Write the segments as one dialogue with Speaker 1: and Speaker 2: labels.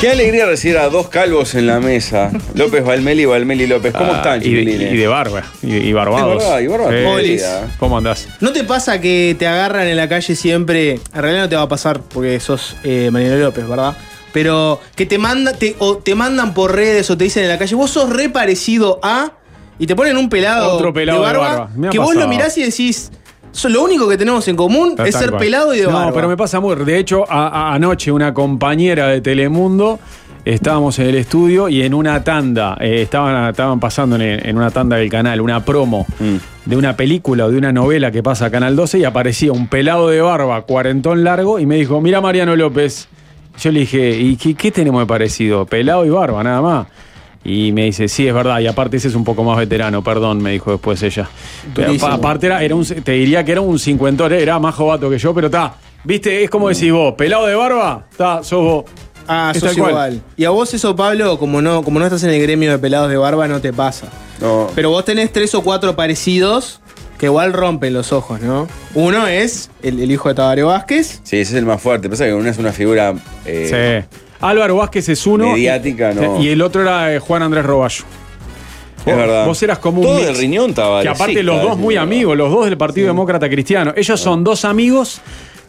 Speaker 1: Qué alegría recibir a dos calvos en la mesa. López Valmeli y Valmeli López. ¿Cómo
Speaker 2: Ah,
Speaker 1: están,
Speaker 2: y, de-
Speaker 1: chiquilines?
Speaker 2: y de barba. Y, y barbados.
Speaker 1: De barba- y barba colorida.
Speaker 2: ¿Cómo andás?
Speaker 3: ¿No te pasa que te agarran en la calle siempre? En realidad no te va a pasar porque sos eh, Mariano López, ¿verdad? Pero que te, manda, te, o te mandan por redes o te dicen en la calle, vos sos re parecido a. Y te ponen un pelado,
Speaker 2: Otro pelado de
Speaker 3: de barba.
Speaker 2: barba. Me ha
Speaker 3: Que vos
Speaker 2: pasado.
Speaker 3: lo mirás y decís, "So- lo único que tenemos en común
Speaker 2: Tal
Speaker 3: es ser
Speaker 2: cual.
Speaker 3: pelado y de
Speaker 2: no,
Speaker 3: barba.
Speaker 2: pero me pasa muy. De hecho, a- a- anoche una compañera de Telemundo estábamos en el estudio y en una tanda, eh, estaban, estaban pasando en, en una tanda del canal, una promo
Speaker 3: Mm.
Speaker 2: de una película o de una novela que pasa a Canal 12 y aparecía un pelado de barba, cuarentón largo, y me dijo: Mira, Mariano López. Yo le dije: ¿Y qué, qué tenemos de parecido? Pelado y barba, nada más. Y me dice, sí, es verdad, y aparte ese es un poco más veterano, perdón, me dijo después ella. Pero
Speaker 3: Durísimo.
Speaker 2: pa- aparte era, era un, te diría que era un cincuentón, era más jovato que yo, pero está, viste, es como decís vos, pelado de barba, está, sos vos.
Speaker 3: Ah,
Speaker 2: Es
Speaker 3: sos
Speaker 2: tal cual.
Speaker 3: igual. Y a vos eso, Pablo, como no, como no estás en el gremio de pelados de barba, no te pasa.
Speaker 1: No.
Speaker 3: Pero vos tenés tres o cuatro parecidos que igual rompen los ojos, ¿no? Uno es el, el hijo de Tabaré Vázquez.
Speaker 1: Sí, ese es el más fuerte. Pasa que uno es una figura. eh,
Speaker 2: Sí. Álvaro Vázquez es uno.
Speaker 1: Mediática,
Speaker 2: y,
Speaker 1: no.
Speaker 2: Y el otro era eh, Juan Andrés Roballo.
Speaker 1: Es verdad.
Speaker 2: Vos eras como un
Speaker 1: Todo
Speaker 2: mix.
Speaker 1: del riñón, Tabaré.
Speaker 2: Que aparte
Speaker 1: Sí,
Speaker 2: los
Speaker 1: Tabaré,
Speaker 2: dos
Speaker 1: sí,
Speaker 2: muy
Speaker 1: es verdad. Ah.
Speaker 2: amigos, los dos del Partido Demócrata Cristiano. Ellos son dos amigos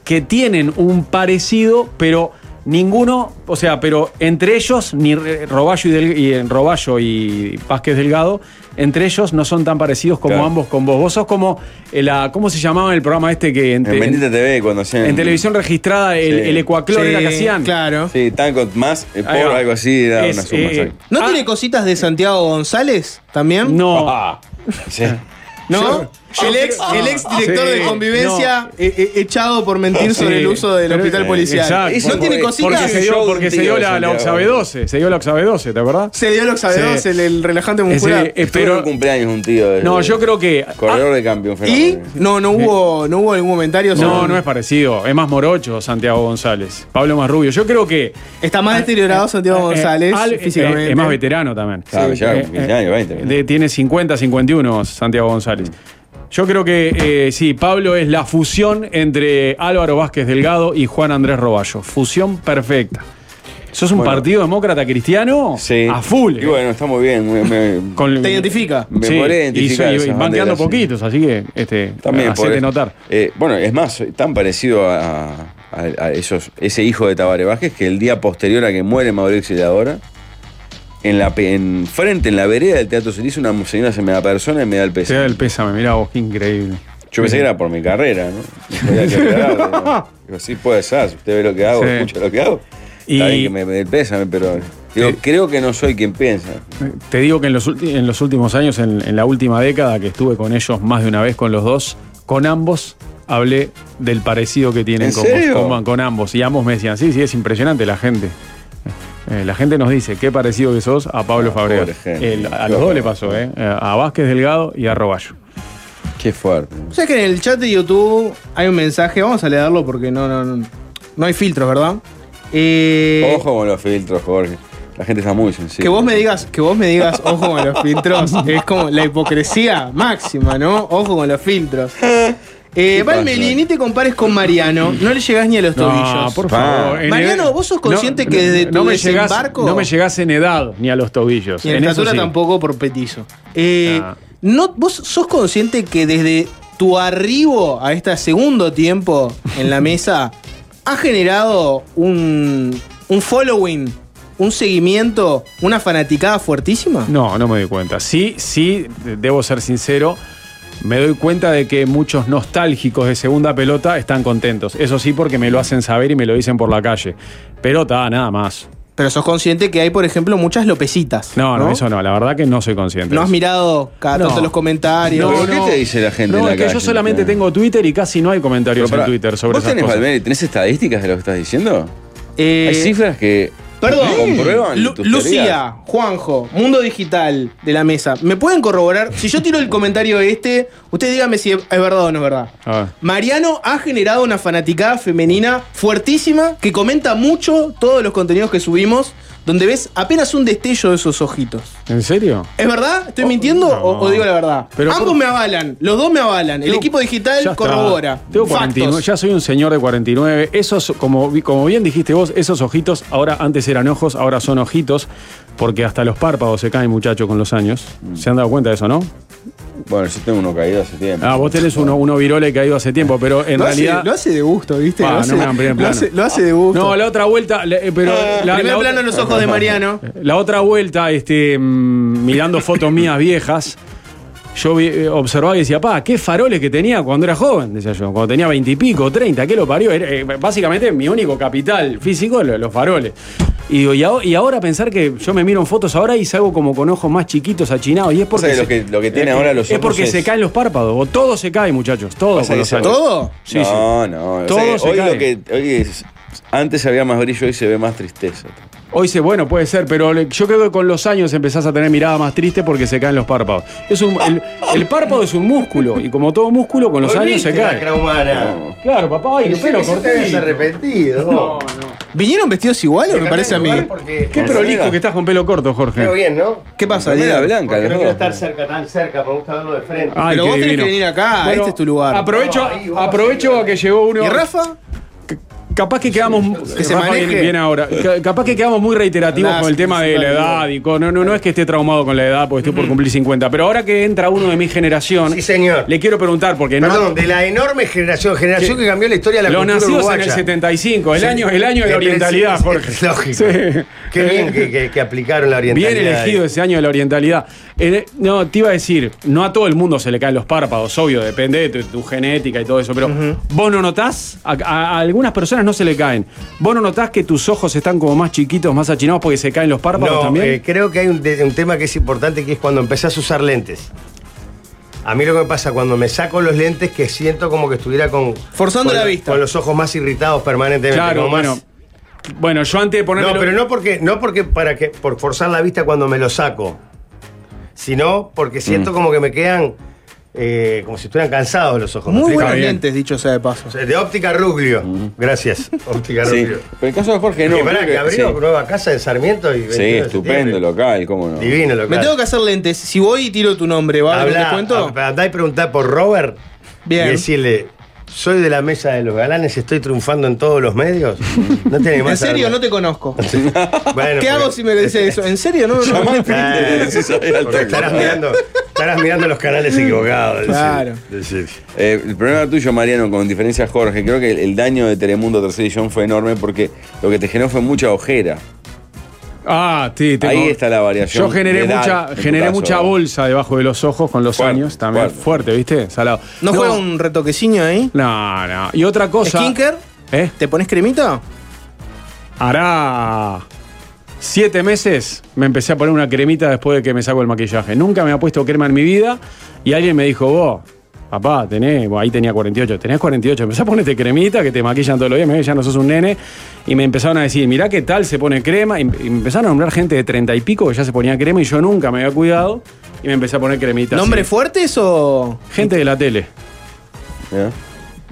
Speaker 2: que tienen un parecido, pero ninguno, o sea, pero entre ellos, ni Re- Roballo y, Del- y, eh, Roballo y Vázquez Delgado, entre ellos no son tan parecidos como
Speaker 1: Claro.
Speaker 2: ambos con vos. Vos sos como eh, la, ¿cómo se llamaba el programa este que en,
Speaker 1: En
Speaker 2: te-
Speaker 1: Bendita TV, cuando hacían.
Speaker 2: en televisión registrada el,
Speaker 1: Sí.
Speaker 2: el Ecuaclor era que
Speaker 3: Sí,
Speaker 2: hacían?
Speaker 3: Claro.
Speaker 1: Sí, tan con más, eh, por
Speaker 2: Ahí va.
Speaker 1: algo así, era
Speaker 2: Es,
Speaker 1: una suma.
Speaker 2: eh,
Speaker 1: sí.
Speaker 3: ¿No
Speaker 2: Ah.
Speaker 3: tiene cositas de Santiago González también?
Speaker 2: No.
Speaker 1: Ah. Sí.
Speaker 2: eh,
Speaker 3: ¿No? El ex, el ex
Speaker 2: Ah,
Speaker 3: director
Speaker 2: Sí,
Speaker 3: de convivencia
Speaker 2: no.
Speaker 3: eh, eh, echado por mentir sobre
Speaker 2: Sí,
Speaker 3: el uso del
Speaker 2: pero-
Speaker 3: hospital
Speaker 2: eh,
Speaker 3: policial.
Speaker 2: exacto.
Speaker 3: ¿No tiene
Speaker 1: Porque-
Speaker 3: cositas?
Speaker 2: Porque
Speaker 1: Era
Speaker 2: se
Speaker 1: un
Speaker 2: dio,
Speaker 1: show
Speaker 2: porque
Speaker 1: un
Speaker 2: se
Speaker 1: tío
Speaker 2: dio
Speaker 1: de
Speaker 2: la, la
Speaker 1: Santiago.
Speaker 2: Oxabe 12. Se dio la Oxabe 12, ¿te acordás?
Speaker 3: Se dio el oxabedos,
Speaker 2: Sí.
Speaker 3: el, el relajante
Speaker 2: Ese-
Speaker 3: muscular.
Speaker 2: eh,
Speaker 1: Pero
Speaker 2: pero-
Speaker 1: un cumpleaños un tío. de-
Speaker 2: No, yo creo que- Ah,
Speaker 1: Corredor de cambio, un
Speaker 3: y
Speaker 1: fenómeno.
Speaker 3: no, no hubo, no hubo ningún comentario
Speaker 2: eh, no,
Speaker 3: sobre-
Speaker 2: no es parecido. Es más morocho Santiago González. Pablo más rubio. Yo creo que.
Speaker 3: Está más deteriorado Santiago
Speaker 2: eh,
Speaker 3: González
Speaker 2: al- eh,
Speaker 3: físicamente.
Speaker 2: Es más veterano también.
Speaker 1: Claro, ya, 15 años, 20, mira.
Speaker 2: eh, de- tiene 50, 51 Santiago González. Yo creo que eh, sí, Pablo es la fusión entre Álvaro Vázquez Delgado y Juan Andrés Roballo. Fusión perfecta. Sos un
Speaker 1: Bueno.
Speaker 2: partido demócrata cristiano
Speaker 1: Sí.
Speaker 2: a full. eh.
Speaker 1: Y bueno, está muy bien. me- me-
Speaker 2: Con-
Speaker 3: ¿Te identifica?
Speaker 1: Me
Speaker 2: Sí,
Speaker 1: podría
Speaker 2: y
Speaker 1: identificar
Speaker 2: soy- y
Speaker 1: esas
Speaker 2: van
Speaker 1: banderas,
Speaker 2: quedando
Speaker 1: sí.
Speaker 2: poquitos, así que este,
Speaker 1: También
Speaker 2: hacete
Speaker 1: podés-
Speaker 2: notar.
Speaker 1: Eh, bueno, es más, soy tan parecido a, a- a esos, ese hijo de Tabaré Vázquez que el día posterior a que muere Mauricio de ahora, en la pe- en frente, en la vereda del Teatro Cerizo, una señora se me da persona y me da el
Speaker 2: Te
Speaker 1: peso.
Speaker 2: da el pésame, mirá vos, qué increíble.
Speaker 1: Yo pensé que era por mi carrera, ¿no? Me podía quebrar, digo. Digo, sí puede ser, si usted ve lo que hago,
Speaker 2: Sí.
Speaker 1: escucha lo que hago.
Speaker 2: Y-
Speaker 1: Está bien que me, me dé el pésame, pero digo,
Speaker 2: Sí.
Speaker 1: creo que no soy quien piensa.
Speaker 2: Te digo que en los, ulti- en los últimos años, en, en la última década que estuve con ellos más de una vez, con los dos, con ambos hablé del parecido que tienen
Speaker 1: ¿En
Speaker 2: con,
Speaker 1: serio?
Speaker 2: vos, con, con ambos. Y ambos me decían, sí, sí, es impresionante la gente. Eh, la gente nos dice qué parecido que sos a Pablo
Speaker 1: Ah,
Speaker 2: Fabregas.
Speaker 1: pobre gente.
Speaker 2: El- a los dos le pasó, ¿eh? A Vázquez Delgado y a Roballo.
Speaker 1: Qué fuerte.
Speaker 3: ¿Sabes que en el chat de YouTube hay un mensaje? Vamos a leerlo porque no, no, no, no hay filtros, ¿verdad? Eh,
Speaker 1: Ojo con los filtros, Jorge. La gente está muy sensible.
Speaker 3: Que vos me digas, que vos me digas, ojo con los filtros, es como la hipocresía máxima, ¿no? Ojo con los filtros. Eh, Valmeli,
Speaker 1: pasa?
Speaker 3: ni te compares con Mariano, no le llegás ni a los tobillos.
Speaker 2: por
Speaker 1: Ah.
Speaker 2: favor. En
Speaker 3: Mariano,
Speaker 2: edad-
Speaker 3: ¿vos sos consciente que desde tu
Speaker 2: me llegás-
Speaker 3: desembarco-
Speaker 2: no me llegás en edad ni a los tobillos.
Speaker 3: Ni en
Speaker 2: eso
Speaker 3: estatura
Speaker 2: sí.
Speaker 3: tampoco por petizo. Eh,
Speaker 2: Ah.
Speaker 3: no, ¿Vos sos consciente que desde tu arribo a este segundo tiempo en la mesa ha generado un, un following, un seguimiento, una fanaticada fuertísima?
Speaker 2: No, no me doy cuenta. Sí, sí, de- debo ser sincero. Me doy cuenta de que muchos nostálgicos de segunda pelota están contentos. Eso sí, porque me lo hacen saber y me lo dicen por la calle. Pero está, nada más.
Speaker 3: Pero sos consciente que hay, por ejemplo, muchas lopecitas.
Speaker 2: No, no, eso no. La verdad que no soy consciente.
Speaker 3: ¿No has mirado cada
Speaker 2: No.
Speaker 3: tanto los comentarios? Eh,
Speaker 1: No, ¿Pero qué te dice la gente
Speaker 2: No,
Speaker 1: en la
Speaker 2: es que yo
Speaker 1: calle?
Speaker 2: solamente tengo Twitter y casi no hay comentarios
Speaker 1: Pero pará,
Speaker 2: en Twitter sobre
Speaker 1: ¿Vos
Speaker 2: esas
Speaker 1: tenés,
Speaker 2: cosas.
Speaker 1: Valverde, tenés estadísticas de lo que estás diciendo?
Speaker 3: Eh,
Speaker 1: Hay cifras que
Speaker 3: Perdón,
Speaker 1: comprueban
Speaker 3: Lu-
Speaker 1: tus teorías.
Speaker 3: Lucía, Juanjo, Mundo Digital de la mesa, ¿me pueden corroborar? Si yo tiro el comentario este, usted dígame si es verdad o no es verdad.
Speaker 2: A ver.
Speaker 3: Mariano ha generado una fanaticada femenina fuertísima que comenta mucho todos los contenidos que subimos. donde ves apenas un destello de esos ojitos.
Speaker 2: ¿En serio?
Speaker 3: ¿Es verdad? ¿Estoy mintiendo
Speaker 2: Oh, no.
Speaker 3: o, o digo la verdad?
Speaker 2: Pero
Speaker 3: Ambos
Speaker 2: por-
Speaker 3: me avalan, los dos me avalan. El
Speaker 2: Tengo-
Speaker 3: equipo
Speaker 2: Ya
Speaker 3: digital
Speaker 2: está.
Speaker 3: corrobora.
Speaker 2: Tengo
Speaker 3: Factos.
Speaker 2: 49, ya soy un señor de 49. Esos, como, vi- como bien dijiste vos, esos ojitos, ahora antes eran ojos, ahora son ojitos, porque hasta los párpados se caen, muchacho, con los años.
Speaker 3: Mm.
Speaker 2: ¿Se han dado cuenta de eso, no?
Speaker 1: Bueno, yo tengo uno caído hace tiempo.
Speaker 2: Ah, vos tenés uno, uno virole que ha ido hace tiempo, pero en
Speaker 3: lo,
Speaker 2: realidad.
Speaker 3: hace, lo hace de gusto, ¿viste?
Speaker 2: Ah,
Speaker 3: lo,
Speaker 2: no
Speaker 3: hace,
Speaker 2: me hagan primer
Speaker 3: lo
Speaker 2: plano.
Speaker 3: hace- lo hace de gusto.
Speaker 2: No, la otra vuelta, le- eh, pero la,
Speaker 3: Primer
Speaker 2: la
Speaker 3: plano en
Speaker 2: otra,
Speaker 3: los ojos de Mariano.
Speaker 2: la otra vuelta, este, mm, mirando fotos mías viejas, yo vi- eh, observaba y decía, pa, qué faroles que tenía cuando era joven, decía yo, cuando tenía veintipico, treinta, ¿qué lo parió? Era, eh, básicamente mi único capital físico, lo- los faroles. Y, digo, y, aho- y ahora pensar que yo me miro en fotos ahora y salgo como con ojos más chiquitos, achinados, y es porque...
Speaker 1: O sea,
Speaker 2: se-
Speaker 1: lo que- lo que tiene ahora los
Speaker 2: Es
Speaker 1: ojos
Speaker 2: porque
Speaker 1: es-
Speaker 2: se caen los párpados, o todo se cae, muchachos, todo
Speaker 1: Pasa
Speaker 2: con
Speaker 1: que
Speaker 2: los
Speaker 1: se-
Speaker 2: años.
Speaker 3: ¿Todo?
Speaker 2: Sí,
Speaker 1: no,
Speaker 2: sí.
Speaker 1: no.
Speaker 2: Todo
Speaker 1: que
Speaker 2: se
Speaker 1: hoy
Speaker 2: cae.
Speaker 1: lo que. hoy es- antes había más brillo, hoy se ve más tristeza.
Speaker 2: Hoy se, bueno, puede ser, pero le- yo creo que con los años empezás a tener mirada más triste porque se caen los párpados. Es un, el, el párpado es un músculo y como todo músculo, con los años se
Speaker 4: Volviste,
Speaker 2: cae.
Speaker 4: lacra humana.
Speaker 2: Claro, papá, ay, el pelo corté.
Speaker 4: te habías arrepentido.
Speaker 2: No, no.
Speaker 3: ¿Vinieron vestidos iguales? Me parece a mí.
Speaker 2: Qué prolijo que estás con pelo corto,
Speaker 4: Pero
Speaker 2: Jorge.
Speaker 4: bien, ¿no?
Speaker 3: ¿Qué pasa,
Speaker 1: Remera
Speaker 3: Diego?
Speaker 1: blanca,
Speaker 4: Porque no
Speaker 1: los dos.
Speaker 4: quiero estar cerca, tan cerca, me gusta verlo de frente.
Speaker 2: Ay,
Speaker 3: Pero
Speaker 2: qué
Speaker 3: vos tenés
Speaker 2: divino.
Speaker 3: que venir acá,
Speaker 2: Bueno,
Speaker 3: este es tu lugar.
Speaker 2: Aprovecho,
Speaker 4: Ahí vos,
Speaker 2: aprovecho
Speaker 4: ahí,
Speaker 2: a que llegó uno.
Speaker 3: ¿Y Rafa?
Speaker 2: Capaz que quedamos.
Speaker 3: Que se
Speaker 2: Rafa
Speaker 3: maneje.
Speaker 2: viene, viene ahora. Ca- Capaz que quedamos muy reiterativos
Speaker 3: Nah,
Speaker 2: con el
Speaker 3: sí, Mm.
Speaker 2: tema
Speaker 3: sí,
Speaker 2: de la
Speaker 3: vale,
Speaker 2: edad y con. No, no, no es que esté traumado con la edad porque estoy por cumplir 50. Pero ahora que entra uno de mi generación.
Speaker 4: Sí, señor.
Speaker 2: Le quiero preguntar porque no.
Speaker 4: Perdón, de la enorme generación, generación
Speaker 2: Sí.
Speaker 4: que cambió la historia de la
Speaker 2: Los
Speaker 4: cultura
Speaker 2: nacidos
Speaker 4: uruguaya.
Speaker 2: en el 75, el año, el año de la
Speaker 4: Depresi-
Speaker 2: orientalidad, Jorge.
Speaker 4: Es lógico.
Speaker 2: Sí.
Speaker 4: Qué bien que, que- que aplicaron la orientalidad.
Speaker 2: Bien elegido ese año de la orientalidad. Eh, no, te iba a decir, no a todo el mundo se le caen los párpados, obvio, depende de tu, tu genética y todo eso, pero vos no notás, a, a- a algunas personas no se le caen. ¿Vos no notás que tus ojos están como más chiquitos, más achinados porque se caen los párpados
Speaker 4: No,
Speaker 2: también?
Speaker 4: eh, creo que hay un, de- un tema que es importante que es cuando empezás a usar lentes. A mí lo que me pasa cuando me saco los lentes que siento como que estuviera con
Speaker 3: Forzando
Speaker 4: con-
Speaker 3: la vista.
Speaker 4: con los ojos más irritados permanentemente.
Speaker 2: claro,
Speaker 4: como más-
Speaker 2: bueno. Bueno, yo antes de ponerme.
Speaker 4: No,
Speaker 2: lo-
Speaker 4: pero no porque no porque para que por forzar la vista cuando me lo saco, sino porque siento como que me quedan eh, como si estuvieran cansados los ojos. ¿me
Speaker 3: Muy
Speaker 4: explico?
Speaker 3: buenos
Speaker 2: bien.
Speaker 3: lentes, dicho sea de paso.
Speaker 4: O sea, De óptica Ruglio. Gracias. Óptica
Speaker 1: Sí.
Speaker 4: Ruglio.
Speaker 1: Pero el caso de Jorge no.
Speaker 4: Que pará,
Speaker 1: creo
Speaker 4: que abrió
Speaker 1: sí.
Speaker 4: nueva casa en Sarmiento y
Speaker 1: Sí,
Speaker 4: 21 de
Speaker 1: estupendo
Speaker 4: septiembre.
Speaker 1: local, cómo no.
Speaker 4: Divino local.
Speaker 3: Me tengo que hacer lentes. Si voy y tiro tu nombre, ¿va? a haber un
Speaker 4: Habla,
Speaker 3: descuento?
Speaker 4: a- andá y preguntá por Robert
Speaker 3: Bien.
Speaker 4: y decirle, soy de la mesa de los galanes, estoy triunfando en todos los medios. No tiene más
Speaker 3: En serio, no te conozco. ¿Qué hago si me dice eso? ¿En serio? No, no, no.
Speaker 1: Llamá. Sí, sí, al toque.
Speaker 4: estarás mirando, estarás mirando los canales equivocados. decir-
Speaker 3: Claro.
Speaker 4: decir.
Speaker 1: Eh, el problema tuyo, Mariano, con diferencia a Jorge, creo que el, el daño de Telemundo Tercera Edición fue enorme porque lo que te generó fue mucha ojera.
Speaker 2: Ah, sí, tengo-
Speaker 1: Ahí está la variación
Speaker 2: Yo generé
Speaker 1: de edad,
Speaker 2: mucha,
Speaker 1: en tu
Speaker 2: generé
Speaker 1: caso.
Speaker 2: mucha bolsa debajo de los ojos con los
Speaker 1: Fuerte,
Speaker 2: años también.
Speaker 1: fuerte.
Speaker 2: Fuerte, ¿viste? Salado.
Speaker 3: ¿No juega un retoquecino ahí?
Speaker 2: No, no. Y otra cosa.
Speaker 3: ¿Skinker?
Speaker 2: ¿Eh?
Speaker 3: ¿Te pones cremita?
Speaker 2: Hará siete meses me empecé a poner una cremita después de que me saco el maquillaje. Nunca me ha puesto crema en mi vida y alguien me dijo, vos, papá, tenés, bueno, ahí tenía 48, tenés 48, empezá a ponerte cremita que te maquillan todos los días, me ves, ya no sos un nene. Y me empezaron a decir, mirá qué tal se pone crema. Y, y me empezaron a nombrar gente de 30 y pico que ya se ponía crema y yo nunca me había cuidado y me empecé a poner cremita.
Speaker 3: ¿Nombres
Speaker 2: sí.
Speaker 3: fuertes o.?
Speaker 2: Gente de la tele.
Speaker 1: ¿Eh?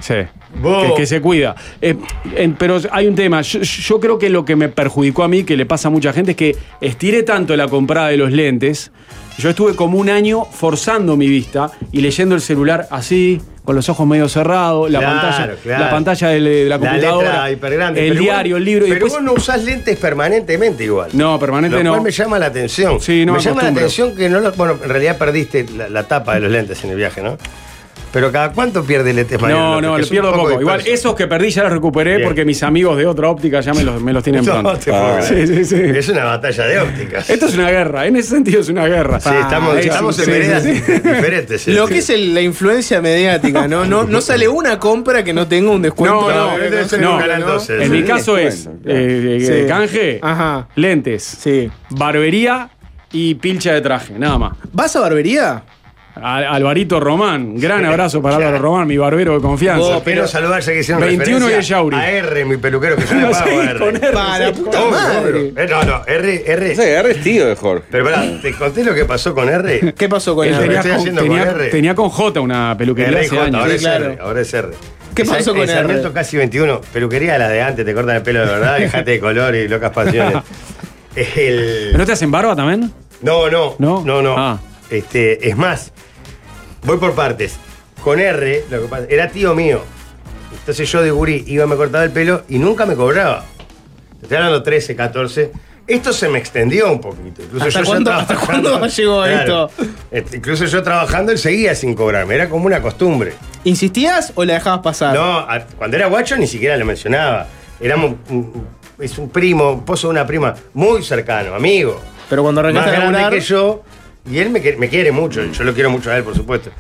Speaker 2: Sí.
Speaker 4: Vos.
Speaker 2: Que, que se cuida. Eh, en- pero hay un tema. Yo, yo creo que lo que me perjudicó a mí, que le pasa a mucha gente, es que estiré tanto la comprada de los lentes. Yo estuve como un año forzando mi vista y leyendo el celular así, con los ojos medio cerrados, la
Speaker 4: Claro,
Speaker 2: pantalla,
Speaker 4: claro.
Speaker 2: la pantalla del- de, la
Speaker 4: La
Speaker 2: computadora,
Speaker 4: letra hipergrande,
Speaker 2: el
Speaker 4: pero
Speaker 2: diario,
Speaker 4: vos-
Speaker 2: el libro. y
Speaker 4: Pero
Speaker 2: después-
Speaker 4: vos no usás lentes permanentemente igual.
Speaker 2: No, permanente
Speaker 4: Lo
Speaker 2: no.
Speaker 4: cual me llama la atención.
Speaker 2: Sí, no
Speaker 4: me
Speaker 2: me
Speaker 4: llama la
Speaker 2: acostumbro.
Speaker 4: atención que no lo- Bueno, en realidad perdiste la, la tapa de los lentes en el viaje, ¿no? Pero cada cuánto pierde lentes
Speaker 2: No, no, lo pierdo poco. Igual
Speaker 4: eso
Speaker 2: esos que perdí ya los recuperé
Speaker 4: Bien.
Speaker 2: porque mis amigos de otra óptica ya me los, me los tienen en plan.
Speaker 1: Ah.
Speaker 2: Sí, sí, sí.
Speaker 4: Es una batalla de ópticas.
Speaker 2: Esto es una guerra, en ese sentido es una guerra.
Speaker 4: Sí, estamos,
Speaker 2: Ah,
Speaker 4: estamos
Speaker 2: sí,
Speaker 4: en
Speaker 2: sí,
Speaker 4: veredas
Speaker 2: sí, sí.
Speaker 4: diferentes. sí,
Speaker 3: Lo
Speaker 4: sí.
Speaker 3: que es el- la influencia mediática, ¿no? No, no sale una compra que no tenga un descuento.
Speaker 2: No, no,
Speaker 4: debe ser
Speaker 2: no.
Speaker 4: un canal 12,
Speaker 2: En
Speaker 4: sí.
Speaker 2: mi caso es
Speaker 1: Descuento, claro.
Speaker 2: eh, eh,
Speaker 3: Sí.
Speaker 2: canje,
Speaker 3: Ajá.
Speaker 2: lentes,
Speaker 3: Sí.
Speaker 2: barbería y pilcha de traje, nada más.
Speaker 3: ¿Vas a barbería?
Speaker 2: Al- Alvarito Román, gran abrazo para Álvaro Román, mi barbero de confianza.
Speaker 4: Vos, quiero saludar ya que hicieron
Speaker 2: 21 y
Speaker 4: referencia
Speaker 2: el Yauri.
Speaker 4: A R, mi peluquero, que yo le
Speaker 2: No
Speaker 4: pago
Speaker 2: sé,
Speaker 4: a R.
Speaker 2: con R,
Speaker 3: Para,
Speaker 2: sí.
Speaker 3: puta madre.
Speaker 4: Eh, no, no, R,
Speaker 1: Ese
Speaker 4: R.
Speaker 1: agarre es tío de Jorge.
Speaker 4: Pero pará, te conté lo que pasó con R.
Speaker 3: ¿Qué pasó con
Speaker 2: Él
Speaker 4: Pero
Speaker 3: él?
Speaker 2: tenía,
Speaker 4: lo estoy
Speaker 2: con,
Speaker 4: haciendo
Speaker 2: tenía-
Speaker 4: con R.
Speaker 2: tenía con J una peluquería
Speaker 4: R
Speaker 2: hace
Speaker 4: J,
Speaker 2: años.
Speaker 4: ahora es
Speaker 3: Sí, claro.
Speaker 4: R, ahora es R.
Speaker 3: ¿Qué
Speaker 4: Esa-
Speaker 3: pasó con
Speaker 4: en
Speaker 3: R?
Speaker 4: Sarmiento casi 21, peluquería la de antes, te cortan el pelo de verdad, dejate de color y locas pasiones. el-
Speaker 2: ¿Pero no te hacen barba también?
Speaker 4: No, no.
Speaker 2: ¿No?
Speaker 4: No, no.
Speaker 2: Ah.
Speaker 4: Este, es más, voy por partes. Con R, lo que pasa, era tío mío. Entonces yo de gurí iba, me cortaba el pelo y nunca me cobraba. Te estoy hablando 13, 14. Esto se me extendió un poquito. Incluso
Speaker 3: ¿Hasta
Speaker 4: yo ya
Speaker 3: cuándo-
Speaker 4: trabajando-
Speaker 3: hasta cuándo llegó esto?
Speaker 4: Este, incluso yo trabajando, él seguía sin cobrarme. Era como una costumbre.
Speaker 3: ¿Insistías o la dejabas pasar?
Speaker 4: No, a- cuando era guacho ni siquiera lo mencionaba. Éramos un- un- es un primo, un pozo de una prima, muy cercano, amigo.
Speaker 3: Pero cuando
Speaker 4: Más
Speaker 3: arrancaste a
Speaker 4: grande
Speaker 3: laburar,
Speaker 4: que yo. Y él me, que- me quiere mucho, yo lo quiero mucho a él, por supuesto.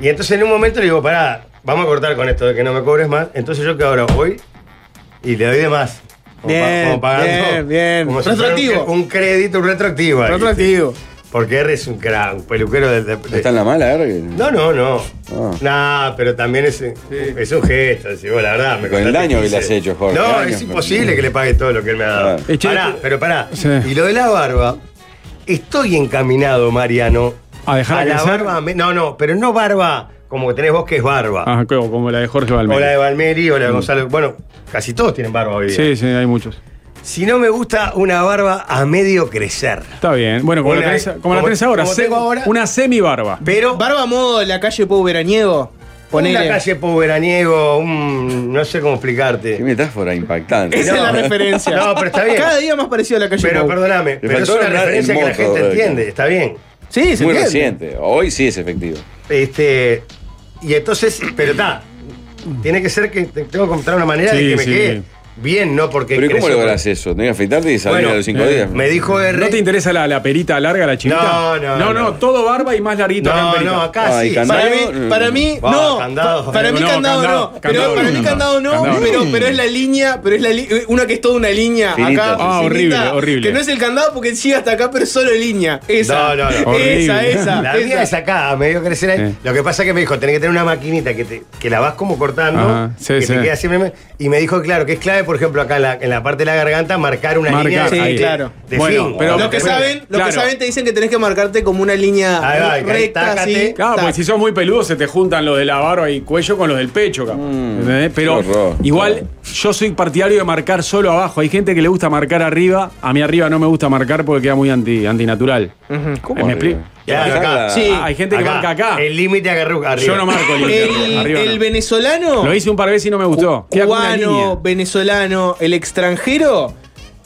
Speaker 4: Y entonces en un momento le digo, pará, vamos a cortar con esto de que no me cobres más. Entonces yo que ahora voy y le doy de más.
Speaker 3: Bien, bien, bien.
Speaker 4: como si fuera un-
Speaker 3: Retroactivo.
Speaker 4: Un, crédito, un retroactivo. ahí,
Speaker 3: Retroactivo.
Speaker 4: ¿viste? Porque R es un crack, un peluquero de, de-
Speaker 1: ¿Está en la mala, R?
Speaker 4: no, no, no.
Speaker 1: Ah.
Speaker 4: Nah, pero también es, es un gesto. decís, vos, la verdad, me
Speaker 1: Con el
Speaker 4: contaste
Speaker 1: daño que le
Speaker 4: hice.
Speaker 1: has hecho, Jorge,
Speaker 4: No,
Speaker 1: años,
Speaker 4: es imposible
Speaker 1: pero-
Speaker 4: que le pague todo lo que él me ha dado.
Speaker 1: Claro.
Speaker 2: Eh, che,
Speaker 4: Pará,
Speaker 2: eh,
Speaker 4: pero pará.
Speaker 2: sí.
Speaker 4: Y lo de la barba, estoy encaminado, Mariano.
Speaker 2: ¿A dejar de
Speaker 4: la
Speaker 2: crecer?
Speaker 4: barba. me- No, no, pero no barba como que tenés vos que es barba.
Speaker 2: Ah, como como la de Jorge Valmero.
Speaker 4: O la de Valmeri, o la de Gonzalo. Bueno, casi todos tienen barba hoy día.
Speaker 2: Sí, sí, hay muchos.
Speaker 4: Si no me gusta una barba a medio crecer.
Speaker 2: Está bien. Bueno, como,
Speaker 4: Una-
Speaker 2: la, tenés, como la
Speaker 4: como-
Speaker 2: tenés ahora,
Speaker 4: como
Speaker 2: se-
Speaker 4: tengo ahora.
Speaker 2: una semi barba.
Speaker 4: Pero
Speaker 3: barba modo de la calle Pau Veraniego.
Speaker 4: una
Speaker 3: Ponele.
Speaker 4: calle poveraniego, un. no sé cómo explicarte.
Speaker 1: Qué metáfora impactante.
Speaker 3: Esa es la
Speaker 4: No.
Speaker 3: referencia.
Speaker 4: No, pero está bien.
Speaker 3: Cada día más parecido a la calle
Speaker 4: Pero
Speaker 3: Pau.
Speaker 4: perdóname, pero es
Speaker 1: faltó
Speaker 4: una
Speaker 1: nombrar el
Speaker 4: referencia que la
Speaker 1: mozo,
Speaker 4: gente
Speaker 1: eh.
Speaker 4: entiende, está bien.
Speaker 3: Sí, se
Speaker 1: Muy
Speaker 3: entiende.
Speaker 1: reciente. Hoy sí es efectivo.
Speaker 4: Este, y entonces, pero está, tiene que ser que te- tengo que encontrar una manera
Speaker 2: Sí,
Speaker 4: de que me
Speaker 2: sí.
Speaker 4: quede bien, no porque
Speaker 1: Pero ¿y cómo
Speaker 4: creció-
Speaker 1: lográs eso? ¿Tenés que afeitarte y salir
Speaker 4: Bueno,
Speaker 1: a los cinco
Speaker 2: eh,
Speaker 1: días?
Speaker 4: Me dijo R.
Speaker 2: ¿No te interesa la, la perita larga, la chinita?
Speaker 4: No, no,
Speaker 2: No, no,
Speaker 4: no.
Speaker 2: todo barba y más larguito acá en
Speaker 4: No,
Speaker 2: perita.
Speaker 4: no, acá
Speaker 1: Ay,
Speaker 4: sí.
Speaker 1: candado.
Speaker 3: Para mí, para mí
Speaker 4: Va,
Speaker 3: no.
Speaker 4: candado.
Speaker 3: para mí
Speaker 2: No,
Speaker 3: candado,
Speaker 2: candado,
Speaker 3: no.
Speaker 2: candado,
Speaker 3: pero para mí
Speaker 2: no.
Speaker 3: candado no,
Speaker 2: Candado,
Speaker 3: pero,
Speaker 2: no.
Speaker 3: pero es la línea, pero es la li- una que es toda una línea
Speaker 1: Finita,
Speaker 3: acá.
Speaker 1: Ah,
Speaker 2: horrible,
Speaker 3: finita,
Speaker 2: horrible.
Speaker 3: Que no es el candado porque sigue hasta acá, pero es solo línea. Esa.
Speaker 4: No, no, no.
Speaker 3: Esa,
Speaker 2: Horrible.
Speaker 3: esa.
Speaker 4: La
Speaker 3: esa.
Speaker 4: mía es acá, a medio crecer ahí.
Speaker 2: Sí.
Speaker 4: Lo que pasa es que me dijo, tenés que tener una maquinita que, te- que la vas como cortando,
Speaker 2: Ajá, sí,
Speaker 4: que
Speaker 2: sí.
Speaker 4: te queda siempre. Y me dijo, claro, que es clave, por ejemplo, acá en la, en la parte de la garganta, marcar una
Speaker 2: Marcar,
Speaker 4: línea de-
Speaker 3: ahí.
Speaker 4: de-
Speaker 3: claro.
Speaker 4: de
Speaker 2: Bueno,
Speaker 4: fin.
Speaker 2: pero-
Speaker 3: Los que
Speaker 2: Claro.
Speaker 3: saben, los
Speaker 2: Claro.
Speaker 3: que saben te dicen que tenés que marcarte como una línea
Speaker 4: Ahí va,
Speaker 3: recta,
Speaker 4: tácate.
Speaker 3: así.
Speaker 2: Claro,
Speaker 3: tac.
Speaker 2: porque si sos muy peludo se te juntan los de la barba y cuello con los del pecho, capaz. ¿Entendés? Pero
Speaker 1: Mm, qué horror.
Speaker 2: igual yo soy partidario de marcar solo abajo. Hay gente que le gusta marcar arriba. A mí arriba no me gusta marcar porque queda muy anti, antinatural. ¿Me
Speaker 1: arriba?
Speaker 2: explico?
Speaker 4: Claro, acá.
Speaker 3: Sí.
Speaker 2: Ah, hay gente que marca acá.
Speaker 4: El límite agarru- arriba.
Speaker 2: Yo no marco el límite.
Speaker 3: El,
Speaker 2: arriba no.
Speaker 3: el venezolano.
Speaker 2: Lo hice un par de veces y no me gustó. Queda como una
Speaker 3: cubano,
Speaker 2: línea.
Speaker 3: venezolano, el extranjero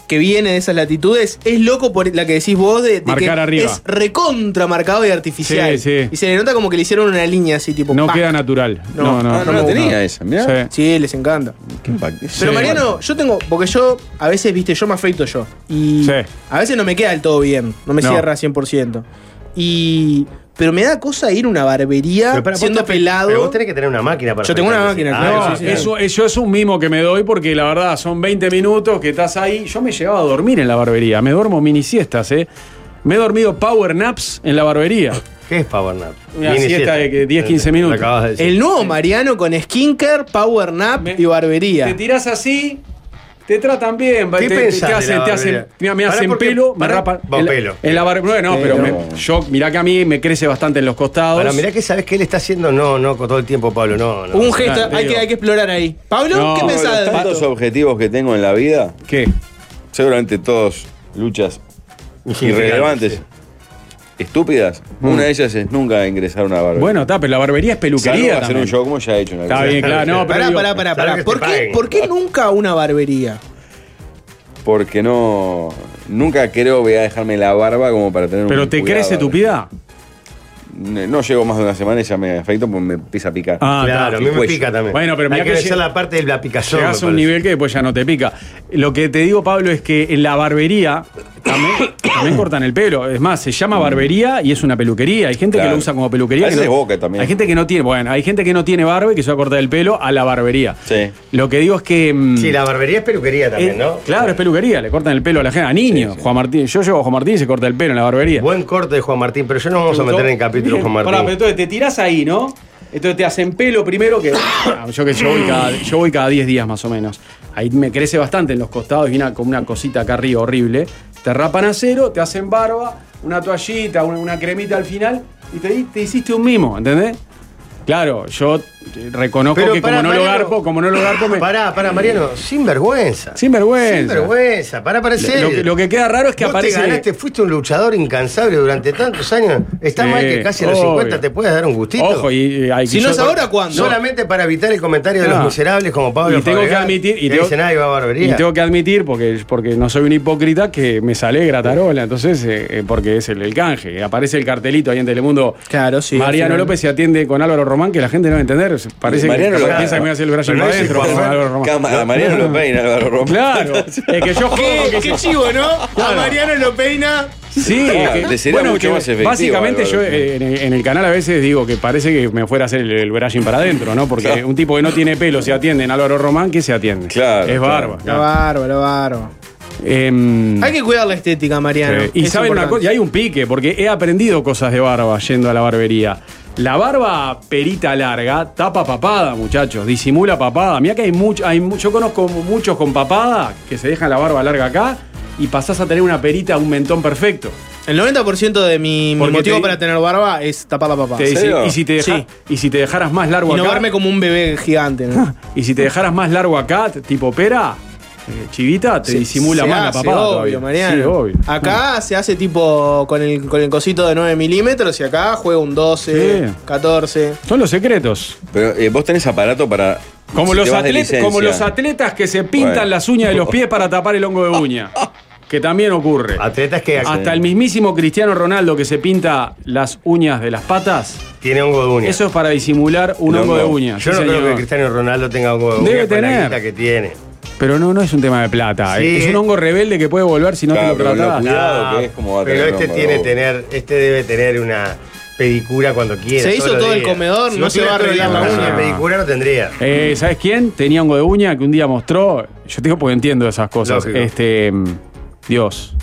Speaker 3: que viene de esas latitudes es loco por la que decís vos de, de
Speaker 2: Marcar
Speaker 3: que
Speaker 2: arriba.
Speaker 3: es recontra marcado y artificial.
Speaker 2: Sí, sí.
Speaker 3: Y se le nota como que le hicieron una línea así tipo
Speaker 2: No
Speaker 3: ¡pac!
Speaker 2: queda natural. No, no.
Speaker 1: Ah, no la
Speaker 3: no,
Speaker 1: tenía esa, mirá.
Speaker 2: Sí.
Speaker 3: Sí, les encanta.
Speaker 1: Qué impactante.
Speaker 3: Pero
Speaker 2: Sí.
Speaker 3: Mariano, yo tengo porque yo a veces, viste, yo me afeito yo y
Speaker 2: Sí.
Speaker 3: a veces no me queda del todo bien, no me
Speaker 2: No.
Speaker 3: cierra 100%. Y pero me da cosa ir a una barbería
Speaker 4: Pero para, vos
Speaker 3: siendo
Speaker 4: te-
Speaker 3: pelado.
Speaker 4: Pero vos tenés que tener una máquina para.
Speaker 3: Yo tengo una
Speaker 4: afeitarte.
Speaker 3: máquina,
Speaker 4: Ah,
Speaker 3: claro,
Speaker 2: No,
Speaker 4: no,
Speaker 3: sí, sí,
Speaker 4: eso-
Speaker 2: eso, eso es un mimo que me doy porque la verdad son 20 minutos que estás ahí. Yo me llegaba a dormir en la barbería. Me duermo mini siestas, ¿eh? Me he dormido power naps en la barbería.
Speaker 4: ¿Qué es Power Nap?
Speaker 2: Una
Speaker 4: Mini
Speaker 2: siesta de que 10, 15
Speaker 4: Lo
Speaker 2: minutos.
Speaker 4: acabas de decir.
Speaker 3: El nuevo Mariano con skinker, power nap
Speaker 2: Me-
Speaker 3: y barbería.
Speaker 2: Te tirás así, te tratan bien.
Speaker 4: ¿Qué
Speaker 2: te,
Speaker 4: pensás
Speaker 2: te
Speaker 4: de
Speaker 2: hacen,
Speaker 4: la
Speaker 2: te hacen-
Speaker 4: barbería?
Speaker 2: mira, me
Speaker 4: Pará,
Speaker 2: hacen
Speaker 4: porque-
Speaker 2: pelo, me
Speaker 4: pará,
Speaker 2: rapan.
Speaker 4: va,
Speaker 2: en la-
Speaker 4: pelo.
Speaker 2: En la barbería. No, pero,
Speaker 1: Pero-
Speaker 2: me- yo, mirá que a mí me crece bastante en los costados.
Speaker 4: Ahora, mirá que sabés que él está haciendo. No, no, con todo el tiempo, Pablo. No, no.
Speaker 3: Un gesto,
Speaker 2: Claro,
Speaker 3: hay,
Speaker 2: digo.
Speaker 3: que, hay que explorar ahí. Pablo,
Speaker 2: No,
Speaker 3: ¿qué
Speaker 2: no,
Speaker 1: Uno de
Speaker 3: pensás
Speaker 1: los
Speaker 3: de
Speaker 1: tantos
Speaker 3: esto?
Speaker 1: objetivos que tengo en la vida,
Speaker 2: ¿Qué?
Speaker 1: seguramente todos luchas irrelevantes,
Speaker 4: Sí.
Speaker 1: estúpidas. Una de ellas es nunca ingresar a una barbería.
Speaker 2: Bueno, está, pero la barbería es
Speaker 1: Salvo
Speaker 2: peluquería.
Speaker 1: hacer
Speaker 2: también.
Speaker 1: un show como ya he hecho. en
Speaker 2: Está
Speaker 1: algún-
Speaker 2: bien, claro. No, pero
Speaker 3: Pará,
Speaker 2: digo-
Speaker 3: pará, pará,
Speaker 4: Claro
Speaker 3: pará.
Speaker 4: que
Speaker 3: ¿Por
Speaker 4: te
Speaker 3: qué,
Speaker 4: paguen.
Speaker 3: ¿Por qué nunca una barbería?
Speaker 1: Porque no. Nunca creo voy a dejarme la barba como para tener
Speaker 2: Pero
Speaker 1: un
Speaker 2: te
Speaker 1: cuidado.
Speaker 2: crece tu pida.
Speaker 1: Ne- No llego más de una semana y ya me afecto porque me empieza a picar.
Speaker 2: Ah,
Speaker 4: Claro, a mí
Speaker 1: el
Speaker 4: me
Speaker 1: cuello.
Speaker 4: pica también.
Speaker 2: Bueno, pero mirá
Speaker 4: Hay que
Speaker 2: que
Speaker 4: hacer
Speaker 2: lleg-
Speaker 4: la parte de la picazón.
Speaker 2: Llegás a
Speaker 4: me
Speaker 2: un
Speaker 4: parece.
Speaker 2: nivel que después ya no te pica. Lo que te digo, Pablo, es que en la barbería también, también cortan el pelo. Es más, se llama barbería y es una peluquería. Hay gente que
Speaker 1: Claro.
Speaker 2: lo usa como peluquería.
Speaker 1: A
Speaker 2: que
Speaker 1: veces
Speaker 2: no-
Speaker 1: es boca también.
Speaker 2: Hay gente que no tiene, bueno, hay gente que no tiene barba y que se va a cortar el pelo a la barbería.
Speaker 1: Sí.
Speaker 2: Lo que digo es que. mm,
Speaker 4: Sí, la barbería es peluquería también,
Speaker 2: eh,
Speaker 4: ¿no?
Speaker 2: Claro, es peluquería, le cortan el pelo a la gente, a niños.
Speaker 1: Sí, sí.
Speaker 2: Juan Martín, yo llevo a Juan Martín y se corta el pelo en la barbería.
Speaker 4: Buen corte de Juan Martín, pero yo no vamos a meter en el capítulo de Juan Martín.
Speaker 2: Pará, pero entonces te tirás ahí, ¿no? Entonces te hacen pelo primero que. Ah, yo que yo voy, cada, yo voy cada 10 días más o menos. Ahí me crece bastante en los costados y una, con una cosita acá arriba horrible. Te rapan a cero, te hacen barba, una toallita, una, una cremita al final y te, di- te hiciste un mimo, ¿entendés? Claro, yo reconozco que como
Speaker 4: pará,
Speaker 2: no lo
Speaker 4: Mariano.
Speaker 2: garpo, como no lo garpo me.
Speaker 4: Pará, pará, Mariano, sin vergüenza.
Speaker 2: Sin
Speaker 4: Sin
Speaker 2: vergüenza.
Speaker 4: vergüenza, para aparecer.
Speaker 2: Lo que- lo que queda raro es que
Speaker 4: Vos
Speaker 2: aparece-
Speaker 4: Te ganaste, fuiste un luchador incansable durante tantos años. Está
Speaker 2: Sí,
Speaker 4: mal que casi a los
Speaker 2: obvio.
Speaker 4: 50 te puedas dar un gustito.
Speaker 2: Ojo, y, y hay que
Speaker 3: Si no
Speaker 2: yo-
Speaker 3: es ahora, ¿cuándo?
Speaker 4: Solamente para evitar el comentario de
Speaker 2: Ah.
Speaker 4: los miserables como Pablo
Speaker 2: y tengo que
Speaker 4: Fabregat,
Speaker 2: admitir y
Speaker 4: que
Speaker 2: tengo,
Speaker 4: dicen, "Ay, va barbería".
Speaker 2: y tengo que admitir porque, porque no soy un hipócrita que me sale gratarola entonces eh, eh, porque es el, el canje aparece el cartelito ahí en Telemundo
Speaker 3: Claro, sí,
Speaker 2: Mariano
Speaker 3: al final.
Speaker 2: López se atiende con Álvaro Román que la gente no va a entender se- parece
Speaker 1: Mariano
Speaker 2: que
Speaker 1: López-
Speaker 2: piensa que me va a hacer el brazo
Speaker 4: Pero
Speaker 2: para
Speaker 4: ese
Speaker 2: adentro
Speaker 4: Juan
Speaker 2: con
Speaker 4: Fer-
Speaker 2: Álvaro Román
Speaker 1: Cámara, Mariano lo peina, Álvaro Román.
Speaker 2: claro es que yo juego que
Speaker 3: Qué chivo, ¿no? A Mariano lo peina.
Speaker 2: Sí,
Speaker 1: Claro,
Speaker 2: que-
Speaker 1: te Ah, sería mucho
Speaker 2: que
Speaker 1: más efectivo,
Speaker 2: Básicamente
Speaker 1: Álvaro.
Speaker 2: yo eh, en el, en el canal a veces digo que parece que me fuera a hacer el, el brushing para adentro, ¿no? Porque
Speaker 1: Claro.
Speaker 2: un tipo que no tiene pelo se atiende en Álvaro Román, ¿qué se atiende?
Speaker 1: Claro,
Speaker 2: Es
Speaker 1: claro.
Speaker 2: barba.
Speaker 3: La
Speaker 2: claro.
Speaker 3: barba, la barba.
Speaker 2: Em,
Speaker 3: Hay que cuidar la estética, Mariano.
Speaker 2: eh, y
Speaker 3: Es
Speaker 2: saben una
Speaker 3: importante.
Speaker 2: cosa, y hay un pique, porque he aprendido cosas de barba yendo a la barbería. La barba perita larga tapa papada, muchachos, disimula papada. Mira que hay mucho, hay mu- yo conozco muchos con papada que se dejan la barba larga acá y pasás a tener una perita, un mentón perfecto.
Speaker 3: El 90% de mi, mi
Speaker 2: Porque
Speaker 3: motivo
Speaker 2: te-
Speaker 3: para tener barba es tapar la papá.
Speaker 2: Te
Speaker 3: Y
Speaker 2: dice,
Speaker 1: serio?
Speaker 2: y, si te deja-
Speaker 3: Sí.
Speaker 2: y si te dejaras más largo
Speaker 3: no
Speaker 2: acá.
Speaker 3: verme como un bebé gigante, ¿no?
Speaker 2: Y si te dejaras más largo acá, t- tipo pera, eh, chivita, te
Speaker 3: Se-
Speaker 2: disimula
Speaker 3: se
Speaker 2: más
Speaker 3: hace,
Speaker 2: la papada.
Speaker 3: obvio,
Speaker 2: todavía.
Speaker 3: Mariano. Ah.
Speaker 2: Sí, obvio.
Speaker 3: Acá se hace tipo con el, con el cosito de 9 milímetros y acá juega un 12,
Speaker 2: Sí.
Speaker 3: 14.
Speaker 2: Son los secretos.
Speaker 1: Pero eh, vos tenés aparato para.
Speaker 2: Como,
Speaker 1: si
Speaker 2: los
Speaker 1: te vas de
Speaker 2: atletas,
Speaker 1: licencia. Ah,
Speaker 2: como los atletas que se pintan
Speaker 1: Bueno.
Speaker 2: las uñas de los pies para tapar el hongo de uña. Que Ah. también ocurre.
Speaker 4: Atletas que
Speaker 2: Hasta el mismísimo Cristiano Ronaldo que se pinta las uñas de las patas,
Speaker 4: tiene hongo de uña.
Speaker 2: eso es para disimular un
Speaker 1: El
Speaker 2: hongo de
Speaker 1: hongo.
Speaker 2: uña.
Speaker 4: Yo
Speaker 2: sí,
Speaker 4: no creo
Speaker 2: señor.
Speaker 4: que Cristiano Ronaldo tenga hongo de uña
Speaker 2: Debe
Speaker 4: con la
Speaker 2: tener.
Speaker 4: guita que tiene.
Speaker 2: Pero no, no es un tema de plata.
Speaker 4: Sí.
Speaker 2: Es un hongo rebelde que puede volver si no
Speaker 1: Claro,
Speaker 2: te
Speaker 1: pero
Speaker 2: lo
Speaker 1: con los
Speaker 2: tratás.
Speaker 1: Cuidado que es como va a
Speaker 4: pero
Speaker 1: tener
Speaker 4: este
Speaker 1: hongo de
Speaker 4: tiene
Speaker 1: uña.
Speaker 4: tener, este debe tener una pedicura cuando quiera.
Speaker 3: Se hizo
Speaker 4: todos los
Speaker 3: todo el
Speaker 4: días.
Speaker 3: comedor, no
Speaker 4: vos
Speaker 3: se va a
Speaker 4: tuvieras
Speaker 3: arreglar
Speaker 2: la
Speaker 4: una
Speaker 2: uña.
Speaker 4: pedicura no tendría.
Speaker 2: Eh, ¿Sabes quién? Tenía hongo de uña que un día mostró. Yo te digo porque entiendo esas cosas.
Speaker 4: Lógico.
Speaker 2: Este. mm, Dios.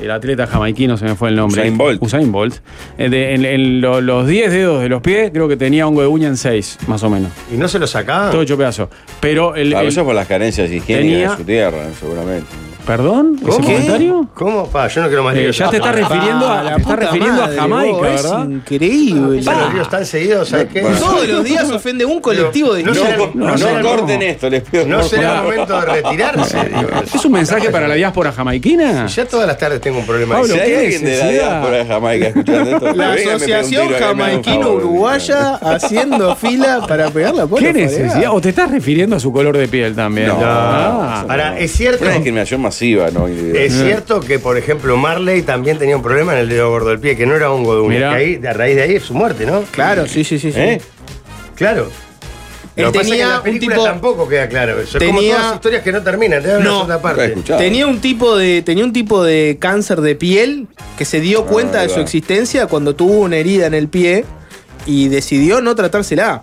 Speaker 2: El atleta jamaiquino se me fue el nombre.
Speaker 1: Usain Bolt.
Speaker 2: Usain Bolt. Eh, de- en en lo- los 10 dedos de los pies, creo que tenía hongo de uña en 6, más o menos.
Speaker 4: Y no se lo sacaban.
Speaker 2: Todo hecho pedazo. Pero el.
Speaker 1: A
Speaker 2: el-
Speaker 1: veces por las carencias higiénicas
Speaker 2: Tenía-
Speaker 1: de su tierra, eh, seguramente.
Speaker 2: ¿Perdón? ¿Ese
Speaker 4: ¿Cómo?
Speaker 2: comentario?
Speaker 4: ¿Cómo? Pa, yo no quiero más
Speaker 2: Eh,
Speaker 4: líos.
Speaker 2: ya te estás
Speaker 4: Ah,
Speaker 2: refiriendo a,
Speaker 3: Ah, la
Speaker 2: te estás
Speaker 3: puta
Speaker 2: refiriendo
Speaker 3: madre,
Speaker 2: a Jamaica,
Speaker 3: vos,
Speaker 2: ¿verdad?
Speaker 3: Es increíble.
Speaker 4: Piensa que los ríos están seguidos, ¿sabes qué?
Speaker 1: Bueno.
Speaker 3: Todos los días ofende un colectivo de
Speaker 1: No,
Speaker 4: No, será-
Speaker 1: co-
Speaker 4: no
Speaker 1: no
Speaker 4: será-
Speaker 1: corten esto, les pido.
Speaker 4: No
Speaker 1: por
Speaker 4: será
Speaker 1: favor.
Speaker 4: momento de retirarse. digo.
Speaker 2: Ah, ¿Es un mensaje para la diáspora jamaiquina?
Speaker 4: Ya todas las tardes tengo un problema.
Speaker 2: Pablo,
Speaker 1: Si
Speaker 4: de-
Speaker 1: hay
Speaker 2: qué
Speaker 1: alguien de la
Speaker 2: necesidad.
Speaker 1: diáspora de Jamaica escuchando esto,
Speaker 3: La
Speaker 1: que venga y me pegue un
Speaker 3: Asociación
Speaker 1: tiro acá, me haga un favor.
Speaker 3: Jamaiquino-Uruguaya haciendo fila para pegar la
Speaker 2: ¿Qué
Speaker 3: puerta.
Speaker 2: necesidad? ¿O te estás refiriendo a su color de piel también?
Speaker 1: No.
Speaker 2: Ah.
Speaker 4: Ahora, es cierto,
Speaker 1: Una discriminación masiva, ¿no? Individual.
Speaker 4: es cierto que, por ejemplo, Marley también tenía un problema en el dedo gordo del pie, que no era hongo de uña.
Speaker 2: Mirá.
Speaker 4: Que ahí, a raíz de ahí es su muerte, ¿no?
Speaker 3: Claro, sí, sí, sí. sí.
Speaker 1: ¿Eh?
Speaker 4: Claro.
Speaker 3: Él
Speaker 4: Lo que pasa es que en
Speaker 3: tenía
Speaker 4: la
Speaker 3: un
Speaker 4: película
Speaker 3: tipo-
Speaker 4: tampoco queda claro eso. Es como
Speaker 3: tenía-
Speaker 4: todas las historias que no terminan, te dan una
Speaker 3: No.
Speaker 4: segunda
Speaker 1: Nunca he
Speaker 4: parte.
Speaker 1: escuchado.
Speaker 3: Tenía un tipo de tenía un tipo de cáncer de piel que se dio cuenta de
Speaker 1: ahí
Speaker 3: su
Speaker 1: va.
Speaker 3: existencia cuando tuvo una herida en el pie y decidió no tratársela.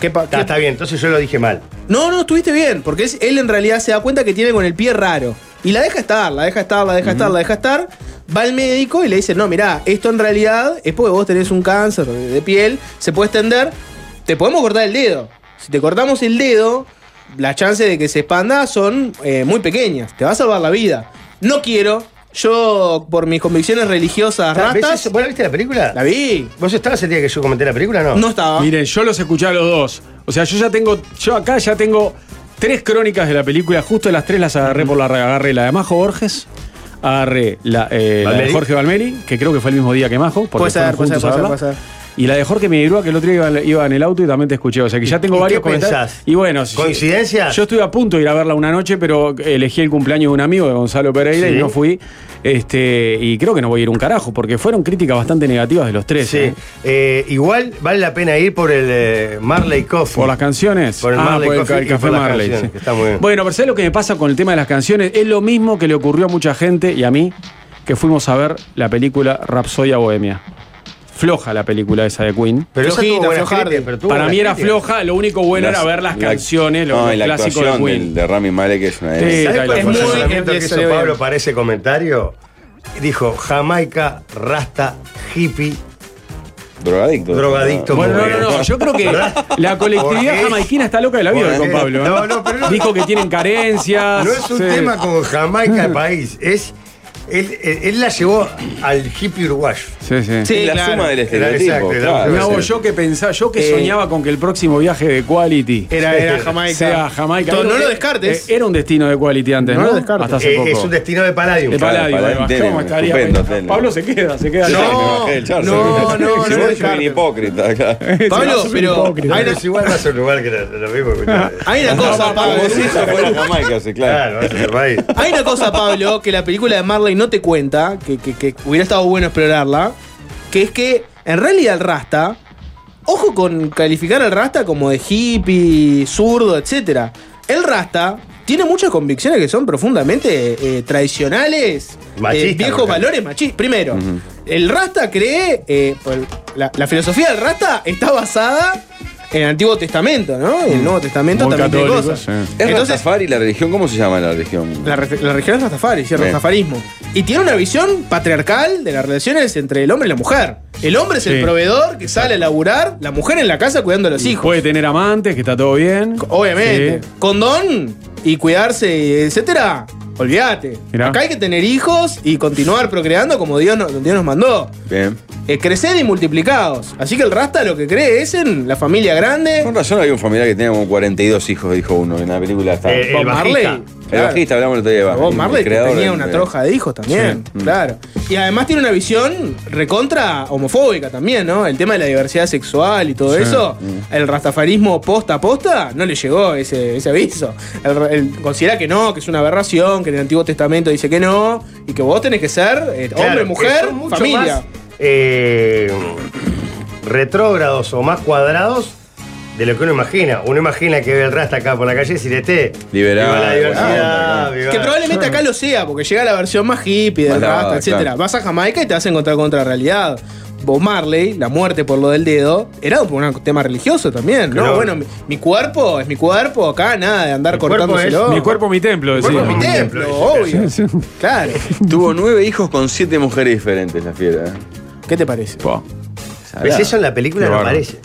Speaker 3: ¿Qué pa-
Speaker 4: Está,
Speaker 3: qué-
Speaker 4: está bien, entonces yo lo dije mal.
Speaker 3: No, no, estuviste bien, porque es- él en realidad se da cuenta que tiene con el pie raro. Y la deja estar, la deja estar, la deja estar, la deja estar. Va el médico y le dice, no, mirá, esto en realidad es porque vos tenés un cáncer de de piel, se puede extender, te podemos cortar el dedo. Si te cortamos el dedo, las chances de que se expanda son eh, muy pequeñas, te va a salvar la vida. No quiero, yo por mis convicciones religiosas
Speaker 4: ¿Ves
Speaker 3: ratas,
Speaker 4: eso? ¿Vos la viste la película?
Speaker 3: la vi,
Speaker 4: ¿Vos estabas el día que yo comenté la película o no?
Speaker 3: no estaba.
Speaker 2: Miren, yo los escuché a los dos. O sea, yo ya tengo. Yo acá ya tengo tres crónicas de la película. Justo las tres las agarré por la agarré la de Majo Borges. Agarré la, eh, la de
Speaker 4: ¿Valmeri?
Speaker 2: Jorge Valmeri, que creo que fue el mismo día que Majo. porque
Speaker 3: Puede ser,
Speaker 2: fueron
Speaker 3: puede ser,
Speaker 2: juntos a
Speaker 3: puede ser,
Speaker 2: verla.
Speaker 3: puede ser.
Speaker 2: Y la de Jorge Medrúa, que el otro día iba, iba en el auto y también te escuché. O sea que ya tengo
Speaker 4: ¿Y qué
Speaker 2: varios comentarios.
Speaker 4: pensás?
Speaker 2: Y bueno, sí.
Speaker 4: ¿Coincidencias?
Speaker 2: Yo estuve a punto de ir a verla una noche, pero elegí el cumpleaños de un amigo de Gonzalo Pereira
Speaker 4: Sí.
Speaker 2: y no fui. Este, y creo que no voy a ir un carajo, porque fueron críticas bastante negativas de los tres.
Speaker 4: Sí.
Speaker 2: ¿eh?
Speaker 4: Eh, igual vale la pena ir por el eh, Marley Coffee.
Speaker 2: ¿Por las canciones? Ah,
Speaker 4: Por el Marley
Speaker 2: por el,
Speaker 4: Coffee
Speaker 2: ca- el
Speaker 4: y
Speaker 2: café
Speaker 4: por las
Speaker 2: Marley.
Speaker 4: canciones,
Speaker 2: sí.
Speaker 4: que está muy bien.
Speaker 2: Bueno, pero ¿sabes lo que me pasa con el tema de las canciones? Es lo mismo que le ocurrió a mucha gente y a mí, que fuimos a ver la película Rapsodia Bohemia. Floja la película esa de Queen.
Speaker 4: Pero esa
Speaker 3: Flojita,
Speaker 4: tuvo buenas
Speaker 3: flojardi.
Speaker 4: críticas, pero tuvo
Speaker 2: Para
Speaker 4: buenas
Speaker 2: mí era
Speaker 4: críticas.
Speaker 2: floja, lo único bueno era ver las
Speaker 1: la-
Speaker 2: canciones, los,
Speaker 1: no,
Speaker 2: los
Speaker 1: y la
Speaker 2: clásicos de
Speaker 1: actuación
Speaker 2: Queen.
Speaker 1: del- de Rami Malek es una
Speaker 2: Sí.
Speaker 1: de esas.
Speaker 4: ¿Sabés cuál
Speaker 3: Es
Speaker 4: fue el
Speaker 3: muy-
Speaker 4: razonamiento
Speaker 3: es
Speaker 4: que
Speaker 3: que
Speaker 4: hizo
Speaker 3: salió
Speaker 4: Pablo
Speaker 3: bien.
Speaker 4: para ese comentario? Dijo, Jamaica, rasta, hippie,
Speaker 1: Drogadicto.
Speaker 4: drogadicto.
Speaker 2: Bueno, no,
Speaker 4: como
Speaker 2: no, no,
Speaker 4: era.
Speaker 2: yo creo que
Speaker 4: ¿Verdad?
Speaker 2: la colectividad
Speaker 4: Porque-
Speaker 2: jamaiquina está loca de la vida
Speaker 4: Porque-
Speaker 2: con Pablo. ¿eh?
Speaker 4: No, no, pero no.
Speaker 2: Dijo que tienen carencias.
Speaker 4: No es un
Speaker 2: Ah, sí.
Speaker 4: tema con Jamaica el país, es Él, él- él la llevó al hippie uruguayo.
Speaker 2: Sí, sí.
Speaker 3: Sí,
Speaker 1: es la
Speaker 3: claro.
Speaker 1: suma del
Speaker 4: Era
Speaker 1: estereotipo.
Speaker 4: exacto, era
Speaker 1: claro.
Speaker 2: Me
Speaker 4: puede
Speaker 2: hago
Speaker 4: ser.
Speaker 2: yo que pensaba, yo que
Speaker 3: Eh,
Speaker 2: soñaba con que el próximo viaje de Quality
Speaker 3: Era, era Jamaica.
Speaker 2: sea Jamaica.
Speaker 3: No,
Speaker 2: Era-
Speaker 3: no lo descartes.
Speaker 2: eh, Era un destino de Quality antes,
Speaker 3: No
Speaker 2: ¿no?
Speaker 3: lo descartes.
Speaker 2: Hasta hace
Speaker 4: Eh,
Speaker 2: poco.
Speaker 4: es un destino de Palladium.
Speaker 2: De Palladio,
Speaker 1: Claro,
Speaker 2: ahí va.
Speaker 1: Palladio,
Speaker 2: ¿Cómo estaría?
Speaker 1: estupendo, Telen.
Speaker 2: Pablo se queda, se queda.
Speaker 1: Yo
Speaker 2: ahí.
Speaker 1: también me
Speaker 3: No,
Speaker 1: bajé del charco.
Speaker 3: no, no,
Speaker 1: Yo
Speaker 3: no
Speaker 1: soy
Speaker 3: descartes.
Speaker 1: un hipócrita. claro.
Speaker 3: Pablo,
Speaker 2: Sos un
Speaker 3: pero
Speaker 2: hipócrita.
Speaker 3: hay
Speaker 4: Pero
Speaker 3: una,
Speaker 4: es igual vas a un lugar que lo, lo mismo que
Speaker 3: hay una cosa, Pablo.
Speaker 1: Como si eso fuera Jamaica, sí, claro.
Speaker 4: Claro, vas a otro país.
Speaker 3: Hay una cosa, Pablo, que la película de Marley no te cuenta, que, que- que hubiera estado bueno explorarla, que es que en realidad el Rasta, ojo con calificar al Rasta como de hippie, zurdo, etc. El Rasta tiene muchas convicciones que son profundamente eh, tradicionales,
Speaker 4: Machistas,
Speaker 3: eh, viejos
Speaker 4: porque-
Speaker 3: valores machistas. Primero, el Rasta cree, eh, por- la, la filosofía del Rasta está basada en el Antiguo Testamento, ¿no? Y el Nuevo Testamento
Speaker 2: Muy
Speaker 3: también tiene
Speaker 2: católico,
Speaker 3: cosas.
Speaker 2: sí.
Speaker 1: ¿Es Rastafari la religión? ¿Cómo se llama la religión?
Speaker 3: La, re- la religión es Rastafari, sí, el
Speaker 1: Bien.
Speaker 3: rastafarismo. Y tiene una visión patriarcal de las relaciones entre el hombre y la mujer. El hombre es el
Speaker 2: Sí.
Speaker 3: proveedor que sale a laburar, la mujer en la casa cuidando a los hijos.
Speaker 2: Puede tener amantes, que está todo bien.
Speaker 3: Obviamente.
Speaker 2: Sí.
Speaker 3: Condón y cuidarse, etcétera. Olvídate.
Speaker 2: Mirá.
Speaker 3: Acá hay que tener hijos y continuar procreando como Dios nos, Dios nos mandó.
Speaker 1: Bien.
Speaker 3: Eh, crecer y multiplicados. Así que el rasta lo que cree es en la familia grande.
Speaker 1: Con razón había un familiar que tenía como 42 hijos, dijo uno, en la película estaba.
Speaker 4: Eh,
Speaker 1: el
Speaker 4: el bajista.
Speaker 3: claro.
Speaker 1: bajista, hablamos el otro día de
Speaker 3: Bob
Speaker 1: Bob
Speaker 3: Marley tenía una
Speaker 1: troja
Speaker 3: troja de hijos también, Mm.
Speaker 1: Sí.
Speaker 3: claro. Y además tiene una visión recontra homofóbica también, ¿no? El tema de la diversidad sexual y todo eso.
Speaker 1: Mm.
Speaker 3: El rastafarismo posta a posta no le llegó ese, ese aviso. El, el- considera que no, que es una aberración, que en el Antiguo Testamento dice que no, y que vos tenés que ser eh, hombre,
Speaker 4: Claro, que
Speaker 3: mujer,
Speaker 4: son mucho
Speaker 3: familia.
Speaker 4: más, eh, retrógrados o más cuadrados de lo que uno imagina. Uno imagina que ve el rasta acá por la calle y decir, este,
Speaker 1: Liberal,
Speaker 4: viva la
Speaker 1: buena
Speaker 4: diversidad,
Speaker 1: onda,
Speaker 4: viva-
Speaker 3: Que probablemente acá lo sea, porque llega la versión más hippie
Speaker 1: Más
Speaker 3: del
Speaker 1: lavada,
Speaker 3: rasta, etcétera.
Speaker 1: claro.
Speaker 3: Vas a Jamaica y te vas a encontrar contra la realidad. Bob Marley, la muerte por lo del dedo, era por un tema religioso también, ¿no?
Speaker 4: Claro.
Speaker 3: Bueno, mi, mi cuerpo es mi cuerpo, acá nada de andar
Speaker 4: Mi cuerpo
Speaker 3: cortándoselo.
Speaker 4: es-
Speaker 2: Mi cuerpo, mi templo,
Speaker 4: Mi cuerpo,
Speaker 2: decía.
Speaker 3: mi templo, obvio. Claro.
Speaker 1: Tuvo nueve hijos con siete mujeres diferentes, la fiera. ¿eh?
Speaker 3: ¿Qué te parece?
Speaker 2: Po.
Speaker 4: ¿Ves eso en la película?
Speaker 2: Qué
Speaker 4: No
Speaker 2: bárbaro.
Speaker 4: aparece.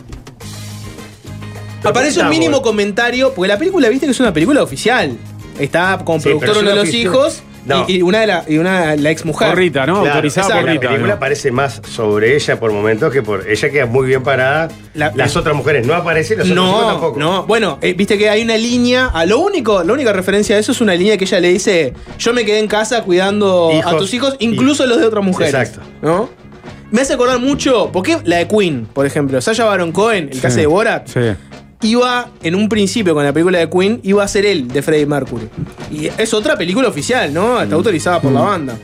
Speaker 3: Aparece un
Speaker 4: eh.
Speaker 3: mínimo comentario, porque la película, viste que es una película oficial. Está con
Speaker 4: Sí,
Speaker 3: productor
Speaker 4: pero es
Speaker 3: uno de
Speaker 4: una
Speaker 3: los
Speaker 4: oficial.
Speaker 3: hijos
Speaker 4: No.
Speaker 3: y, y una de la, y una la ex mujer.
Speaker 2: Porrita, ¿no?
Speaker 4: Claro,
Speaker 2: Autorizada
Speaker 4: exacto.
Speaker 2: por
Speaker 4: la
Speaker 2: Rita.
Speaker 4: película
Speaker 2: ¿no?
Speaker 4: parece más sobre ella por momentos que por ella queda muy bien parada.
Speaker 3: La-
Speaker 4: las otras mujeres no aparecen, los otros chicos
Speaker 3: No,
Speaker 4: tampoco.
Speaker 3: no. Bueno, eh, viste que hay una línea. A lo único, la única referencia a eso es una línea que ella le dice: Yo me quedé en casa cuidando a
Speaker 4: Hijos.
Speaker 3: tus hijos, incluso
Speaker 4: Y-
Speaker 3: los de otras mujeres.
Speaker 4: Exacto.
Speaker 3: ¿No? Me hace acordar mucho, porque la de Queen, por ejemplo, Sasha Baron Cohen, el caso de Borat,
Speaker 2: Sí.
Speaker 3: iba en un principio con la película de Queen, iba a ser él de Freddie Mercury. Y es otra película oficial, ¿no?
Speaker 4: Mm.
Speaker 3: Está autorizada por la banda.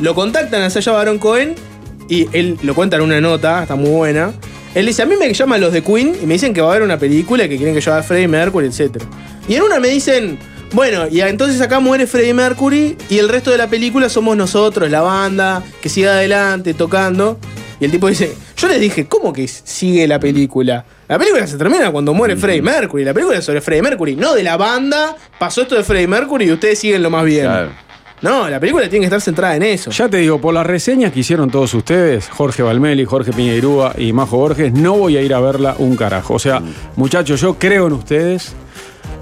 Speaker 3: Lo contactan a Sasha Baron Cohen y él lo cuenta en una nota, está muy buena. Él dice, a mí me llaman los de Queen y me dicen que va a haber una película que quieren que yo haga Freddie Mercury, etc. Y en una me dicen, bueno, y entonces acá muere Freddie Mercury y el resto de la película somos nosotros, la banda, que siga adelante, tocando. Y el tipo dice, yo les dije, ¿cómo que sigue la película? La película se termina cuando muere Freddie Mercury. La película es sobre Freddie Mercury, no de la banda. Pasó esto de Freddie Mercury y ustedes siguen lo más bien.
Speaker 1: Claro.
Speaker 3: No, la película tiene que estar centrada en eso.
Speaker 2: Ya te digo, por las reseñas que hicieron todos ustedes, Jorge Valmeli, Jorge Piñeirúa y Majo Borges, no voy a ir a verla un carajo. O sea,
Speaker 4: Mm.
Speaker 2: muchachos, yo creo en ustedes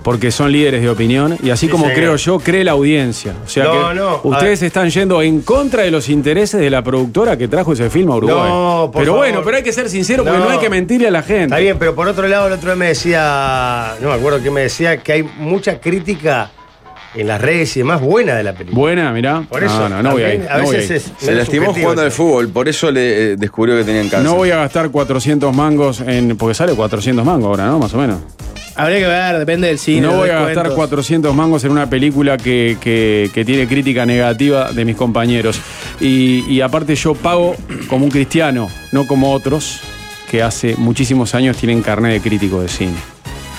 Speaker 2: porque son líderes de opinión y así
Speaker 4: Sí,
Speaker 2: como
Speaker 4: señor.
Speaker 2: creo yo, cree la audiencia. O sea
Speaker 4: No,
Speaker 2: que
Speaker 4: no, a
Speaker 2: ustedes están yendo en contra de los intereses de la productora que trajo ese filme a Uruguay.
Speaker 4: No, por
Speaker 2: pero bueno,
Speaker 4: favor.
Speaker 2: pero hay que ser sincero porque
Speaker 4: No.
Speaker 2: no hay que mentirle a la gente.
Speaker 4: Está bien, pero por otro lado, el otro día me decía, no me acuerdo que me decía que hay mucha crítica en las redes y demás buena de la película.
Speaker 2: Buena, mirá.
Speaker 4: Por eso,
Speaker 2: no, no, no voy a ir.
Speaker 4: también a
Speaker 2: no voy a
Speaker 4: veces
Speaker 2: ir.
Speaker 4: es- no
Speaker 1: Se
Speaker 4: es
Speaker 1: lastimó
Speaker 4: subjetivo,
Speaker 1: jugando al
Speaker 4: ¿no?
Speaker 1: fútbol, por eso le eh, descubrió que tenían cáncer.
Speaker 2: No voy a gastar 400 mangos en. Porque sale 400 mangos ahora, ¿no? Más o menos.
Speaker 3: Habría que ver, depende del cine.
Speaker 2: no
Speaker 3: los
Speaker 2: voy a gastar
Speaker 3: descuentos.
Speaker 2: 400 mangos en una película que, que- que tiene crítica negativa de mis compañeros. Y, y aparte yo pago como un cristiano, no como otros que hace muchísimos años tienen carnet de crítico de cine.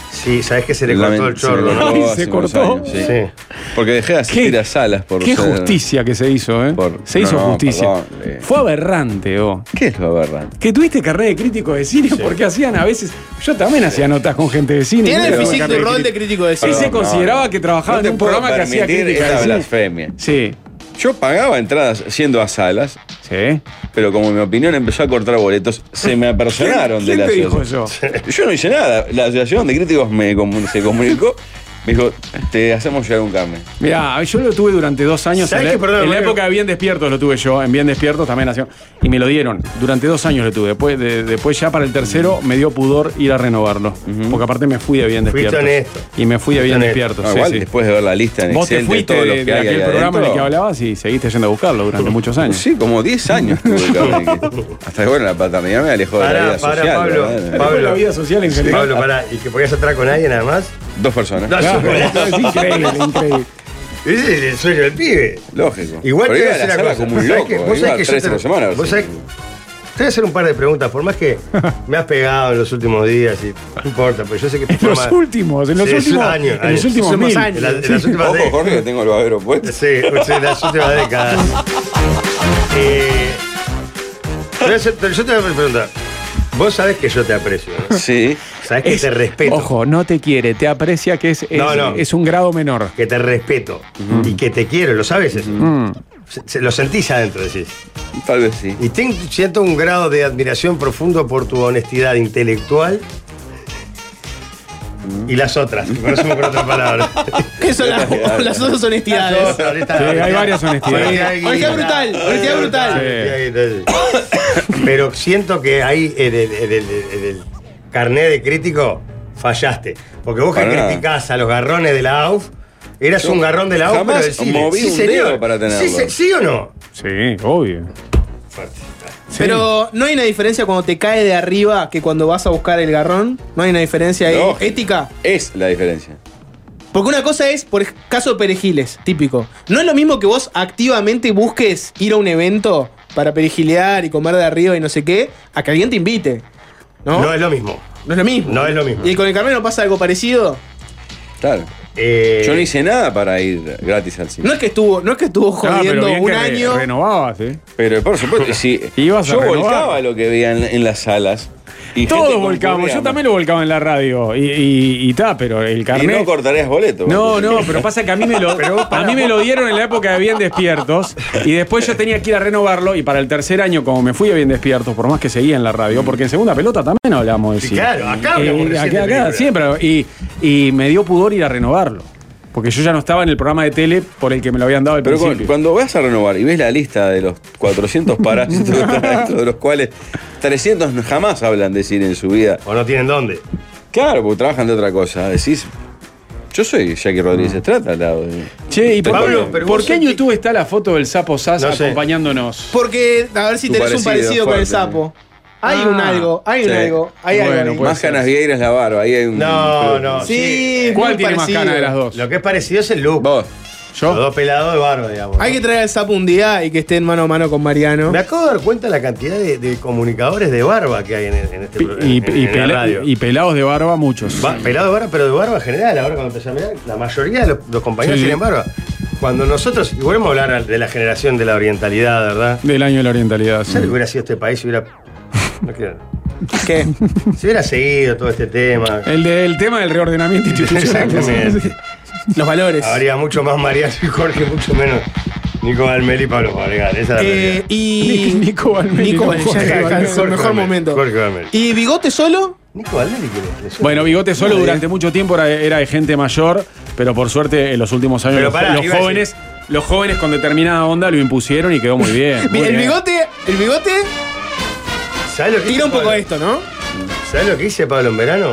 Speaker 4: Sí, sabes que se le
Speaker 1: Lament-
Speaker 4: cortó el chorro.
Speaker 1: Se, le
Speaker 4: ¿no?
Speaker 2: Ay,
Speaker 1: cortó
Speaker 2: se
Speaker 1: hace unos
Speaker 2: cortó.
Speaker 1: años, sí.
Speaker 4: Sí.
Speaker 1: Porque dejé de asistir a salas por
Speaker 2: qué
Speaker 1: ser-
Speaker 2: justicia que se hizo, ¿eh?
Speaker 1: por-
Speaker 2: se hizo
Speaker 1: no, no,
Speaker 2: justicia.
Speaker 1: perdón, eh.
Speaker 2: Fue aberrante, oh.
Speaker 1: ¿Qué es lo aberrante?
Speaker 2: Que tuviste carnet de crítico de cine porque hacían a veces. Yo también hacía notas con gente de cine.
Speaker 3: Tiene el
Speaker 2: Pero
Speaker 3: físico
Speaker 2: carnet
Speaker 3: y rol de
Speaker 2: crítico.
Speaker 3: crítico de
Speaker 2: Sí,
Speaker 3: cine.
Speaker 2: se
Speaker 1: No,
Speaker 2: consideraba
Speaker 1: no.
Speaker 2: que trabajaba
Speaker 1: No te
Speaker 2: en un programa
Speaker 1: puedo
Speaker 2: que hacía
Speaker 1: permitir
Speaker 2: crítica
Speaker 1: esta
Speaker 2: de cine.
Speaker 1: blasfemia.
Speaker 2: Sí,
Speaker 1: Yo pagaba entradas siendo a salas,
Speaker 2: sí.
Speaker 1: pero como mi opinión empezó a cortar boletos, se me apersonaron de
Speaker 2: ¿Quién
Speaker 1: la
Speaker 2: te dijo
Speaker 1: asociación.
Speaker 2: eso?
Speaker 1: Yo no hice nada. La asociación de críticos me comu- se comunicó Me dijo, te hacemos llegar un carne.
Speaker 2: Mira, yo lo tuve durante dos años. En
Speaker 4: ¿Sabes
Speaker 2: la,
Speaker 4: qué? Perdón,
Speaker 2: en la
Speaker 4: Mario.
Speaker 2: época de Bien Despiertos lo tuve yo, en Bien Despiertos también nació. Y me lo dieron. Durante dos años lo tuve. Después, de- después ya para el tercero me dio pudor ir a renovarlo. Porque aparte me fui de Bien
Speaker 4: Fuiste
Speaker 2: Despiertos.
Speaker 4: honesto.
Speaker 2: Y me fui de Bien
Speaker 4: Fuiste
Speaker 2: Despiertos.
Speaker 1: Ah,
Speaker 2: sí,
Speaker 1: igual
Speaker 2: sí.
Speaker 1: después de ver la lista en
Speaker 2: Vos te
Speaker 1: Excel de
Speaker 2: fuiste
Speaker 1: todos los
Speaker 2: de,
Speaker 1: que
Speaker 2: de
Speaker 1: hay
Speaker 2: aquel
Speaker 1: ahí
Speaker 2: programa en el que
Speaker 1: adentro.
Speaker 2: hablabas y seguiste yendo a buscarlo durante muchos años.
Speaker 1: Sí, como 10 años tuve carne. que- Hasta que bueno, la paternidad me alejó de la
Speaker 4: Pará,
Speaker 1: vida
Speaker 4: pará,
Speaker 1: social.
Speaker 4: Pablo.
Speaker 1: ¿verdad?
Speaker 4: Pablo.
Speaker 2: La vida social en general.
Speaker 4: Pablo, pará, y que podías entrar con nadie nada más.
Speaker 1: Dos personas.
Speaker 4: No,
Speaker 2: Claro,
Speaker 4: yo-
Speaker 2: es increíble, increíble.
Speaker 4: Ese es el sueño del pibe.
Speaker 1: Lógico.
Speaker 4: Igual
Speaker 1: Pero
Speaker 4: te voy
Speaker 1: iba
Speaker 4: a
Speaker 1: a
Speaker 4: hacer
Speaker 1: la
Speaker 4: una
Speaker 1: sala
Speaker 4: cosa.
Speaker 1: como un
Speaker 4: Vos sabés
Speaker 1: loco.
Speaker 4: que- vos
Speaker 1: iba
Speaker 4: sabés que yo
Speaker 1: tres
Speaker 4: te-
Speaker 1: por semana. a ver
Speaker 4: vos
Speaker 1: si-
Speaker 4: sabés que- Te voy a hacer un par de preguntas, por más que me has pegado en los últimos días y no importa, pero yo sé que tu
Speaker 2: En los
Speaker 4: forma-
Speaker 2: últimos, en los
Speaker 4: Sí, es
Speaker 2: últimos. en
Speaker 4: año,
Speaker 2: los
Speaker 4: año.
Speaker 2: últimos
Speaker 3: Somos
Speaker 2: mil.
Speaker 3: años.
Speaker 4: en la- en las últimas
Speaker 1: Ojo,
Speaker 4: décadas.
Speaker 1: Jorge, que tengo el babero puesto.
Speaker 4: Sí, sí, las últimas décadas. Eh, te voy a hacer- te- yo te voy a preguntar. Vos sabés que yo te aprecio, ¿no?
Speaker 1: Sí.
Speaker 4: Sabés que te respeto.
Speaker 2: Ojo, no te quiere, te aprecia que es, es,
Speaker 4: No, no.
Speaker 2: es un grado menor.
Speaker 4: Que te respeto. Y que te quiero, lo sabes eso.
Speaker 2: Mm.
Speaker 4: Se- se- lo sentís adentro, decís.
Speaker 1: Tal vez sí.
Speaker 4: Y ten- siento un grado de admiración profundo por tu honestidad intelectual. Y las otras, que conocemos con otra palabra.
Speaker 3: ¿Qué son las, las otras honestidades?
Speaker 2: hay varias honestidades.
Speaker 3: Honestidad brutal, honestidad brutal.
Speaker 4: Sí. Pero siento que ahí en el, en el- en el carnet de crítico fallaste. Porque vos que
Speaker 1: Para nada.
Speaker 4: criticás a los garrones de la AUF, eras
Speaker 1: Yo
Speaker 4: un garrón de la AUF,
Speaker 1: jamás
Speaker 4: pero del cine.
Speaker 1: moví
Speaker 4: sí,
Speaker 1: un
Speaker 4: señor.
Speaker 1: dedo para tenerlo.
Speaker 4: Sí, se- ¿Sí o no?
Speaker 2: Sí, obvio. Sí.
Speaker 3: Pero no hay una diferencia cuando te cae de arriba que cuando vas a buscar el garrón. No hay una diferencia ahí
Speaker 1: No.
Speaker 3: ética.
Speaker 1: Es la diferencia.
Speaker 3: Porque una cosa es, por ej- caso de perejiles, típico. No es lo mismo que vos activamente busques ir a un evento para perejilear y comer de arriba y no sé qué, a que alguien te invite. ¿No?
Speaker 4: ¿No?
Speaker 3: No es,
Speaker 4: es lo mismo.
Speaker 3: lo mismo.
Speaker 4: no es lo mismo.
Speaker 3: ¿Y con el Carmen no pasa algo parecido?
Speaker 1: Claro.
Speaker 4: Eh,
Speaker 1: Yo no hice nada para ir gratis al cine.
Speaker 3: No es que estuvo, no es que estuvo
Speaker 2: Ah, pero
Speaker 3: jodiendo
Speaker 2: bien
Speaker 3: un
Speaker 2: que re-
Speaker 3: año.
Speaker 2: renovabas, ¿eh?
Speaker 1: Pero por supuesto, y si
Speaker 2: Ibas a
Speaker 1: yo
Speaker 2: renovar.
Speaker 1: volcaba lo que veía en, en las salas. Y
Speaker 2: Todos
Speaker 1: gente
Speaker 2: volcamos,
Speaker 1: concurría
Speaker 2: yo
Speaker 1: más.
Speaker 2: también lo volcaba en la radio. Y, y, y ta, pero el
Speaker 1: Y
Speaker 2: carnet.
Speaker 1: no cortarías boleto.
Speaker 2: No,
Speaker 1: porque-
Speaker 2: no, pero pasa que a mí me lo, a mí me lo dieron en la época de Bien Despiertos y después yo tenía que ir a renovarlo y para el tercer año, como me fui a Bien Despiertos, por más que seguía en la radio, porque en segunda pelota también hablamos de
Speaker 4: Sí,
Speaker 2: cine.
Speaker 4: claro, acá hablamos
Speaker 2: Eh,
Speaker 4: recién
Speaker 2: acá,
Speaker 4: de
Speaker 2: acá,
Speaker 4: películas.
Speaker 2: siempre. Y, y me dio pudor ir a renovarlo, porque yo ya no estaba en el programa de tele por el que me lo habían dado al
Speaker 1: Pero cu-
Speaker 2: principio.
Speaker 1: cuando vas a renovar y ves la lista de los 400 parásitos que están adentro, de los cuales 300 no- jamás hablan de cine en su vida.
Speaker 4: O no tienen dónde.
Speaker 1: Claro, porque trabajan de otra cosa. Decís, yo soy Jackie
Speaker 3: Mm.
Speaker 1: Rodríguez Estrada al lado de...
Speaker 2: Che, ¿y por,
Speaker 4: Pablo, pero
Speaker 2: por
Speaker 4: vos
Speaker 2: qué en
Speaker 4: sentí-
Speaker 2: YouTube está la foto del sapo Sas
Speaker 4: No sé.
Speaker 2: acompañándonos?
Speaker 3: Porque, a ver si
Speaker 1: Tu
Speaker 3: tenés un
Speaker 1: parecido
Speaker 3: parecido con el
Speaker 1: fuerte,
Speaker 3: sapo. Hay
Speaker 2: Ah.
Speaker 3: un algo, hay un
Speaker 1: Sí.
Speaker 3: algo, hay
Speaker 2: Bueno, pues,
Speaker 3: algo. ahí.
Speaker 2: Puede
Speaker 1: Más
Speaker 2: ser.
Speaker 1: canas vieiras la barba, ahí hay un...
Speaker 4: No, no.
Speaker 3: Sí, muy
Speaker 2: ¿Cuál tiene
Speaker 3: parecido.
Speaker 2: más cara de las dos?
Speaker 4: Lo que es parecido es el look.
Speaker 1: Vos,
Speaker 2: ¿Yo?
Speaker 4: Los dos pelados de barro, digamos.
Speaker 3: Hay
Speaker 4: ¿no?
Speaker 3: que traer al sapo un día y que estén mano a mano con Mariano.
Speaker 4: Me acabo de dar cuenta de la cantidad de, de comunicadores de barba que hay en, en este
Speaker 2: Pi-
Speaker 4: pro-
Speaker 2: y,
Speaker 4: en- en
Speaker 2: y
Speaker 4: la
Speaker 2: pela-
Speaker 4: radio.
Speaker 2: y pelados de barba, muchos.
Speaker 4: Ba- pelado de barba, pero de barba en general. Ahora cuando empecé a mirar, la mayoría de los, los compañeros
Speaker 2: Sí.
Speaker 4: tienen barba. Cuando nosotros, y volvemos a hablar de la generación de la orientalidad, ¿verdad?
Speaker 2: Del año de la orientalidad. sí.
Speaker 4: ¿Sabes lo que hubiera sido este país si hubiera. no quiero-
Speaker 3: ¿Qué?
Speaker 4: si hubiera seguido todo este tema.
Speaker 2: El, de- el tema del reordenamiento institucional.
Speaker 4: Exactamente.
Speaker 3: Los valores.
Speaker 4: Habría mucho más Mariano y Jorge, mucho menos Nico Valmeli y Pablo Fabregat. Esa es la
Speaker 3: Eh,
Speaker 4: realidad.
Speaker 3: y.
Speaker 2: Nico Valmeli,
Speaker 3: Nico
Speaker 2: no
Speaker 3: Valmeli,
Speaker 2: Jorge
Speaker 3: ya
Speaker 2: Valmeli.
Speaker 3: alcanzó el
Speaker 4: Jorge
Speaker 3: mejor
Speaker 4: Valmeli,
Speaker 3: momento.
Speaker 4: Jorge Valmeli.
Speaker 3: ¿Y bigote solo?
Speaker 4: Nico Valmeli, ¿quién es?
Speaker 2: Bueno, Bigote solo durante mucho tiempo era, era de gente mayor, pero por suerte en los últimos años
Speaker 4: Pero
Speaker 2: los,
Speaker 4: pará,
Speaker 2: los
Speaker 4: iba a
Speaker 2: jóvenes, los jóvenes con determinada onda lo impusieron y quedó muy bien. muy
Speaker 3: el
Speaker 2: bien.
Speaker 3: bigote. El bigote
Speaker 4: ¿Sabes lo que hice,
Speaker 3: tira un poco
Speaker 4: Pablo?
Speaker 3: esto, ¿no?
Speaker 4: ¿Sabes lo que hice, Pablo, en verano?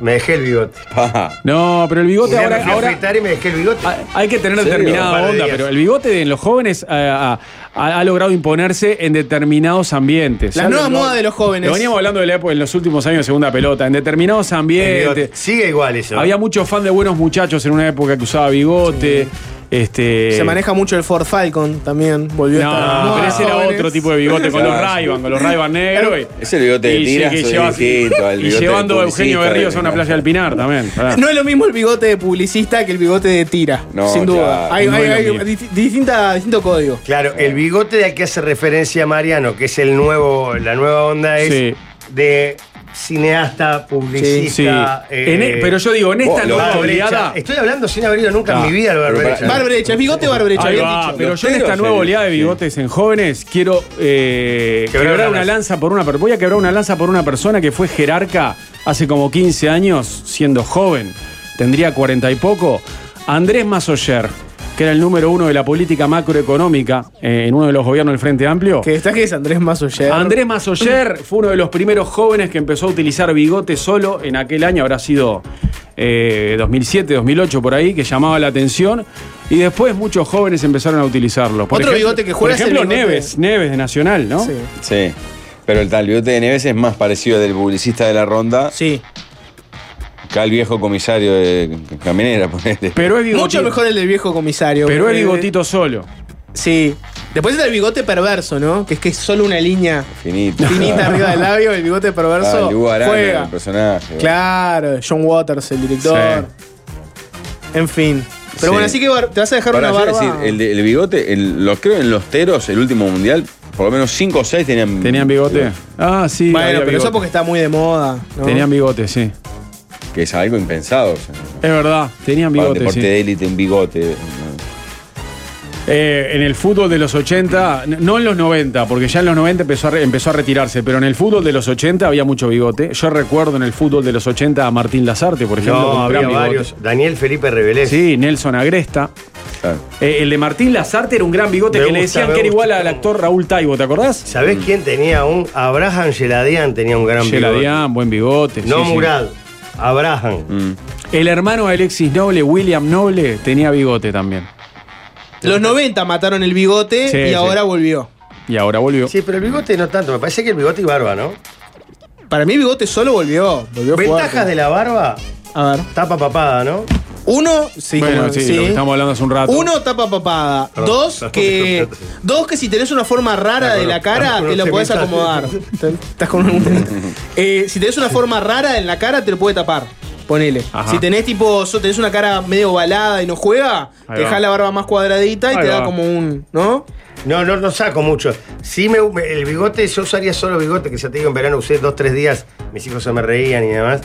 Speaker 4: Me dejé el bigote.
Speaker 1: pa.
Speaker 2: No, pero el bigote
Speaker 4: Mirá,
Speaker 2: ahora,
Speaker 4: me fui a
Speaker 2: ahora- Ah,
Speaker 4: afeitar y me dejé el bigote.
Speaker 2: Hay- Hay que tener
Speaker 1: ¿En serio?
Speaker 4: Un par
Speaker 2: determinada
Speaker 4: de
Speaker 2: onda,
Speaker 4: días.
Speaker 2: pero el bigote de los jóvenes eh, ha, ha- ha logrado imponerse en determinados ambientes.
Speaker 3: Las
Speaker 2: Ya
Speaker 3: nuevas
Speaker 2: lo-
Speaker 3: modas de los jóvenes.
Speaker 2: Lo veníamos hablando de la época en los últimos años de segunda pelota, en determinados
Speaker 4: El bigote.
Speaker 2: ambientes.
Speaker 4: Sigue igual eso.
Speaker 2: Había mucho fan de buenos muchachos en una época que usaba bigote. Este,
Speaker 3: Se maneja mucho el Ford Falcon también. Volvió a estar.
Speaker 2: No,
Speaker 3: No,
Speaker 2: pero ese era
Speaker 3: jóvenes.
Speaker 2: otro tipo de bigote, con los
Speaker 1: Claro.
Speaker 2: ray con los ray negros. y-
Speaker 1: Ese bigote de
Speaker 2: y sí,
Speaker 1: tirazo
Speaker 2: que
Speaker 1: de
Speaker 2: llevas-
Speaker 1: viejito, al
Speaker 2: Y
Speaker 1: bigote de
Speaker 2: llevando a Eugenio
Speaker 1: publicista,
Speaker 2: Berríos a
Speaker 1: de-
Speaker 2: una playa del Pinar también. pará.
Speaker 3: No es lo mismo el bigote de publicista que el bigote de tira.
Speaker 1: No,
Speaker 3: sin duda.
Speaker 1: claro,
Speaker 3: hay
Speaker 2: no
Speaker 3: hay-
Speaker 2: es lo
Speaker 3: hay
Speaker 2: mismo.
Speaker 3: disti- distinta- distinto código.
Speaker 4: Claro, el bigote al que hace referencia Mariano, que es el nuevo, la nueva onda es
Speaker 2: Sí.
Speaker 4: de cineasta,
Speaker 2: Sí.
Speaker 4: publicista. eh,
Speaker 2: En e- pero yo digo, en esta
Speaker 1: vos, lo
Speaker 2: nueva
Speaker 4: Barbrecha.
Speaker 2: oleada.
Speaker 4: Estoy hablando sin haber ido nunca
Speaker 2: Ah,
Speaker 4: en mi vida al Barbrecha.
Speaker 1: pero para-
Speaker 3: Barbrecha, es bigote o barbrecha.
Speaker 2: Ahí
Speaker 3: bien
Speaker 2: va,
Speaker 3: dicho.
Speaker 2: pero
Speaker 1: Los
Speaker 2: yo en esta
Speaker 1: teros,
Speaker 2: nueva
Speaker 1: el-
Speaker 2: oleada de
Speaker 1: sí.
Speaker 2: bigotes en jóvenes quiero eh,
Speaker 4: Quebrar
Speaker 2: quebrar,
Speaker 4: una
Speaker 2: una lanza por una per- voy a quebrar una lanza por una persona que fue jerarca hace como 15 años siendo joven. tendría 40 y poco, Andrés Masoyer, que era el número uno de la política macroeconómica eh, en uno de los gobiernos del Frente Amplio.
Speaker 3: Que destaque es Andrés Masoyer.
Speaker 2: Andrés Masoyer fue uno de los primeros jóvenes que empezó a utilizar bigote solo en aquel año, habrá sido eh, 2007, 2008 por ahí, que llamaba la atención. Y después muchos jóvenes empezaron a utilizarlo. Por
Speaker 3: Otro bigote que juega
Speaker 2: Por
Speaker 3: es el
Speaker 2: ejemplo,
Speaker 3: bigote-
Speaker 2: Neves, Neves de Nacional, ¿no?
Speaker 3: Sí.
Speaker 1: Sí. Pero el talbiote de Neves es más parecido al del publicista de la ronda
Speaker 3: Sí.
Speaker 1: que al viejo comisario de Caminera, ponele.
Speaker 2: Pero es bigotito,
Speaker 3: Mucho mejor el del viejo comisario.
Speaker 2: pero es
Speaker 3: Eh,
Speaker 2: bigotito solo.
Speaker 3: Sí. Después está el bigote perverso, ¿no? Que es que es solo una línea
Speaker 1: Finito.
Speaker 3: finita arriba del labio, el bigote
Speaker 1: Ah,
Speaker 3: perverso.
Speaker 1: Lugo Arana, el
Speaker 3: juega.
Speaker 1: personaje.
Speaker 3: Claro, John Waters, el director. En fin. Pero
Speaker 1: Sí.
Speaker 3: bueno, así que bar- te vas a dejar
Speaker 1: Pará,
Speaker 3: una
Speaker 1: yo iba a
Speaker 3: barba.
Speaker 1: decir, el, de- el bigote, el- lo creo en los teros, el último mundial, por lo menos 5 o 6 tenían.
Speaker 2: ¿Tenían bigote? Ah, sí.
Speaker 3: bueno,
Speaker 2: había
Speaker 3: pero
Speaker 2: bigote.
Speaker 3: eso porque está muy de moda. ¿no?
Speaker 2: Tenían bigote, sí.
Speaker 1: Que es algo impensado. o sea,
Speaker 2: Es verdad, tenían
Speaker 1: para un
Speaker 2: bigote,
Speaker 1: deporte
Speaker 2: sí.
Speaker 1: de élite, un bigote.
Speaker 2: Eh, en el fútbol de los 80, n- no en los 90, porque ya en los 90 empezó a, re- empezó a retirarse, pero en el fútbol de los 80 había mucho bigote. Yo recuerdo en el fútbol de los 80 a Martín Lazarte, por ejemplo. con
Speaker 4: No, había
Speaker 2: gran bigote.
Speaker 4: varios. Daniel Felipe Rebelés.
Speaker 2: Sí, Nelson Agresta.
Speaker 1: Claro.
Speaker 2: Eh, el de Martín Lazarte era un gran bigote
Speaker 4: Me
Speaker 2: que le
Speaker 4: gusta,
Speaker 2: decían
Speaker 4: me
Speaker 2: que era
Speaker 4: gusta.
Speaker 2: igual al actor Raúl Taibo, ¿te acordás?
Speaker 4: ¿Sabés quién tenía un? Abraham Geladian tenía un gran bigote.
Speaker 2: Geladián, buen bigote.
Speaker 4: No
Speaker 2: sí, Mm. sí.
Speaker 4: Murad, Abraham.
Speaker 2: El hermano de Alexis Noble, William Noble, tenía bigote también.
Speaker 3: Los 90 mataron el bigote
Speaker 2: Sí,
Speaker 3: y
Speaker 2: sí.
Speaker 3: ahora volvió.
Speaker 2: Y ahora volvió.
Speaker 4: Sí, pero el bigote no tanto. Me parece que el bigote y barba, ¿no?
Speaker 3: Para mí, bigote solo volvió. Volvió
Speaker 4: Ventajas
Speaker 3: fuerte.
Speaker 4: de la barba,
Speaker 3: A ver.
Speaker 4: tapa papada, ¿no?
Speaker 3: Uno, sí,
Speaker 2: bueno,
Speaker 3: como-
Speaker 2: sí,
Speaker 3: sí.
Speaker 2: lo que estamos hablando hace un rato.
Speaker 3: Uno tapa papada.
Speaker 4: Perdón,
Speaker 3: dos
Speaker 4: perdón,
Speaker 3: que.
Speaker 4: perdón, perdón.
Speaker 3: Dos que si tenés una forma rara de la cara,
Speaker 4: con
Speaker 3: te
Speaker 4: un
Speaker 3: lo podés
Speaker 4: cemento.
Speaker 3: acomodar. Estás con un- Eh, si tenés una forma rara en la cara, te lo puede tapar. Ponele.
Speaker 2: Ajá.
Speaker 3: Si tenés tipo, so- tenés una cara medio ovalada y no juega,
Speaker 2: Ahí
Speaker 3: te
Speaker 2: va.
Speaker 3: dejás la barba más cuadradita y
Speaker 2: Ahí
Speaker 3: te
Speaker 2: va.
Speaker 3: da como un. ¿No?
Speaker 4: No, no, no saco mucho. Sí, me, me- el bigote, yo usaría solo bigote, que ya te digo, en verano usé dos, tres días, mis hijos se me reían y demás.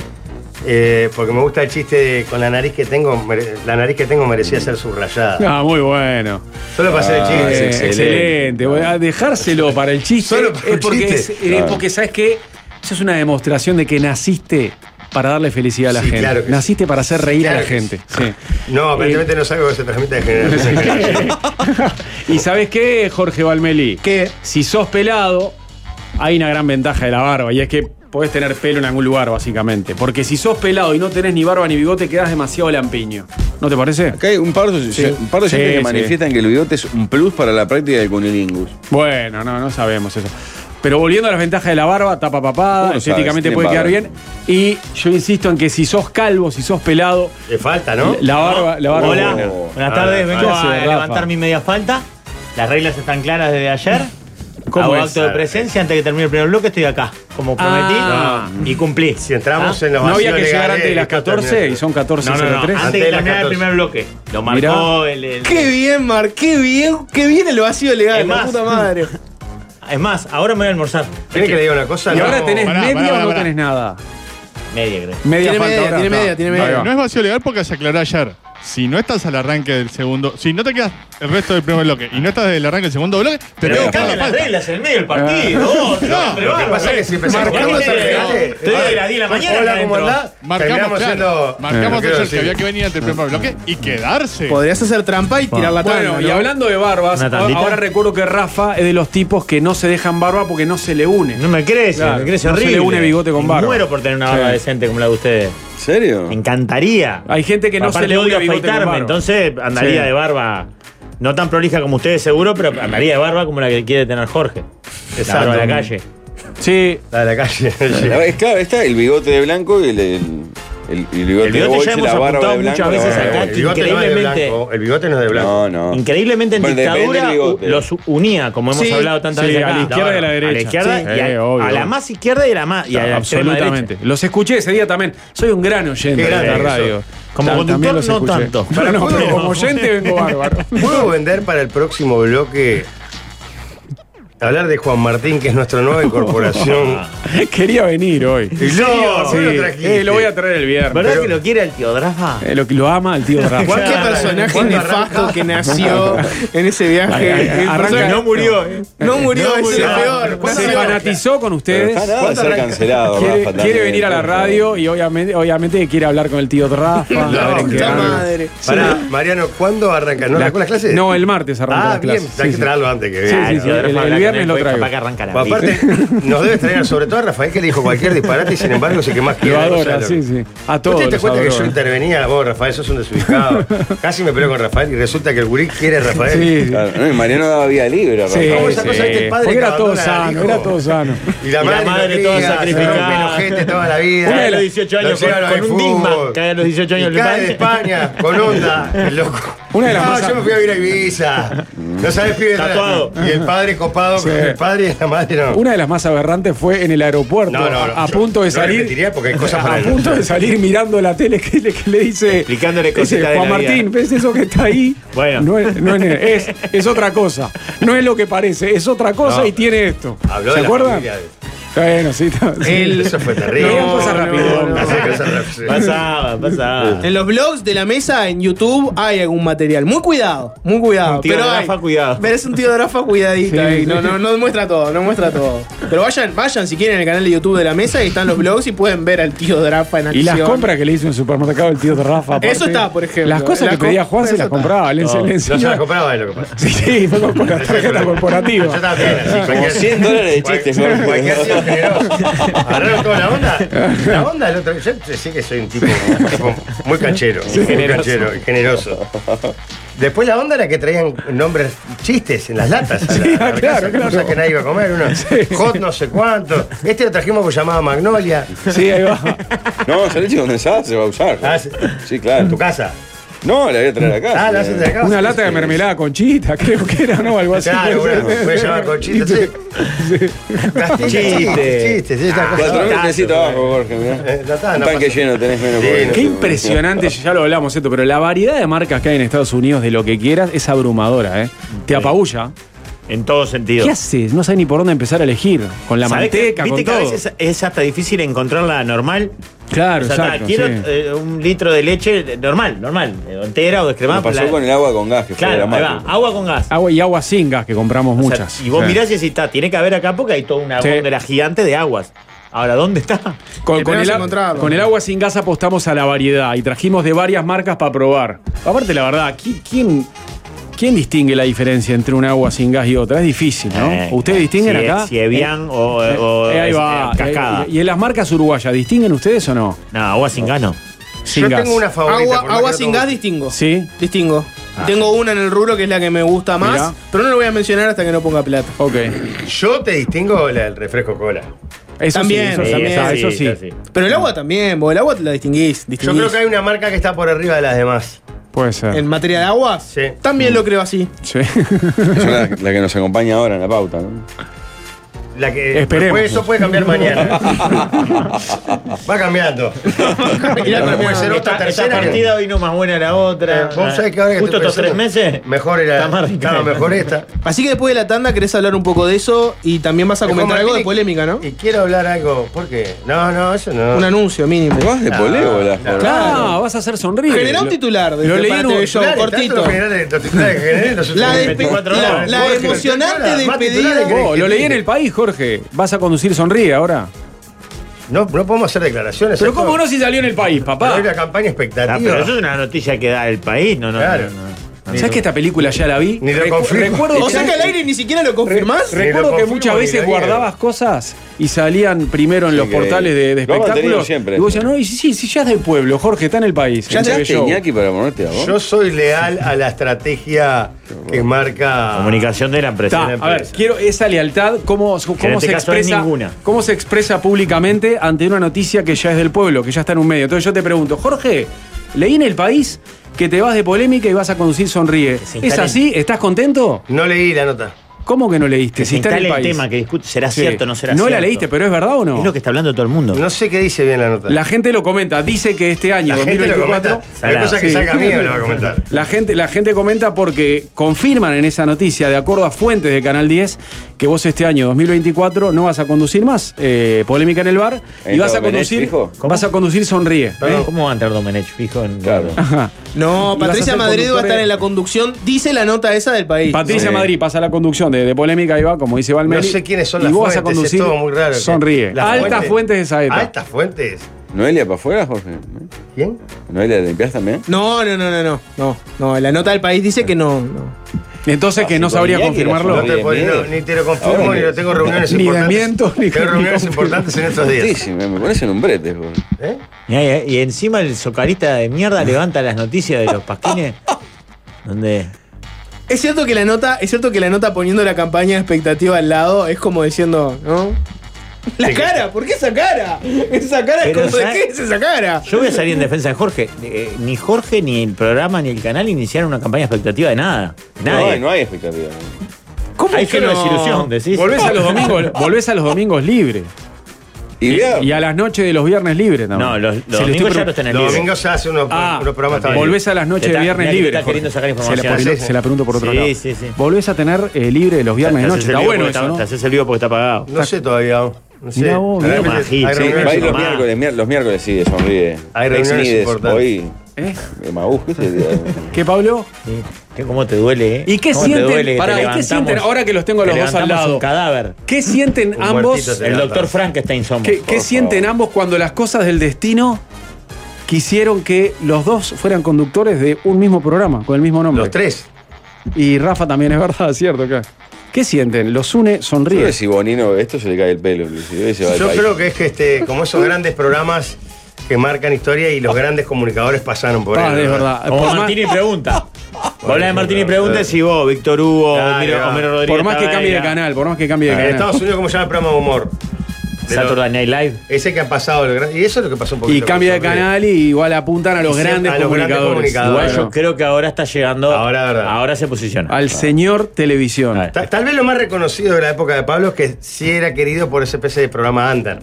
Speaker 4: Eh, porque me gusta el chiste de, con la nariz que tengo, mere- la nariz que tengo merecía ser subrayada.
Speaker 2: Ah, muy bueno.
Speaker 4: Solo para hacer el
Speaker 1: Ah,
Speaker 2: Eh,
Speaker 4: chiste.
Speaker 1: sí,
Speaker 2: excelente. Voy a dejárselo para el chiste.
Speaker 4: Solo para
Speaker 2: es
Speaker 4: el
Speaker 2: porque,
Speaker 4: chiste.
Speaker 2: es- eh,
Speaker 1: Claro.
Speaker 2: porque sabes que eso es una demostración de que naciste para darle felicidad a la
Speaker 4: Sí,
Speaker 2: gente.
Speaker 4: claro que
Speaker 2: naciste para hacer reír a
Speaker 4: claro
Speaker 2: la
Speaker 4: que
Speaker 2: gente. Sí.
Speaker 4: No, aparentemente no saco que se transmite de generación en generación.
Speaker 2: y sabes qué, Jorge Valmeli,
Speaker 3: ¿Qué?
Speaker 2: si sos pelado, hay una gran ventaja de la barba y es que podés tener pelo en algún lugar, básicamente. Porque si sos pelado y no tenés ni barba ni bigote, quedás demasiado lampiño. ¿No te parece?
Speaker 1: Acá hay un par de, un par de
Speaker 2: Sí,
Speaker 1: gente que
Speaker 2: sí.
Speaker 1: manifiestan que el bigote es un plus para la práctica del cunilingus.
Speaker 2: Bueno, no, no sabemos eso. Pero volviendo a las ventajas de la barba, tapa papada,
Speaker 1: Uno sabe,
Speaker 2: estéticamente
Speaker 1: tiene
Speaker 2: puede quedar
Speaker 1: barba.
Speaker 2: bien. Y yo insisto en que si sos calvo, si sos pelado,
Speaker 4: Le falta, ¿no?
Speaker 2: la barba, la barba
Speaker 5: Hola,
Speaker 2: buena.
Speaker 5: buenas tardes. Vengo
Speaker 2: Hola,
Speaker 5: a
Speaker 2: Rafa.
Speaker 5: levantar mi media falta. Las reglas están claras desde ayer.
Speaker 2: ¿Cómo
Speaker 5: Hago
Speaker 2: es?
Speaker 5: acto de presencia antes de que termine el primer bloque. Estoy acá, como prometí,
Speaker 2: Ah.
Speaker 5: y cumplí.
Speaker 4: Si entramos
Speaker 5: ¿Ah?
Speaker 4: en los
Speaker 2: No había
Speaker 4: vacíos
Speaker 2: que llegar
Speaker 4: legales,
Speaker 2: antes de las 14 y son 14
Speaker 5: eh, No, no, no, antes
Speaker 4: Antes
Speaker 5: de
Speaker 4: de
Speaker 5: que
Speaker 4: las
Speaker 5: termine el
Speaker 4: 14.
Speaker 5: primer bloque. Lo
Speaker 2: Mirá.
Speaker 5: marcó el. el-
Speaker 3: Qué bien, Mar, qué bien, qué bien el vacío legal,
Speaker 5: Es
Speaker 3: la
Speaker 5: más.
Speaker 3: puta madre.
Speaker 5: Es más, ahora me voy a almorzar.
Speaker 4: ¿Quieres que le diga una cosa?
Speaker 2: Y
Speaker 4: No.
Speaker 2: ahora tenés
Speaker 6: Pará,
Speaker 2: media
Speaker 6: pará,
Speaker 2: o no
Speaker 6: pará.
Speaker 2: tenés nada.
Speaker 5: Media, creo.
Speaker 2: Media
Speaker 3: Tiene
Speaker 2: falta
Speaker 3: media,
Speaker 2: ahora,
Speaker 3: tiene
Speaker 2: está.
Speaker 3: media, tiene
Speaker 2: Ahí
Speaker 3: media.
Speaker 2: va.
Speaker 6: No es vacío legal porque se aclaró ayer. Si no estás al arranque del segundo, si no te quedas el resto del primer bloque y no estás desde el arranque del segundo bloque, te
Speaker 5: Pero
Speaker 6: tengo que
Speaker 5: cambian
Speaker 6: pagar la
Speaker 5: las
Speaker 6: falta.
Speaker 5: reglas en el medio del partido. Oh, te vas a
Speaker 4: Lo que
Speaker 5: preparar,
Speaker 4: pasa es que si empezamos
Speaker 5: Marcamos
Speaker 4: con
Speaker 5: las
Speaker 4: los
Speaker 5: reglas.
Speaker 4: legales,
Speaker 5: Te doy las 10 de la mañana
Speaker 4: Hola,
Speaker 5: acá
Speaker 4: ¿cómo
Speaker 5: adentro.
Speaker 4: andás?
Speaker 6: Marcamos,
Speaker 4: Terminamos
Speaker 6: claro,
Speaker 4: siendo. Eh,
Speaker 6: marcamos
Speaker 4: Quiero
Speaker 6: ayer
Speaker 4: decir,
Speaker 6: que había que venir ante el primer bloque y quedarse.
Speaker 3: Podrías hacer trampa y tirar la tanda,
Speaker 2: Bueno, y
Speaker 3: ¿no?
Speaker 2: hablando de barbas,
Speaker 5: ¿Una tandita?
Speaker 2: ahora recuerdo que Rafa es de los tipos que no se dejan barba porque no se le une.
Speaker 5: No me crece,
Speaker 2: Claro,
Speaker 5: me crece
Speaker 2: no se
Speaker 5: horrible.
Speaker 2: le une bigote con
Speaker 5: Me
Speaker 2: barba.
Speaker 5: Muero por tener una barba
Speaker 2: Sí.
Speaker 5: decente como la de ustedes.
Speaker 1: ¿En serio?
Speaker 5: Me encantaría.
Speaker 2: Hay gente que no
Speaker 5: Aparte,
Speaker 2: se le une
Speaker 5: odio
Speaker 2: bigote con
Speaker 5: afeitarme,
Speaker 2: barba.
Speaker 5: entonces andaría
Speaker 2: Sí.
Speaker 5: de barba. No tan prolija como ustedes seguro, pero andaría de barba como la que quiere tener Jorge. Esa barba de la calle.
Speaker 2: Sí,
Speaker 4: La de la calle.
Speaker 1: La verdad es claro, está el bigote de blanco y el, el- el- el bigote,
Speaker 5: El
Speaker 1: de
Speaker 5: bigote ya
Speaker 1: bolche,
Speaker 5: hemos
Speaker 1: la barba
Speaker 5: apuntado
Speaker 1: de blanco.
Speaker 5: muchas
Speaker 1: la
Speaker 5: veces
Speaker 1: barba de
Speaker 5: acá.
Speaker 4: Eh, El
Speaker 1: bolche.
Speaker 4: bigote no es de
Speaker 5: Increíblemente-
Speaker 4: blanco. El bigote no es de blanco.
Speaker 1: No, no.
Speaker 5: Increíblemente en
Speaker 1: Ah. Bueno, depende
Speaker 5: dictadura
Speaker 1: del bigote.
Speaker 5: u- los unía, como hemos
Speaker 3: Sí,
Speaker 5: hablado tantas
Speaker 2: sí,
Speaker 5: veces.
Speaker 2: a
Speaker 5: acá.
Speaker 2: la izquierda
Speaker 5: barba.
Speaker 2: y a la derecha.
Speaker 5: A la izquierda
Speaker 2: Sí,
Speaker 5: y a,
Speaker 2: eh, obvio.
Speaker 5: a la más izquierda y a la más. Y a la extrema
Speaker 2: absolutamente.
Speaker 5: derecha.
Speaker 2: Los escuché ese día también. Soy un gran oyente
Speaker 4: Qué
Speaker 2: de la
Speaker 4: grande
Speaker 2: radio.
Speaker 4: eso.
Speaker 5: Como
Speaker 2: Ta-
Speaker 5: conductor,
Speaker 2: también los
Speaker 5: no
Speaker 2: escuché.
Speaker 5: tanto.
Speaker 2: No, no,
Speaker 4: Pero-
Speaker 2: pero como oyente vengo bárbaro.
Speaker 4: ¿Puedo vender para el próximo bloque hablar de Juan Martín, que es nuestra nueva incorporación.
Speaker 2: Quería venir hoy.
Speaker 4: Y no,
Speaker 2: Sí,
Speaker 4: no lo trajiste.
Speaker 2: eh, lo voy a traer el viernes.
Speaker 5: ¿Verdad que lo quiere el tío Drafa?
Speaker 2: Eh, lo, lo ama el tío Rafa.
Speaker 4: Claro,
Speaker 3: Qué personaje
Speaker 4: ¿cuándo arranca?
Speaker 3: nefasto que nació en ese
Speaker 2: Ay,
Speaker 3: viaje.
Speaker 2: ay, ay,
Speaker 3: El
Speaker 2: arranca-
Speaker 3: personaje-
Speaker 2: no
Speaker 5: murió, ¿eh?
Speaker 3: No murió,
Speaker 5: No
Speaker 3: ese es
Speaker 5: murió.
Speaker 3: el peor.
Speaker 4: ¿Cuándo
Speaker 2: Se
Speaker 4: arranca?
Speaker 2: fanatizó con ustedes.
Speaker 1: Está nada de ser cancelado,
Speaker 2: Quiere,
Speaker 1: Rafa,
Speaker 2: quiere
Speaker 1: también.
Speaker 2: venir a la radio y obviamente, obviamente quiere hablar con el tío Rafa.
Speaker 4: No,
Speaker 2: a ver en qué
Speaker 4: puta
Speaker 2: anda.
Speaker 3: madre.
Speaker 4: Pará, Mariano, ¿cuándo arranca? ¿No
Speaker 2: La-
Speaker 4: arrancó las clases?
Speaker 2: No, el martes arranca
Speaker 4: Ah,
Speaker 2: las
Speaker 4: bien,
Speaker 2: clases.
Speaker 4: hay
Speaker 2: Sí,
Speaker 4: que
Speaker 2: sí.
Speaker 4: traerlo antes que
Speaker 2: Sí,
Speaker 5: Ah,
Speaker 4: venga.
Speaker 2: sí, sí, el- el viernes lo traigo.
Speaker 5: Para que arranca la
Speaker 4: Bueno, aparte, nos debes traer, sobre todo a Rafael, que le dijo cualquier disparate y sin embargo, sé que más
Speaker 2: Lo
Speaker 4: quiera.
Speaker 2: adora,
Speaker 4: Gonzalo.
Speaker 2: sí, sí. A
Speaker 4: ¿Vos
Speaker 2: todos.
Speaker 4: te diste
Speaker 2: los ¿eh?
Speaker 4: cuenta que
Speaker 2: adora.
Speaker 4: yo intervenía? Vos, Rafael, sos un desubicado. Casi me peleo con Rafael y resulta que el gurí quiere a Rafael.
Speaker 2: Sí, sí.
Speaker 1: Claro, no, y Mariano daba vía libre, Rafa.
Speaker 2: Sí,
Speaker 4: Vamos, esa cosa,
Speaker 2: sí.
Speaker 4: viste, el padre
Speaker 2: Porque
Speaker 4: que
Speaker 2: era todo
Speaker 4: abandona al
Speaker 2: sano,
Speaker 4: hijo.
Speaker 2: era todo sano.
Speaker 4: Y la
Speaker 5: Y la
Speaker 4: madre,
Speaker 5: madre
Speaker 4: lo
Speaker 5: toda
Speaker 4: cría, se
Speaker 5: sacrificada.
Speaker 4: rompe el ojete toda la vida.
Speaker 5: Cae a los 18 años
Speaker 4: lleva
Speaker 5: con-
Speaker 4: a los
Speaker 5: con un Disman,
Speaker 4: fútbol.
Speaker 5: cae a los 18 años
Speaker 4: Y
Speaker 5: el
Speaker 4: cae de
Speaker 5: padre.
Speaker 4: España, con onda, el loco.
Speaker 2: Una de las
Speaker 4: no,
Speaker 2: cosas-
Speaker 4: yo me fui a vivir a Ibiza. No sabes, pibe.
Speaker 5: Tatuado.
Speaker 4: Y el padre copado
Speaker 2: Sí.
Speaker 4: con el padre y la madre no.
Speaker 2: Una de las más aberrantes fue en el aeropuerto,
Speaker 4: No, no, no,
Speaker 2: a, a
Speaker 4: yo
Speaker 2: punto de
Speaker 4: no
Speaker 2: salir.
Speaker 4: repetiría porque hay cosas para
Speaker 2: a punto de salir mirando la tele que le, que le dice.
Speaker 5: Explicándole
Speaker 2: dice,
Speaker 5: cositas de
Speaker 2: Juan
Speaker 5: la vida".
Speaker 2: Martín, ¿ves eso que está ahí?
Speaker 5: Bueno.
Speaker 2: No es, no es, es- es otra cosa. No es lo que parece, es otra cosa
Speaker 4: No.
Speaker 2: y tiene esto.
Speaker 4: Habló
Speaker 2: ¿Se
Speaker 4: de la
Speaker 2: acuerdan?
Speaker 4: familia de-
Speaker 2: Bueno, sí, está- sí.
Speaker 3: El-
Speaker 4: Eso fue terrible.
Speaker 2: Eran cosas rapidón.
Speaker 4: Hacía cosas rápidas.
Speaker 5: Pasaba, pasaba.
Speaker 3: En los blogs de la mesa en YouTube hay algún material. Muy cuidado, muy cuidado.
Speaker 5: Un tío
Speaker 3: pero
Speaker 5: de
Speaker 3: hay.
Speaker 5: Rafa, cuidado.
Speaker 3: Pero es un tío de Rafa cuidadito
Speaker 2: Sí,
Speaker 3: ahí.
Speaker 2: sí.
Speaker 3: No, no, no muestra todo, no muestra todo. Pero vayan, vayan si quieren al canal de YouTube de la mesa y están los blogs y pueden ver al tío de Rafa en
Speaker 2: Y
Speaker 3: acción.
Speaker 2: las compras que le hizo en el supermercado el tío de Rafa. aparte.
Speaker 3: Eso está, por ejemplo.
Speaker 2: Las cosas
Speaker 3: Las
Speaker 2: que pedía
Speaker 3: comp-
Speaker 2: Juan se
Speaker 3: eso
Speaker 2: las
Speaker 3: está.
Speaker 2: compraba. Le, ense-
Speaker 5: No,
Speaker 2: le
Speaker 5: no
Speaker 4: No se
Speaker 2: enseñaba-
Speaker 4: la compraba, es lo que pasa.
Speaker 2: Sí, sí, fue con, con la tarjeta corporativa.
Speaker 4: Yo también, así,
Speaker 1: Como
Speaker 4: cualquier-
Speaker 1: 100 dólares de chistes,
Speaker 4: cual-
Speaker 1: Jorge.
Speaker 4: Cualquier tío generoso. Agarraron toda la onda. La onda del otro. Yo sé que soy un tipo, un tipo muy canchero. muy
Speaker 5: Generoso.
Speaker 4: canchero y generoso. Después la onda era que traían nombres chistes en las latas. a la-
Speaker 2: Sí,
Speaker 4: a la
Speaker 2: claro,
Speaker 4: casa,
Speaker 2: claro.
Speaker 4: Cosas que nadie iba a comer. Uno, hot no sé cuánto. Este lo trajimos porque llamaba Magnolia.
Speaker 2: Sí, ahí va.
Speaker 1: No, esa leche condensada se va a usar.
Speaker 4: Ah, sí.
Speaker 1: Sí,
Speaker 4: En
Speaker 1: claro.
Speaker 4: tu casa.
Speaker 1: No, la voy a traer acá.
Speaker 4: Ah, la haces de acá.
Speaker 2: Una lata de
Speaker 5: este,
Speaker 2: mermelada conchita, creo que era, ¿no? Algo así.
Speaker 4: Claro, bueno, puede llamar con chistes. sí. Castilla, Chistes. Chistes, esa cosa.
Speaker 1: 4.000 pesitos abajo, Jorge, mirá.
Speaker 4: Eh, ya está,
Speaker 1: Un
Speaker 4: no
Speaker 1: tanque
Speaker 4: pasa.
Speaker 1: lleno tenés menos.
Speaker 4: Sí,
Speaker 1: Jorge.
Speaker 4: no
Speaker 2: Qué impresionante, ya lo hablamos esto, pero la variedad de marcas que hay en Estados Unidos de lo que quieras es abrumadora, ¿eh? Te apabulla.
Speaker 5: En todo sentido.
Speaker 2: ¿Qué haces? No sabes ni por dónde empezar a elegir. Con la
Speaker 5: ¿Sabés que-
Speaker 2: manteca,
Speaker 5: Viste
Speaker 2: con
Speaker 5: que
Speaker 2: todo.
Speaker 5: a veces es hasta difícil encontrar la normal.
Speaker 2: Claro,
Speaker 5: O sea, ta,
Speaker 2: exacto.
Speaker 5: quiero
Speaker 2: sí.
Speaker 5: eh, un litro de leche normal, normal. eh, Entera o descremada.
Speaker 1: Me pasó
Speaker 5: la-
Speaker 1: con el agua con gas, que fue
Speaker 5: Claro, ahí va.
Speaker 1: dramático.
Speaker 5: Agua con gas.
Speaker 2: Agua y agua sin gas que compramos
Speaker 5: O sea,
Speaker 2: Ah, muchas.
Speaker 5: y vos
Speaker 2: Sí.
Speaker 5: mirás y decís, está, tiene que haber acá porque hay toda una
Speaker 2: Sí.
Speaker 5: góndola gigante de aguas. Ahora, ¿dónde está?
Speaker 2: Con, con
Speaker 3: Esperemos
Speaker 2: el, a-
Speaker 3: encontrarlo.
Speaker 2: con el agua sin gas apostamos a la variedad y trajimos de varias marcas para probar. Aparte, la verdad, ¿qui- ¿quién, quién distingue la diferencia entre un agua sin gas y otra? Es difícil, ¿no?
Speaker 5: Eh,
Speaker 2: ¿Ustedes
Speaker 5: eh,
Speaker 2: distinguen
Speaker 5: si es-
Speaker 2: acá?
Speaker 5: Si es Bian o,
Speaker 2: Eh,
Speaker 5: o-
Speaker 2: eh, ahí
Speaker 5: es-
Speaker 2: va.
Speaker 5: eh, cascada.
Speaker 2: Eh, y, y en las marcas uruguayas, ¿distinguen ustedes o no?
Speaker 5: no, agua sin gas no.
Speaker 2: Sin
Speaker 4: Yo
Speaker 2: gas.
Speaker 4: tengo una favorita.
Speaker 3: Agua,
Speaker 4: por más
Speaker 3: agua
Speaker 4: que no
Speaker 3: sin
Speaker 4: tomo.
Speaker 3: gas distingo.
Speaker 2: Sí. Ah,
Speaker 3: Distingo. Tengo una en el rubro que es la que me gusta más,
Speaker 2: Mirá.
Speaker 3: pero no lo voy a mencionar hasta que no ponga plata.
Speaker 2: Ok.
Speaker 4: Yo te distingo la del refresco cola.
Speaker 2: Eso
Speaker 3: También,
Speaker 2: sí, eso,
Speaker 3: sí,
Speaker 2: también, Ah,
Speaker 3: esa
Speaker 2: eso sí.
Speaker 5: esa
Speaker 3: Pero el agua también, vos el agua la distinguís.
Speaker 4: Yo
Speaker 3: distinguís.
Speaker 4: creo que hay una marca que está por arriba de las demás.
Speaker 2: Puede ser.
Speaker 3: En materia de agua,
Speaker 4: Sí.
Speaker 3: también lo creo así.
Speaker 2: Sí.
Speaker 1: Son la, la que nos acompaña ahora en la pauta, ¿no?
Speaker 4: La que
Speaker 2: Esperemos.
Speaker 4: Pues eso puede cambiar mañana. Va cambiando. puede ser otra
Speaker 5: Esta, esta
Speaker 4: tercera. que- Eh,
Speaker 5: partida vino más buena la otra. eh,
Speaker 4: Vos sabés que ahora que
Speaker 5: Justo
Speaker 4: estoy
Speaker 5: estos tres
Speaker 4: pensando,
Speaker 5: meses.
Speaker 4: Mejor era.
Speaker 5: Está más rica.
Speaker 4: estaba mejor esta.
Speaker 3: Así que después de la tanda querés hablar un poco de eso y también vas a comentar algo de polémica, ¿no?
Speaker 4: Y quiero hablar algo. ¿Por qué? No, no, eso no.
Speaker 3: Un anuncio mínimo.
Speaker 1: ¿Te vas de poleo, la
Speaker 4: claro.
Speaker 1: joder?
Speaker 2: Ah, vas a hacer sonríe.
Speaker 3: Generá un
Speaker 2: Lo-
Speaker 3: titular de
Speaker 2: Lo leí en un-
Speaker 3: yo,
Speaker 4: Claro,
Speaker 3: cortito.
Speaker 4: tanto general- los titulares que generé, los
Speaker 3: La,
Speaker 4: últimos
Speaker 3: despe-
Speaker 5: 24
Speaker 3: la-
Speaker 5: horas.
Speaker 3: la
Speaker 4: Jorge,
Speaker 3: emocionante
Speaker 4: más titulares
Speaker 3: despedida.
Speaker 4: que-
Speaker 2: Oh, lo leí en el país, Jorge. Vas a conducir sonríe ahora.
Speaker 4: No, no podemos hacer declaraciones.
Speaker 2: Pero
Speaker 4: esto-
Speaker 2: ¿cómo no si salió en el país,
Speaker 4: Pero
Speaker 2: papá?
Speaker 4: hay una campaña expectativa.
Speaker 5: Ah, pero eso es una noticia que da el país, no, no.
Speaker 4: Claro.
Speaker 5: no, no.
Speaker 2: ¿Sabes que esta película ya la vi?
Speaker 4: Ni lo
Speaker 2: Recu-
Speaker 4: confirmo.
Speaker 2: Recuerdo
Speaker 3: O sea que al aire ni siquiera lo confirmás.
Speaker 4: Re-
Speaker 2: Recuerdo
Speaker 4: Ni lo
Speaker 2: que
Speaker 4: confirmo
Speaker 2: muchas
Speaker 4: ni
Speaker 2: veces
Speaker 4: lo
Speaker 2: guardabas cosas y salían primero en
Speaker 1: Sí,
Speaker 2: los
Speaker 1: que
Speaker 2: portales de, de
Speaker 1: lo ha mantenido
Speaker 2: espectáculos.
Speaker 1: siempre.
Speaker 2: Y vos decías, no, y sí, sí, sí, ya es del pueblo, Jorge, está en el país.
Speaker 1: ¿Ya
Speaker 2: en TV
Speaker 1: echaste
Speaker 2: Show.
Speaker 1: Iñaki para ponerte a vos?
Speaker 4: Yo soy leal a la estrategia que marca.
Speaker 5: Comunicación de la empresa.
Speaker 2: Ah. Ta,
Speaker 5: De la
Speaker 2: a ver,
Speaker 5: empresa.
Speaker 2: quiero esa lealtad, cómo, cómo
Speaker 5: En este
Speaker 2: se
Speaker 5: caso es
Speaker 2: expresa.
Speaker 5: ninguna.
Speaker 2: ¿Cómo se expresa públicamente ante una noticia que ya es del pueblo, que ya está en un medio? Entonces yo te pregunto, Jorge, leí en el país que te vas de polémica y vas a conducir sonríe.
Speaker 5: se
Speaker 2: ¿Es
Speaker 5: instalen.
Speaker 2: así? ¿estás contento?
Speaker 4: No leí la nota.
Speaker 2: ¿Cómo que no leíste?
Speaker 5: Que
Speaker 2: si está en el,
Speaker 5: instale
Speaker 2: país.
Speaker 5: el, tema que discute, será
Speaker 2: Sí.
Speaker 5: cierto, no será
Speaker 2: No
Speaker 5: cierto.
Speaker 2: la leíste, pero es verdad o no?
Speaker 5: Es lo que está hablando todo el mundo. ¿Eh?
Speaker 4: No sé qué dice bien la nota.
Speaker 2: La gente lo comenta, dice que este año,
Speaker 4: La gente lo
Speaker 2: 2024.
Speaker 4: comenta. Hay cosas que
Speaker 2: Sí.
Speaker 4: salga mía lo va a comentar.
Speaker 2: La gente, la gente comenta porque confirman en esa noticia, de acuerdo a fuentes de Canal 10, que vos este año 2024 no vas a conducir más eh, polémica en el bar y
Speaker 1: ¿Entra
Speaker 2: vas a
Speaker 1: Domenech,
Speaker 2: conducir,
Speaker 1: fijo?
Speaker 2: vas a conducir sonríe.
Speaker 5: Perdón,
Speaker 2: ¿eh?
Speaker 5: ¿Cómo va a entrar Domenech fijo en
Speaker 1: Claro.
Speaker 2: Ajá.
Speaker 3: No,
Speaker 2: Y vas a
Speaker 3: Patricia
Speaker 2: ser
Speaker 3: Madrid va a
Speaker 2: conductora
Speaker 3: estar
Speaker 2: de-
Speaker 3: en la conducción, dice la nota esa del país.
Speaker 2: Patricia
Speaker 1: Sí.
Speaker 2: Madrid pasa la conducción de, de polémica y va, como dice Valmeri.
Speaker 4: No sé quiénes son
Speaker 2: y
Speaker 4: las
Speaker 2: vos vas
Speaker 4: fuentes,
Speaker 2: a conducir
Speaker 4: es todo muy raro.
Speaker 2: Sonríe.
Speaker 4: Las
Speaker 2: Altas fuentes, de Saeta.
Speaker 4: Altas fuentes.
Speaker 1: ¿Noelia para afuera, Jorge? ¿Eh?
Speaker 4: ¿Quién?
Speaker 1: ¿Noelia limpiás también?
Speaker 3: No, no, no, no, no, no, no, la nota del país dice que no, no.
Speaker 2: Entonces que no sabría
Speaker 1: Iñaki era
Speaker 2: confirmarlo.
Speaker 4: No
Speaker 1: Ni
Speaker 4: te
Speaker 1: de
Speaker 4: puedo-
Speaker 1: miedo.
Speaker 4: no, ni te lo confirmo,
Speaker 1: Ahora
Speaker 4: ni
Speaker 1: ni-
Speaker 4: lo tengo reuniones
Speaker 2: ni de
Speaker 4: importantes.
Speaker 2: miento, ni-
Speaker 4: Tengo
Speaker 2: ni
Speaker 4: reuniones
Speaker 2: confirmo.
Speaker 4: importantes en estos días.
Speaker 1: Putísimo, eh, me pones en un brete, Jorge.
Speaker 4: ¿Eh?
Speaker 5: Y, ahí- y encima el socarista de mierda levanta las noticias de los pasquines. donde.
Speaker 3: Es cierto que la nota, es cierto que la nota poniendo la campaña de expectativa al lado es como diciendo, ¿no? La cara, ¿por qué esa cara? Esa cara es
Speaker 5: Pero
Speaker 3: como de
Speaker 5: ¿sabes?
Speaker 3: qué es esa cara.
Speaker 5: Yo voy a salir en defensa de Jorge. Eh, ni Jorge, ni el programa, ni el canal iniciaron una campaña expectativa de nada.
Speaker 1: No
Speaker 5: Nadie.
Speaker 1: hay, no hay expectativa.
Speaker 3: ¿Cómo
Speaker 5: Hay
Speaker 3: que
Speaker 5: solo
Speaker 3: no?
Speaker 5: desilusión, decís.
Speaker 2: Volvés a los domingos, volvés a los domingos libres.
Speaker 1: Y, vea-
Speaker 2: Y a las noches de los viernes libres también.
Speaker 5: No, los, los
Speaker 2: Se lo estoy
Speaker 5: domingos ya
Speaker 2: pre-
Speaker 5: los tenés
Speaker 4: Los
Speaker 5: libres.
Speaker 4: domingos se hace unos,
Speaker 2: Ah,
Speaker 4: unos programas también.
Speaker 2: volvés a las noches
Speaker 5: Te
Speaker 2: de
Speaker 5: está-
Speaker 2: viernes
Speaker 5: mirá que
Speaker 2: libres.
Speaker 5: está queriendo
Speaker 2: Jorge.
Speaker 5: sacar información.
Speaker 2: Se la, pregunto-
Speaker 4: Sí, sí.
Speaker 2: se la pregunto por otro
Speaker 5: Sí,
Speaker 2: lado.
Speaker 5: sí, sí.
Speaker 2: Volvés a tener eh, libre los viernes de
Speaker 5: Te
Speaker 2: noche.
Speaker 5: haces el
Speaker 2: Está
Speaker 5: vivo
Speaker 2: bueno
Speaker 5: porque
Speaker 2: eso, ¿no?
Speaker 5: Te haces el vivo porque está pagado.
Speaker 4: No sé todavía. No sé.
Speaker 2: Mirá vos,
Speaker 4: Realmente
Speaker 5: mirá.
Speaker 4: hay
Speaker 5: Sí,
Speaker 1: Sí,
Speaker 4: reuniones
Speaker 1: va a ir los
Speaker 5: mamá.
Speaker 1: miércoles, mier- los miércoles sigue, sonríe.
Speaker 4: Hay
Speaker 1: Ex
Speaker 4: reuniones
Speaker 1: Nides,
Speaker 4: importantes.
Speaker 1: Hoy,
Speaker 2: ¿Eh?
Speaker 1: eh, Maús, ¿qué te digo?
Speaker 2: ¿Qué, Pablo?
Speaker 5: Sí. Que ¿Cómo te duele, eh?
Speaker 2: ¿Y qué
Speaker 5: ¿Cómo te
Speaker 2: sienten?
Speaker 5: duele que te
Speaker 2: Pará, ¿y qué
Speaker 5: levantamos-
Speaker 2: sienten ahora que los tengo a
Speaker 5: te
Speaker 2: los dos al
Speaker 5: levantamos
Speaker 2: lado?
Speaker 5: un cadáver.
Speaker 2: ¿Qué sienten
Speaker 4: Un muertito
Speaker 2: ambos?
Speaker 4: te
Speaker 5: El
Speaker 4: levantamos.
Speaker 5: doctor Frankenstein somos.
Speaker 2: ¿Qué, qué
Speaker 1: favor.
Speaker 2: sienten ambos cuando las cosas del destino quisieron que los dos fueran conductores de un mismo programa con el mismo nombre?
Speaker 4: Los tres.
Speaker 2: Y Rafa también es verdad, cierto acá. ¿Qué sienten? Los une,
Speaker 1: Yo creo
Speaker 2: sonríe.
Speaker 1: que si Bonino, esto se le cae el pelo, inclusive. y se va al
Speaker 4: Yo
Speaker 1: país.
Speaker 4: creo que es que este, como esos grandes programas que marcan historia y los grandes comunicadores pasaron por
Speaker 2: Ah,
Speaker 4: él.
Speaker 2: es
Speaker 4: ¿no?
Speaker 2: verdad.
Speaker 5: Como
Speaker 2: Por más,
Speaker 5: Martini pregunta. Vos hablas de Martini pregunta si vos, Víctor Hugo,
Speaker 4: eh, Claro,
Speaker 5: Homero,
Speaker 4: va.
Speaker 5: Homero Rodríguez.
Speaker 2: por más que cambie de
Speaker 5: Taveira,
Speaker 2: canal, por más que cambie de
Speaker 4: En
Speaker 2: canal.
Speaker 4: Estados Unidos, ¿cómo se llama el programa de humor? De los-
Speaker 5: Saturday Night Live.
Speaker 4: ese que han pasado. los gran- Y eso es lo que pasó un poquito.
Speaker 2: Y cambia de
Speaker 4: con Sonríe.
Speaker 2: canal y igual apuntan a los
Speaker 4: Y siempre
Speaker 2: grandes
Speaker 4: a los grandes
Speaker 2: comunicadores.
Speaker 4: comunicadores.
Speaker 2: Igual yo
Speaker 5: Yo creo que ahora está llegando.
Speaker 4: Ahora, verdad.
Speaker 5: ahora se posiciona.
Speaker 2: Al señor televisión.
Speaker 5: Ahí.
Speaker 4: Ta- Tal vez lo más reconocido de la época de Pablo es que sí era querido por esa especie de programa Andar.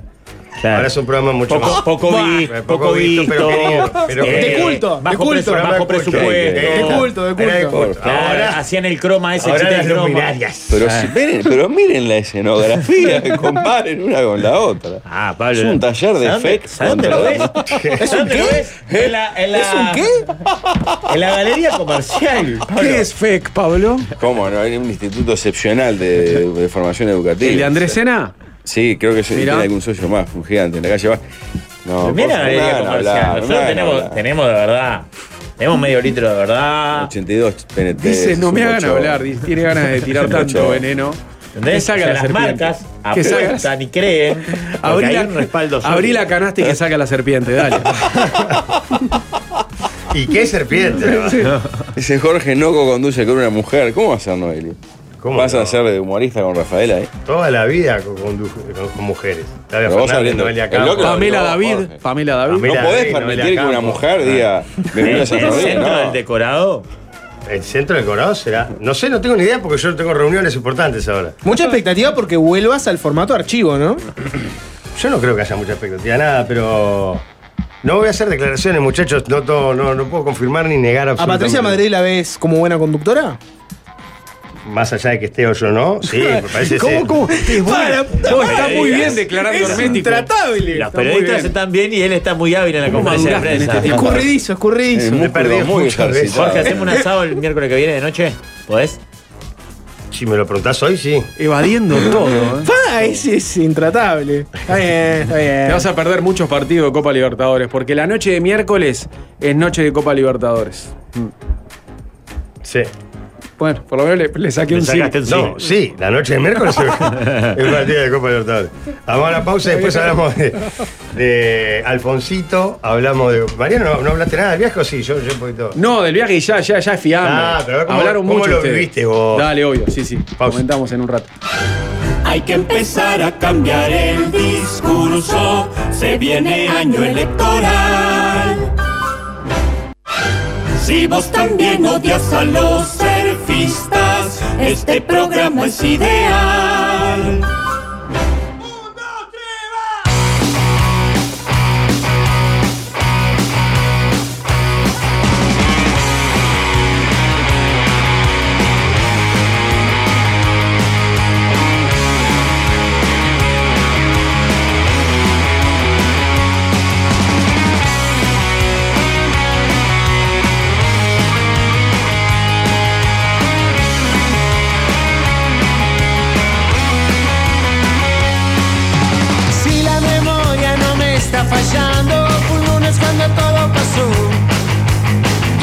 Speaker 5: Claro.
Speaker 4: Ahora es un programa mucho más.
Speaker 5: poco, poco, vi-
Speaker 4: Bah.
Speaker 5: poco visto,
Speaker 4: pero querido, pero
Speaker 5: Eh,
Speaker 3: De culto,
Speaker 5: bajo
Speaker 3: de culto.
Speaker 5: presu-
Speaker 4: Programa
Speaker 5: bajo
Speaker 4: de culto.
Speaker 5: presupuesto.
Speaker 1: Eh,
Speaker 4: Era
Speaker 1: de
Speaker 3: culto, de
Speaker 4: era
Speaker 3: culto.
Speaker 5: Claro,
Speaker 4: Ahora,
Speaker 5: hacían el croma ese,
Speaker 4: ahora
Speaker 5: chiste
Speaker 4: las
Speaker 5: de croma.
Speaker 4: luminarias.
Speaker 1: Pero, si- miren, pero miren la escenografía, comparen una con la otra.
Speaker 5: Ah, Pablo.
Speaker 1: Es un taller de
Speaker 5: ¿Sabes
Speaker 1: fake
Speaker 5: dónde- ¿Sabes dónde lo ves? ¿Es un qué? En la, en la,
Speaker 3: ¿Es un qué?
Speaker 5: En la galería comercial. Pablo.
Speaker 2: ¿Qué es FEC, Pablo?
Speaker 1: ¿Cómo no? Era un instituto excepcional de, de- de formación educativa.
Speaker 2: ¿El de Andrés Sena?
Speaker 1: Sí, creo que yo-
Speaker 2: Mirá.
Speaker 1: tiene algún socio más, un gigante en la calle. Va. No,
Speaker 5: Mira la
Speaker 1: por- no
Speaker 5: galería
Speaker 1: hagan
Speaker 5: comercial.
Speaker 1: hablar, no
Speaker 5: Nosotros
Speaker 1: hagan
Speaker 5: tenemos,
Speaker 1: hablar.
Speaker 5: tenemos de verdad. Tenemos medio litro de verdad.
Speaker 1: 82 PNT.
Speaker 2: Dice, no me hagan
Speaker 1: ocho.
Speaker 2: hablar. dice, Tiene ganas de tirar
Speaker 1: Es un
Speaker 2: tanto
Speaker 1: ocho.
Speaker 2: veneno. Que
Speaker 5: ¿Entendés?
Speaker 2: salga
Speaker 5: O
Speaker 2: la
Speaker 5: sea, las
Speaker 2: serpiente.
Speaker 5: marcas
Speaker 2: Que salga la-
Speaker 5: apuestan y creen. porque
Speaker 2: Abrí
Speaker 5: hay
Speaker 2: la,
Speaker 5: un respaldo
Speaker 2: abrí
Speaker 5: sólido.
Speaker 2: la canasta y que saca la serpiente, dale.
Speaker 4: Y qué serpiente. ¿verdad?
Speaker 1: Ese Jorge Noco conduce con una mujer. ¿Cómo va a ser Noelia?
Speaker 4: ¿Cómo
Speaker 1: Vas
Speaker 4: no?
Speaker 1: a ser de humorista con Rafaela, ¿eh?
Speaker 4: Toda la vida con, con du- con- con mujeres. Flavia
Speaker 1: Pero vos
Speaker 4: Fernández,
Speaker 1: abriendo-
Speaker 4: Noelia
Speaker 1: el
Speaker 4: Campos.
Speaker 1: loco-
Speaker 2: Pamela
Speaker 1: no,
Speaker 2: David.
Speaker 1: Jorge.
Speaker 2: Pamela David.
Speaker 4: Pamela- Mira,
Speaker 1: no podés
Speaker 4: sí, Noelia
Speaker 1: permitir que una
Speaker 4: Campos.
Speaker 1: mujer diga.
Speaker 5: En
Speaker 1: "Bienvenidos a
Speaker 5: en el
Speaker 1: Sonríe",
Speaker 5: centro
Speaker 1: no.
Speaker 5: del decorado.
Speaker 4: El centro del Corado será. No sé, no tengo ni idea porque yo tengo reuniones importantes ahora.
Speaker 3: Mucha expectativa porque vuelvas al formato archivo, ¿no?
Speaker 4: Yo no creo que haya mucha expectativa, nada, pero. No voy a hacer declaraciones, muchachos. No, to- no, no puedo confirmar ni negar
Speaker 3: ¿A
Speaker 4: absolutamente.
Speaker 3: Patricia Madrid la ves como buena conductora?
Speaker 4: Más allá de que esté o yo no, sí, me parece
Speaker 2: ¿Cómo,
Speaker 4: sí.
Speaker 2: cómo? Es bueno. No, está muy bien declarando
Speaker 3: Es
Speaker 2: hermético.
Speaker 3: intratable.
Speaker 5: Los
Speaker 3: Está muy
Speaker 5: periodistas
Speaker 3: bien.
Speaker 5: están bien y él está muy hábil en la
Speaker 2: ¿Cómo
Speaker 5: conferencia de
Speaker 2: maduraste en
Speaker 5: prensa.
Speaker 2: este tiempo?
Speaker 3: Escurridizo, escurridizo.
Speaker 1: El músculo
Speaker 4: perdí
Speaker 1: muy
Speaker 4: muchas veces.
Speaker 1: ejercitado.
Speaker 5: Jorge, hacemos un asado el miércoles que viene de noche. ¿Podés?
Speaker 4: Si me lo preguntás hoy, sí.
Speaker 2: Evadiendo todo. ¿eh?
Speaker 3: Pa, ese es intratable. Está bien, está bien.
Speaker 2: Te vas a perder muchos partidos de Copa Libertadores, porque la noche de miércoles es noche de Copa Libertadores.
Speaker 4: Sí.
Speaker 2: Bueno, por lo menos le, le saqué
Speaker 5: Le
Speaker 2: un sí.
Speaker 5: sacaste un sí.
Speaker 4: No, sí, la noche de miércoles es el partido de Copa Libertadores. Vamos a la pausa y después hablamos de, de Alfonsito, hablamos de. Mariano, ¿no, no hablaste nada del viaje o sí? Yo, yo un poquito.
Speaker 2: No, del viaje ya, ya, ya es fiable.
Speaker 4: Ah, pero ¿cómo-
Speaker 2: Hablaron
Speaker 4: cómo
Speaker 2: mucho
Speaker 4: lo
Speaker 2: ustedes.
Speaker 4: viviste vos?
Speaker 2: Dale, obvio, sí, sí.
Speaker 4: Pausa.
Speaker 2: Comentamos en un rato.
Speaker 7: Hay que empezar a cambiar el discurso. Se viene año electoral. Si vos también odias a los surfistas, este programa es ideal.
Speaker 8: es cuando todo pasó.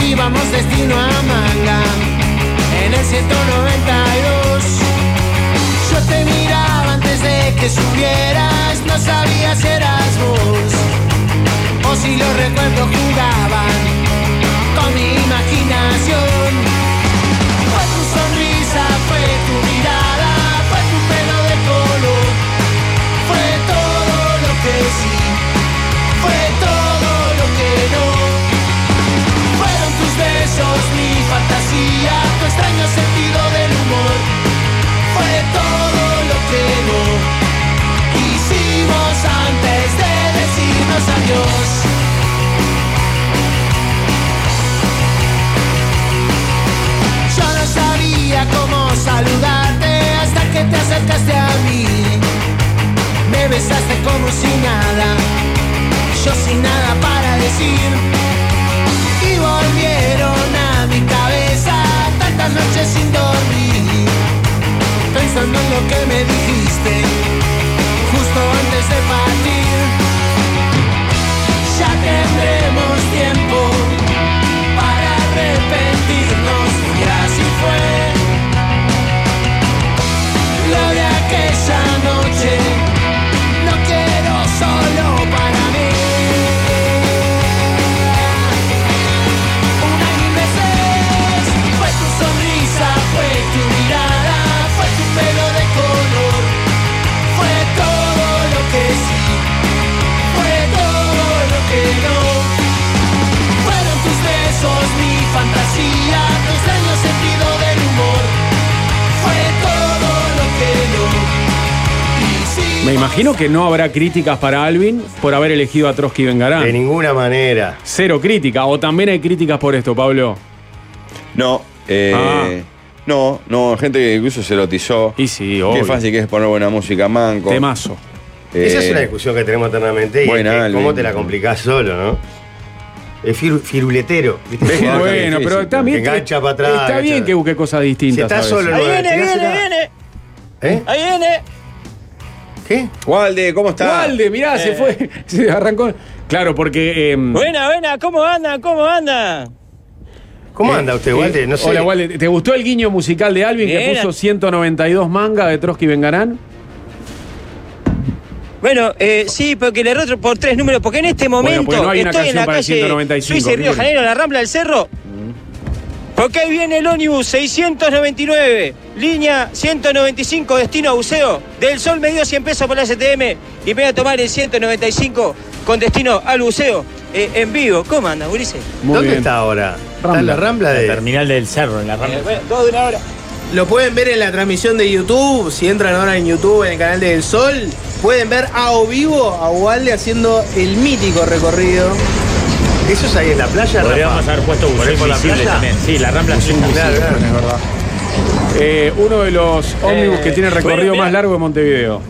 Speaker 8: Íbamos destino a Manga en el 192. Yo te miraba antes de que subieras, no sabía si eras vos o si los recuerdos jugaban con mi imaginación. Fue tu sonrisa, fue tu mirada, fue tu pelo de color, fue todo lo que sí, fue todo lo que no. Fueron tus besos, mi fantasía, tu extraño sentido del humor, fue todo lo que no hicimos antes de decirnos adiós. Yo no sabía cómo saludarte hasta que te acercaste a mí. Me besaste como si nada, yo sin nada para decir. Y volvieron a mi cabeza tantas noches sin dormir, pensando en lo que me dijiste justo antes de partir. Ya tendremos tiempo para arrepentirnos, y así fue lo de aquella noche. Lo quiero solo para mí. Una mil veces fue tu sonrisa, fue tu mirada, fue tu pelo de color, fue todo lo que sí, fue todo lo que no. Fueron tus besos, mi fantasía, tu extraño sentido del humor, fue todo lo que no. hicimos
Speaker 2: Me imagino que no habrá críticas para Alvin por haber elegido a Trotsky
Speaker 4: De
Speaker 2: Vengarán.
Speaker 4: ninguna manera.
Speaker 2: Cero crítica. O también hay críticas por esto, Pablo.
Speaker 1: No, eh,
Speaker 2: Ah.
Speaker 1: no, no, gente que incluso se erotizó.
Speaker 2: Y sí,
Speaker 1: Qué
Speaker 2: obvio.
Speaker 1: fácil que es poner buena música, manco.
Speaker 2: Temazo.
Speaker 1: Eh,
Speaker 4: Esa es una discusión que tenemos eternamente y
Speaker 1: Buena,
Speaker 4: es que cómo
Speaker 1: Alvin.
Speaker 4: te la complicás solo, ¿no? Es firu- firuletero. ¿viste?
Speaker 1: Ves que no es tan
Speaker 2: Bueno,
Speaker 1: difícil,
Speaker 2: pero está bien.
Speaker 4: que engancha para atrás,
Speaker 2: Está bien
Speaker 4: engancha.
Speaker 2: que busque cosas
Speaker 4: Si
Speaker 2: distintas. a veces.
Speaker 4: estás solo...
Speaker 5: Ahí
Speaker 4: no, te
Speaker 5: viene,
Speaker 4: hace
Speaker 5: viene,
Speaker 4: nada.
Speaker 5: viene.
Speaker 4: ¿Eh?
Speaker 5: Ahí viene.
Speaker 4: ¿Qué?
Speaker 1: Walde, ¿cómo está?
Speaker 2: Valde, mirá,
Speaker 4: Eh.
Speaker 2: se fue. Se arrancó. Claro, porque. em,
Speaker 5: Buena, buena. ¿Cómo andan? ¿Cómo andan?
Speaker 4: ¿Cómo anda usted, Walter? No sé.
Speaker 2: eh, Hola, Walde. ¿Te gustó el guiño musical de Alvin que
Speaker 5: Bien.
Speaker 2: puso 192 manga de Trotsky Vengarán?
Speaker 9: Bueno, eh, sí, porque le roto por tres números, porque en este momento
Speaker 2: porque pues no hay una
Speaker 9: estoy en
Speaker 2: canción
Speaker 9: la
Speaker 2: para el
Speaker 9: calle
Speaker 2: 195,
Speaker 9: Suiza y Río
Speaker 2: Rigoli.
Speaker 9: Janeiro, en la Rambla del Cerro. Porque ahí viene el ómnibus 699, línea 195, destino a Buceo. Del Sol me dio 100 pesos por la STM y me voy a tomar el 195 con destino al Buceo eh, en vivo. ¿Cómo anda, Ulises?
Speaker 2: Muy
Speaker 4: ¿Dónde
Speaker 2: bien.
Speaker 4: está ahora? Está
Speaker 2: Rambla.
Speaker 4: en la Rambla
Speaker 5: La
Speaker 4: de...
Speaker 5: terminal del cerro, en la rambla.
Speaker 9: todo de una hora.
Speaker 3: Lo pueden ver en la transmisión de YouTube. Si entran ahora en YouTube, en el canal del Sol, pueden ver a o vivo a Walde haciendo el mítico recorrido.
Speaker 4: ¿Eso es ahí en la playa,
Speaker 5: Podríamos
Speaker 4: Rafa?
Speaker 5: haber puesto buceo
Speaker 4: por la
Speaker 5: invisible
Speaker 4: playa?
Speaker 5: también. Sí, la rambla es
Speaker 4: Claro,
Speaker 5: invisible.
Speaker 4: claro.
Speaker 2: Eh, uno de los ómnibus que tiene el recorrido
Speaker 5: bueno, mira.
Speaker 2: más largo de Montevideo.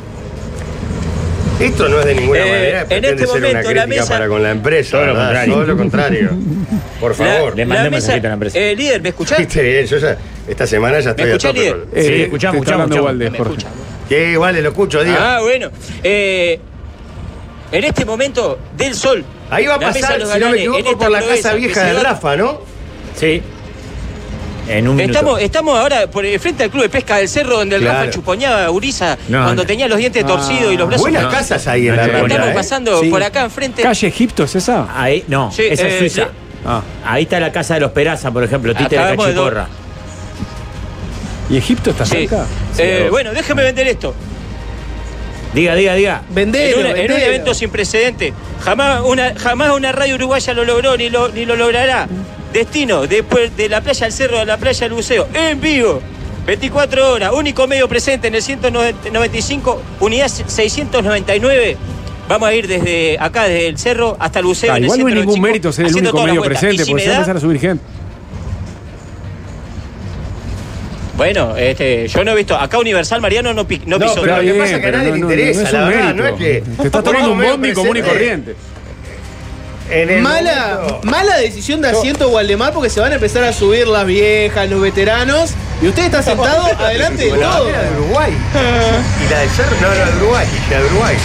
Speaker 4: Esto no es de ninguna
Speaker 9: Eh,
Speaker 4: manera,
Speaker 9: en
Speaker 4: pretende
Speaker 9: este
Speaker 4: ser
Speaker 9: momento,
Speaker 4: una
Speaker 9: la
Speaker 4: crítica
Speaker 9: mesa-
Speaker 4: para con la empresa.
Speaker 5: Todo lo
Speaker 4: ¿verdad?
Speaker 5: contrario.
Speaker 4: Todo lo contrario. Por favor.
Speaker 5: Le mandé un mensajito a la empresa.
Speaker 9: Eh, líder, ¿me escuchás?
Speaker 4: Viste bien, yo ya, esta semana ya estoy
Speaker 9: ¿Me
Speaker 4: a
Speaker 9: escuchás,
Speaker 4: tope
Speaker 9: líder?
Speaker 4: con-
Speaker 2: Eh,
Speaker 5: Sí,
Speaker 2: te
Speaker 5: escuchamos,
Speaker 2: está
Speaker 5: escuchamos,
Speaker 2: hablando
Speaker 5: escuchamos.
Speaker 2: Walde, Jorge.
Speaker 4: Que vale, lo escucho, diga.
Speaker 9: Ah, bueno. Eh, en este momento, del sol.
Speaker 4: Ahí va a
Speaker 9: la mesa de
Speaker 4: pasar,
Speaker 9: los
Speaker 4: si no me
Speaker 9: galanes, en
Speaker 4: equivoco,
Speaker 9: esta
Speaker 4: por la
Speaker 9: proveza
Speaker 4: casa
Speaker 9: que
Speaker 4: vieja
Speaker 9: se
Speaker 4: de
Speaker 9: da-
Speaker 4: Rafa, ¿no?
Speaker 5: Sí. En un minuto.
Speaker 9: Estamos, estamos ahora por el frente al club de pesca del cerro donde el
Speaker 4: Claro.
Speaker 9: Rafa chupoñaba a Uriza
Speaker 5: No, Ah,
Speaker 9: cuando
Speaker 5: no.
Speaker 9: tenía los dientes torcidos y los brazos.
Speaker 4: Buenas casas ahí en la
Speaker 5: No, no,
Speaker 4: Rambla.
Speaker 9: Estamos
Speaker 4: ¿eh?
Speaker 9: pasando
Speaker 3: Sí.
Speaker 9: por acá enfrente.
Speaker 2: ¿Calle Egipto es esa?
Speaker 5: Ahí, no,
Speaker 9: Sí,
Speaker 5: esa
Speaker 9: eh,
Speaker 5: es Suiza.
Speaker 2: Ah.
Speaker 5: Ahí está la casa de los Peraza, por ejemplo, Tite de la
Speaker 9: Acabamos de do-
Speaker 5: Cachiporra.
Speaker 2: ¿Y Egipto está
Speaker 9: Sí.
Speaker 2: cerca?
Speaker 9: Eh,
Speaker 5: Sí, vos.
Speaker 9: bueno, déjeme vender esto.
Speaker 5: Diga, diga, diga.
Speaker 3: Vendelo,
Speaker 9: en, una- en un
Speaker 3: vendelo.
Speaker 9: evento sin precedente. Jamás una, jamás una radio uruguaya lo logró ni lo, ni lo logrará. Destino, después de la playa al cerro, de la playa al buceo, en vivo. 24 horas, único medio presente en el 195, unidad 699. Vamos a ir desde acá, desde el cerro hasta el buceo.
Speaker 2: Ah,
Speaker 9: en el
Speaker 2: igual no hay ningún
Speaker 9: 195,
Speaker 2: mérito ser el
Speaker 9: haciendo
Speaker 2: único
Speaker 9: todas las
Speaker 2: medio
Speaker 9: vueltas.
Speaker 2: presente,
Speaker 9: Y si
Speaker 2: porque
Speaker 9: me
Speaker 2: se va a
Speaker 9: da-
Speaker 2: empezar a subir gente.
Speaker 9: Bueno, este, yo no he visto. Acá Universal Mariano no, pi- no
Speaker 4: No, pero
Speaker 9: pisó.
Speaker 2: Está
Speaker 4: lo que
Speaker 2: bien,
Speaker 4: pasa es que a
Speaker 2: pero
Speaker 4: nadie le interesa,
Speaker 2: es
Speaker 4: la
Speaker 2: un
Speaker 4: verdad,
Speaker 2: mérito.
Speaker 4: no es que-
Speaker 2: Te estás tomando un
Speaker 4: Medio
Speaker 2: bondi común y
Speaker 4: presente.
Speaker 2: corriente.
Speaker 4: En el
Speaker 3: Mala,
Speaker 4: momento-
Speaker 3: mala decisión de asiento Waldemar porque se van a empezar a subir las viejas, los veteranos. Y usted está sentado adelante de
Speaker 4: Con la
Speaker 3: todo.
Speaker 4: bandera de Uruguay. Y la del Cerro, no, no, de Uruguay, la de Uruguay.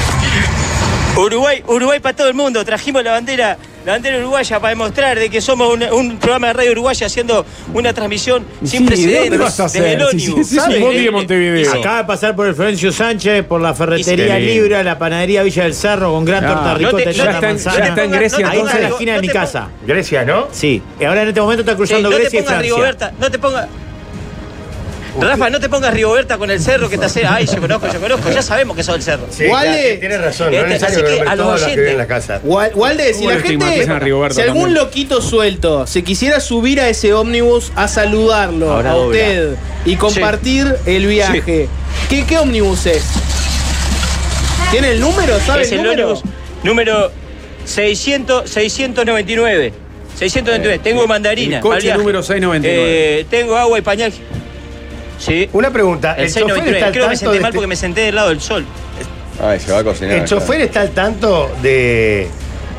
Speaker 9: Uruguay, Uruguay para todo el mundo. Trajimos la bandera la bandera uruguaya para demostrar de que somos un, un programa de radio uruguaya haciendo una transmisión sin
Speaker 2: Sí, ¿dónde
Speaker 9: precedentes
Speaker 2: vas a
Speaker 9: desde
Speaker 2: hacer?
Speaker 9: el
Speaker 2: Sí, sí,
Speaker 9: ómnibus.
Speaker 2: sí, sí,
Speaker 9: ¿Sabe?
Speaker 2: Bondi de
Speaker 9: Eh,
Speaker 2: Montevideo.
Speaker 9: acá-
Speaker 5: Acaba de pasar por el Florencio Sánchez, por la ferretería
Speaker 6: Qué lindo.
Speaker 5: Libra, la panadería Villa del Cerro con gran
Speaker 2: Ah,
Speaker 5: torta
Speaker 2: no
Speaker 9: te-
Speaker 5: ricota y
Speaker 9: no
Speaker 5: chata
Speaker 2: te-
Speaker 5: manzana.
Speaker 2: ya está en Grecia,
Speaker 5: Ahí está
Speaker 2: entonces.
Speaker 5: la esquina de mi
Speaker 9: No te pongas-
Speaker 5: casa.
Speaker 4: Grecia, ¿no?
Speaker 5: Sí. Y ahora en este momento está
Speaker 9: Ey,
Speaker 5: cruzando
Speaker 9: no te
Speaker 5: Grecia y
Speaker 9: pongas
Speaker 5: Francia.
Speaker 9: Rigoberta, no te pongas. Rafa, no te pongas Rigoberta con el cerro que te hace. Ay, yo conozco, yo conozco, ya sabemos que sos el cerro.
Speaker 4: Sí,
Speaker 3: Guale.
Speaker 4: claro, sí, tienes razón, no es
Speaker 9: Este,
Speaker 4: necesario
Speaker 9: así que
Speaker 4: que
Speaker 9: a los
Speaker 4: todos los que
Speaker 9: oyentes.
Speaker 4: viven en la casa.
Speaker 3: Wal- Walde, si
Speaker 2: ¿Cómo
Speaker 3: la
Speaker 2: lo estigmatizan a
Speaker 3: gente,
Speaker 2: Rigoberto
Speaker 3: si algún
Speaker 2: también?
Speaker 3: loquito suelto se quisiera subir a ese ómnibus a saludarlo
Speaker 5: Ahora
Speaker 3: a
Speaker 5: dobla.
Speaker 3: usted y compartir el viaje, ¿qué, qué ómnibus es? ¿Tiene el número? ¿Sabe
Speaker 9: es
Speaker 3: el
Speaker 9: el
Speaker 3: número?
Speaker 9: ómnibus número 600, 699. 699. tengo
Speaker 2: Eh,
Speaker 9: mandarina.
Speaker 2: el coche
Speaker 9: para viaje.
Speaker 2: número 699.
Speaker 9: Eh, tengo agua y pañal. Sí.
Speaker 4: Una pregunta, el,
Speaker 9: El
Speaker 4: chofer
Speaker 9: 693.
Speaker 4: está al
Speaker 9: Creo que me
Speaker 4: tanto
Speaker 9: senté
Speaker 4: de
Speaker 9: mal
Speaker 4: este-
Speaker 9: porque me senté del lado del sol.
Speaker 1: Ay, se va a cocinar.
Speaker 4: el chofer está al tanto de,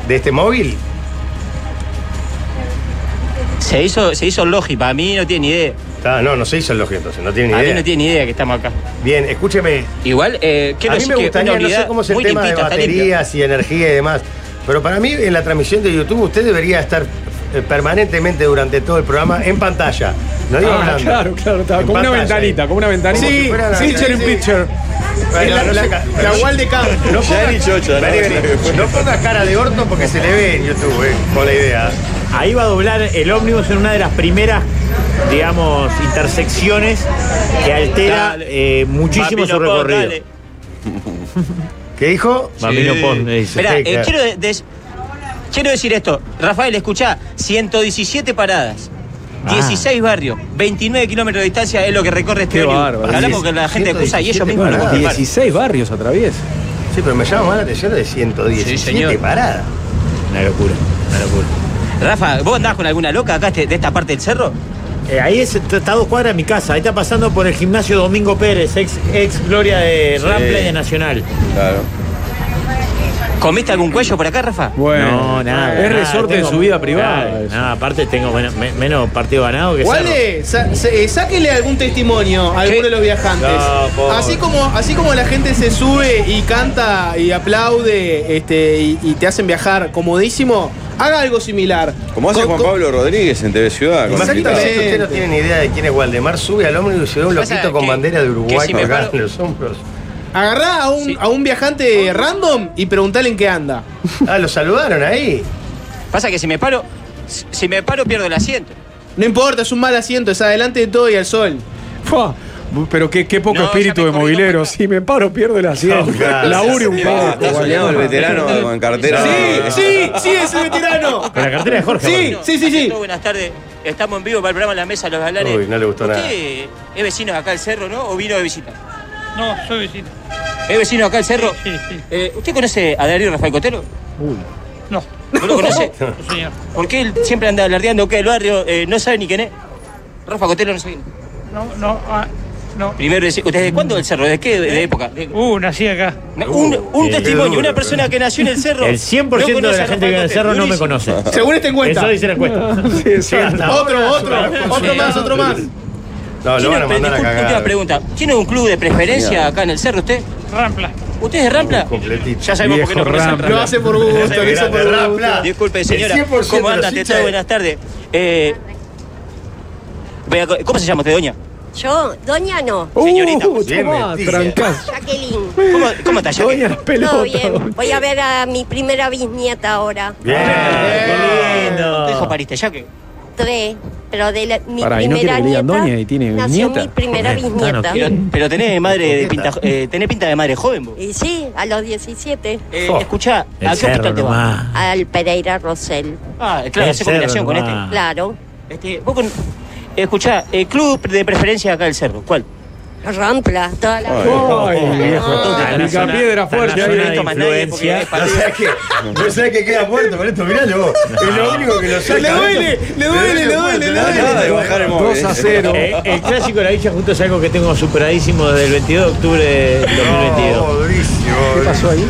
Speaker 4: de este móvil.
Speaker 9: Se hizo, se hizo logi. Para mí no tiene ni idea.
Speaker 4: Está- no, no se hizo el logio entonces, no tiene ni
Speaker 9: Para mí
Speaker 4: idea.
Speaker 9: no tiene ni idea que estamos acá.
Speaker 4: Bien, escúcheme,
Speaker 9: Igual, eh, quiero
Speaker 4: a mí
Speaker 9: decir
Speaker 4: me gustaría,
Speaker 9: que una
Speaker 4: no
Speaker 9: unidad
Speaker 4: sé cómo es el
Speaker 9: muy
Speaker 4: tema de
Speaker 9: limpita, está limpia.
Speaker 4: baterías y energía y demás, pero para mí en la transmisión de YouTube usted debería estar eh, permanentemente durante todo el programa en pantalla. No digo
Speaker 2: Ah,
Speaker 4: hablando.
Speaker 2: claro, claro, estaba
Speaker 4: En
Speaker 2: como una
Speaker 4: pantalla,
Speaker 2: ventanita,
Speaker 4: ahí.
Speaker 2: como una ventanita.
Speaker 4: Como si
Speaker 2: Sí,
Speaker 4: fuera la-
Speaker 2: picture in
Speaker 4: sí.
Speaker 2: picture.
Speaker 4: Bueno,
Speaker 3: La,
Speaker 4: no se
Speaker 3: la,
Speaker 4: ca-
Speaker 3: la Walde Camp.
Speaker 4: No pongas-
Speaker 1: ni chocha, ¿no?
Speaker 4: Vení, vení. No pongas cara de orto porque se le ve en YouTube, eh, con la idea.
Speaker 5: Ahí va a doblar el ómnibus en una de las primeras, digamos, intersecciones que altera
Speaker 9: Dale.
Speaker 5: eh, muchísimo
Speaker 9: Papi,
Speaker 5: su
Speaker 9: no puedo,
Speaker 5: recorrido.
Speaker 9: dale.
Speaker 4: ¿Qué dijo?
Speaker 5: Mamino Pon, eh, dice.
Speaker 4: Sí,
Speaker 9: Esperá, eh,
Speaker 4: claro.
Speaker 9: quiero, de- des- quiero decir esto. Rafael, escuchá, 117 paradas.
Speaker 4: Ah.
Speaker 9: 16 barrios, 29 kilómetros de distancia es lo que recorre este
Speaker 2: Qué
Speaker 9: ómnibus.
Speaker 2: bárbaro.
Speaker 9: Hablamos con la gente que usa y ellos mismos lo
Speaker 4: Bueno,
Speaker 9: confirmaron.
Speaker 2: 16 barrios atraviesa.
Speaker 4: Sí, pero me llama más la atención de
Speaker 9: Sí,
Speaker 4: 117
Speaker 9: señor.
Speaker 4: paradas.
Speaker 5: Una locura, una locura.
Speaker 9: Rafa, ¿vos andás con alguna loca acá este- de esta parte del cerro?
Speaker 5: Eh, ahí es, está está a dos cuadras de mi casa. Ahí está pasando por el gimnasio Domingo Pérez, ex, ex gloria de
Speaker 1: Sí.
Speaker 5: Rampla y de Nacional.
Speaker 1: Claro.
Speaker 9: ¿Comiste algún cuello por acá, Rafa?
Speaker 2: Bueno,
Speaker 5: no, nada.
Speaker 2: Es
Speaker 5: nada,
Speaker 2: resorte de
Speaker 5: tengo-
Speaker 2: su vida privada.
Speaker 5: Nada,
Speaker 2: eso.
Speaker 5: nada, aparte tengo bueno, me- menos partido ganado que Cerro.
Speaker 3: Walde, sa- sa- eh, sáquele algún testimonio a alguno de los viajantes.
Speaker 5: No, por-
Speaker 3: así, como, así como la gente se sube y canta y aplaude este, y, y te hacen viajar comodísimo, haga algo similar.
Speaker 1: Como hace
Speaker 3: Co-
Speaker 1: Juan
Speaker 3: co-
Speaker 1: Pablo Rodríguez en TV Ciudad. con la
Speaker 3: Exactamente.
Speaker 1: guitarra.
Speaker 4: Ustedes no tienen ni idea de quién es Waldemar. Sube al ómnibus y se ve un
Speaker 9: Pasa
Speaker 4: loquito con
Speaker 9: que-
Speaker 4: bandera de
Speaker 9: que
Speaker 4: Uruguay
Speaker 9: si me
Speaker 4: colgada
Speaker 9: paro-
Speaker 4: en los hombros.
Speaker 3: Agarrá a un,
Speaker 9: Sí.
Speaker 3: a un viajante random y preguntale en qué anda.
Speaker 4: Ah, lo saludaron ahí.
Speaker 9: Pasa que si me paro, si si me paro pierdo el asiento.
Speaker 3: No importa, es un mal asiento, es adelante de todo y al sol.
Speaker 2: Fua, Pero qué, qué poco
Speaker 9: No,
Speaker 2: espíritu
Speaker 9: ya
Speaker 2: de
Speaker 9: me corrió
Speaker 2: movilero.
Speaker 9: para acá.
Speaker 2: Si me paro, pierdo el asiento.
Speaker 4: No, claro.
Speaker 2: Labure un
Speaker 1: Ah,
Speaker 2: poco.
Speaker 1: Está soñado el veterano con cartera.
Speaker 3: Sí,
Speaker 9: Ah.
Speaker 3: sí, sí, es el veterano.
Speaker 5: Con la cartera de Jorge.
Speaker 3: Sí.
Speaker 5: bueno.
Speaker 3: sí.
Speaker 9: Todo, buenas tardes. Estamos en vivo para el programa La Mesa de Los Galanes.
Speaker 4: Uy, no le gustó
Speaker 9: ¿Usted
Speaker 4: nada.
Speaker 9: es vecino de acá del cerro, no? ¿O vino de visita?
Speaker 10: No, soy vecino.
Speaker 9: ¿Es vecino de acá del cerro?
Speaker 10: Sí, sí.
Speaker 9: Eh, ¿Usted conoce a Darío Rafael Cotelo?
Speaker 10: No,
Speaker 9: ¿No lo conoce?
Speaker 10: no, señor.
Speaker 9: ¿Por qué él siempre anda alardeando que el barrio eh, no sabe ni quién es? Rafa Cotelo no sabe.
Speaker 10: No, no, ah, no.
Speaker 9: Primero, decí- ¿usted desde cuándo del cerro? ¿Desde qué de época? De-
Speaker 10: Uh, nací acá.
Speaker 9: un un
Speaker 5: eh,
Speaker 9: testimonio, una persona que nació en el cerro.
Speaker 5: El 100%
Speaker 9: no
Speaker 5: de
Speaker 9: conoce
Speaker 5: la gente que
Speaker 9: a Rafael
Speaker 5: vive en el
Speaker 9: Cotelo,
Speaker 5: cerro no me
Speaker 9: durísimo.
Speaker 5: conoce.
Speaker 3: Según este esta
Speaker 5: Eso
Speaker 3: encuesta.
Speaker 5: dice la encuesta.
Speaker 2: Sí, sí.
Speaker 3: Otro, otro, otro más, otro más.
Speaker 4: No, Ah, lo
Speaker 9: ¿Quién
Speaker 4: van a
Speaker 9: es-
Speaker 4: mandar a
Speaker 9: disculpe,
Speaker 4: cagar.
Speaker 9: última pregunta. ¿Tiene un club de preferencia acá en el cerro usted?
Speaker 10: Rampla.
Speaker 9: ¿Usted es de Rampla?
Speaker 4: Completito.
Speaker 9: Ya sabemos por qué no
Speaker 2: Viejo
Speaker 9: conoce a
Speaker 2: Rampla.
Speaker 3: Lo hace por gusto, lo hizo por
Speaker 4: Grande,
Speaker 3: gusto.
Speaker 4: Rampla.
Speaker 9: Disculpe,
Speaker 4: El
Speaker 9: señora.
Speaker 4: 100%
Speaker 9: ¿Cómo
Speaker 4: de los
Speaker 9: anda? ¿Te
Speaker 4: hinchas
Speaker 9: todo?
Speaker 4: de-
Speaker 9: Buenas tardes. Eh, vea, ¿Cómo se llama usted, doña?
Speaker 11: Yo, doña no,
Speaker 9: Señorita,
Speaker 2: Uh,
Speaker 4: bien
Speaker 2: tomá,
Speaker 4: metida.
Speaker 2: trancás.
Speaker 11: Jacqueline.
Speaker 9: ¿Cómo, cómo está ya?
Speaker 2: Doña las
Speaker 11: Todo
Speaker 2: pelotas.
Speaker 11: bien. Voy a ver a mi primera bisnieta ahora.
Speaker 4: Bien.
Speaker 5: Qué
Speaker 9: ¿Cuánto dijo
Speaker 5: lindo.
Speaker 9: pariste ya que?
Speaker 11: Tres. Pero de la, mi
Speaker 2: Pará, ¿y
Speaker 11: primera
Speaker 2: no quiere que le digan
Speaker 11: nieta
Speaker 2: doña y tiene
Speaker 11: nació
Speaker 2: bisnieta?
Speaker 11: mi primera
Speaker 5: Joder,
Speaker 11: bisnieta.
Speaker 5: no,
Speaker 9: Pero, pero tenés madre de pinta, eh, tenés pinta de madre joven vos.
Speaker 11: Y sí, a los 17,
Speaker 9: Eh,
Speaker 4: Jo.
Speaker 9: escuchá, ¿a qué
Speaker 5: El cerro
Speaker 9: hospital te vas?
Speaker 5: nomás.
Speaker 11: al Pereira Rosell.
Speaker 9: Ah, claro,
Speaker 5: El
Speaker 9: hace combinación
Speaker 5: cerro
Speaker 9: con
Speaker 5: nomás.
Speaker 11: Claro.
Speaker 9: este. Este, vos con, escuchá, el club de preferencia acá del cerro, ¿cuál?
Speaker 11: Rampla, toda la
Speaker 1: Ay.
Speaker 2: Ay, viejo.
Speaker 5: Está en la
Speaker 2: Pica
Speaker 5: zona-
Speaker 2: piedra
Speaker 5: está en
Speaker 2: fuerte.
Speaker 5: la
Speaker 2: ahí.
Speaker 5: zona de
Speaker 9: esto más nadie,
Speaker 5: influencia.
Speaker 9: porque-
Speaker 4: No
Speaker 9: Eh,
Speaker 4: sabes que, no sabés que queda muerto con esto, miralo vos. Es lo único que lo saca.
Speaker 3: Le duele, le duele, le duele, le duele.
Speaker 1: Nada de bajar el móvil.
Speaker 2: 2 a 0.
Speaker 5: Eh, el clásico de la dicha justo es algo que tengo superadísimo desde el 22 de octubre de 2022.
Speaker 4: No, Oh, durísimo. ¿Qué pasó ahí?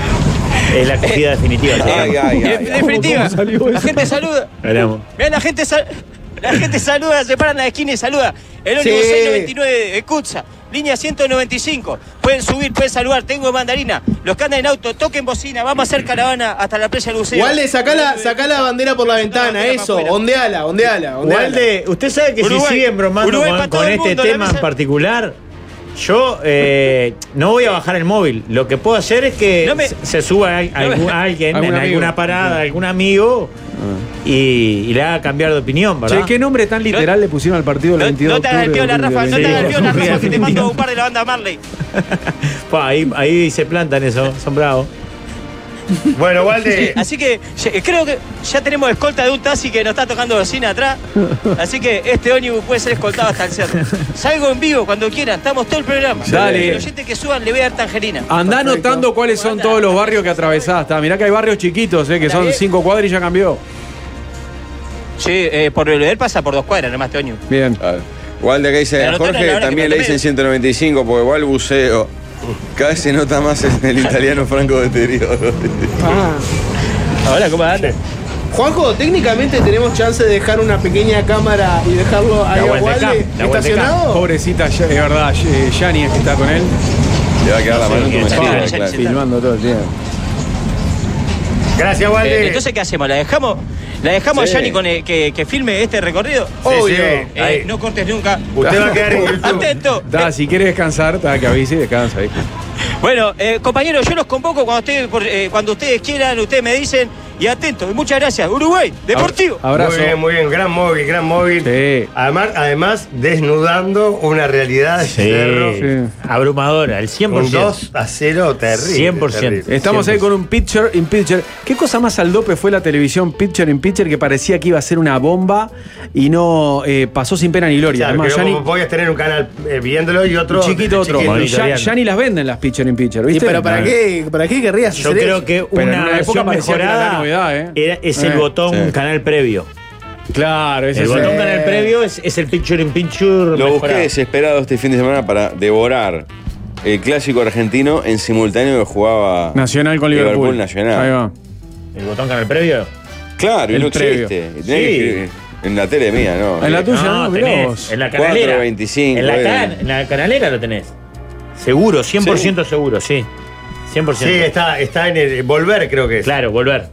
Speaker 5: Es la acogida definitiva.
Speaker 1: Ay, ay,
Speaker 9: En
Speaker 1: ay, ay.
Speaker 9: definitiva,
Speaker 2: ¿Cómo salió
Speaker 9: la
Speaker 2: eso?
Speaker 9: gente saluda.
Speaker 5: Hablamos.
Speaker 9: Vean, la gente, sal- la gente saluda, se paran en la esquina y saluda. El
Speaker 3: Sí.
Speaker 9: único 699 de Cutza. línea 195. Pueden subir, pueden saludar. Tengo mandarina. Los que andan en auto, toquen bocina. Vamos a hacer caravana hasta la playa Eh, Luceo.
Speaker 3: Walde, sacá la, sacá la bandera por la ventana, eso. Ondeala, ondeala, ondeala.
Speaker 5: Walde, usted sabe que
Speaker 3: Uruguay.
Speaker 5: si siguen bromando
Speaker 3: Uruguay
Speaker 5: con,
Speaker 3: pa' todo
Speaker 5: con
Speaker 3: el
Speaker 5: este
Speaker 3: mundo, la
Speaker 5: tema en
Speaker 3: mesa-
Speaker 5: particular, yo eh, no voy a bajar el móvil. Lo que puedo hacer es que
Speaker 9: No me-
Speaker 5: se- se suba a- a algún- a alguien
Speaker 2: Algún
Speaker 5: en
Speaker 2: amigo.
Speaker 5: alguna parada, algún amigo, y, y le haga cambiar de opinión, ¿verdad?
Speaker 2: Che, qué nombre tan literal le pusieron al partido el 22
Speaker 5: no
Speaker 2: de
Speaker 5: te hagas el
Speaker 2: octubre
Speaker 5: piola,
Speaker 2: del
Speaker 5: Rafa, no te hagas el
Speaker 2: 2020.
Speaker 5: piola, Rafa, que te mando
Speaker 9: Un par de la banda Marley.
Speaker 5: Pa, ahí, ahí se plantan eso, son bravos.
Speaker 4: Bueno,
Speaker 9: Sí, Así que ye- creo que ya tenemos escolta de un taxi que nos está tocando bocina atrás. Así que este ómnibus puede ser escoltado hasta el cerro. Salgo en vivo cuando quieran, estamos todo el programa.
Speaker 2: Dale. Ah.
Speaker 9: Los oyentes que suban le voy a dar tangerina.
Speaker 2: Andá anotando cuáles son todos los barrios que atravesás. Está, Mirá que hay barrios chiquitos, eh, que son cinco cuadras y ya cambió.
Speaker 9: Sí, eh, por el él pasa por dos cuadras nomás este ómnibus.
Speaker 2: Bien.
Speaker 1: Walde acá dice,
Speaker 9: Pero
Speaker 1: a
Speaker 9: no tomen la
Speaker 1: Jorge
Speaker 9: hora que
Speaker 1: también
Speaker 9: me
Speaker 1: le dicen
Speaker 9: tomé.
Speaker 1: 195 porque va al buceo. Cada vez se nota más el, el italiano franco deterioro.
Speaker 9: Hola, ¿cómo andas?
Speaker 3: Juanjo, técnicamente tenemos chance de dejar una pequeña cámara y dejarlo ahí a Walde estacionado.
Speaker 2: Pobrecita, ya- es verdad, eh, Yanni es que está con él.
Speaker 1: Le va a quedar la mano
Speaker 2: Sí,
Speaker 1: entumecida,
Speaker 2: Yanni,
Speaker 1: claro.
Speaker 2: Filmando todo el tiempo.
Speaker 4: Gracias, Walde.
Speaker 9: Eh, entonces, ¿qué hacemos? ¿La dejamos, la dejamos
Speaker 4: Sí.
Speaker 9: a Johnny con el- que, que filme este recorrido?
Speaker 4: Sí, Obvio. sí,
Speaker 9: Eh,
Speaker 4: ahí.
Speaker 9: no cortes nunca.
Speaker 4: Usted va a quedar en YouTube.
Speaker 9: Atento.
Speaker 2: Está, si quiere descansar, está, que avise y descansa. hijo.
Speaker 9: Bueno, eh, compañeros, yo los convoco cuando, ustedes- por- eh, cuando ustedes quieran, ustedes me dicen. Y atento, y muchas gracias. Uruguay, Deportivo.
Speaker 4: Muy bien, muy bien. Gran móvil, gran móvil. Además, además, desnudando una realidad de cerro.
Speaker 5: Abrumadora, el 100%.
Speaker 4: Un 2 a 0 terrible.
Speaker 5: 100%.
Speaker 4: terrible.
Speaker 2: Estamos ahí con un pitcher in pitcher. ¿Qué cosa más al dope fue la televisión pitcher in pitcher que parecía que iba a ser una bomba y no eh, pasó sin pena ni gloria?
Speaker 4: Claro,
Speaker 2: Además,
Speaker 4: que
Speaker 2: Yanni,
Speaker 4: vos podés tener un canal eh, viéndolo y otro.
Speaker 2: chiquito otro. Ya,
Speaker 4: Monitoreando.
Speaker 2: ya ni las venden las pitcher in pitcher, ¿viste?
Speaker 3: pero para qué, para qué querrías
Speaker 5: Yo
Speaker 3: hacer
Speaker 5: creo
Speaker 3: eso?
Speaker 5: que
Speaker 2: Pero
Speaker 5: una,
Speaker 2: en una época
Speaker 5: versión
Speaker 2: parecía que era la
Speaker 5: mejorada
Speaker 2: novedad, ¿eh?
Speaker 5: era- es el
Speaker 2: Eh,
Speaker 5: botón
Speaker 2: sí.
Speaker 5: canal previo.
Speaker 2: Claro, ese
Speaker 5: El
Speaker 2: es
Speaker 5: botón
Speaker 2: el-
Speaker 5: canal previo es, es el picture in
Speaker 1: Lo
Speaker 5: picture.
Speaker 1: busqué
Speaker 5: mejorado.
Speaker 1: desesperado este fin de semana para devorar el clásico argentino en simultáneo que jugaba
Speaker 2: Nacional con Liverpool.
Speaker 1: Nacional.
Speaker 2: Ahí va.
Speaker 5: ¿El botón canal previo?
Speaker 1: Claro, y
Speaker 2: El
Speaker 1: no
Speaker 2: previo.
Speaker 1: existe. Tenés
Speaker 2: Sí.
Speaker 1: que escribir. En la tele mía, ¿no?
Speaker 2: En la tuya, no, mirá
Speaker 5: tenés,
Speaker 2: vos.
Speaker 5: En la canalera.
Speaker 1: 4.25,
Speaker 5: en, la
Speaker 1: eh.
Speaker 5: can- en la canalera lo tenés. Seguro, 100% seguro, sí. 100%.
Speaker 4: Sí, está, está en el. Volver, creo que es.
Speaker 5: Claro, volver.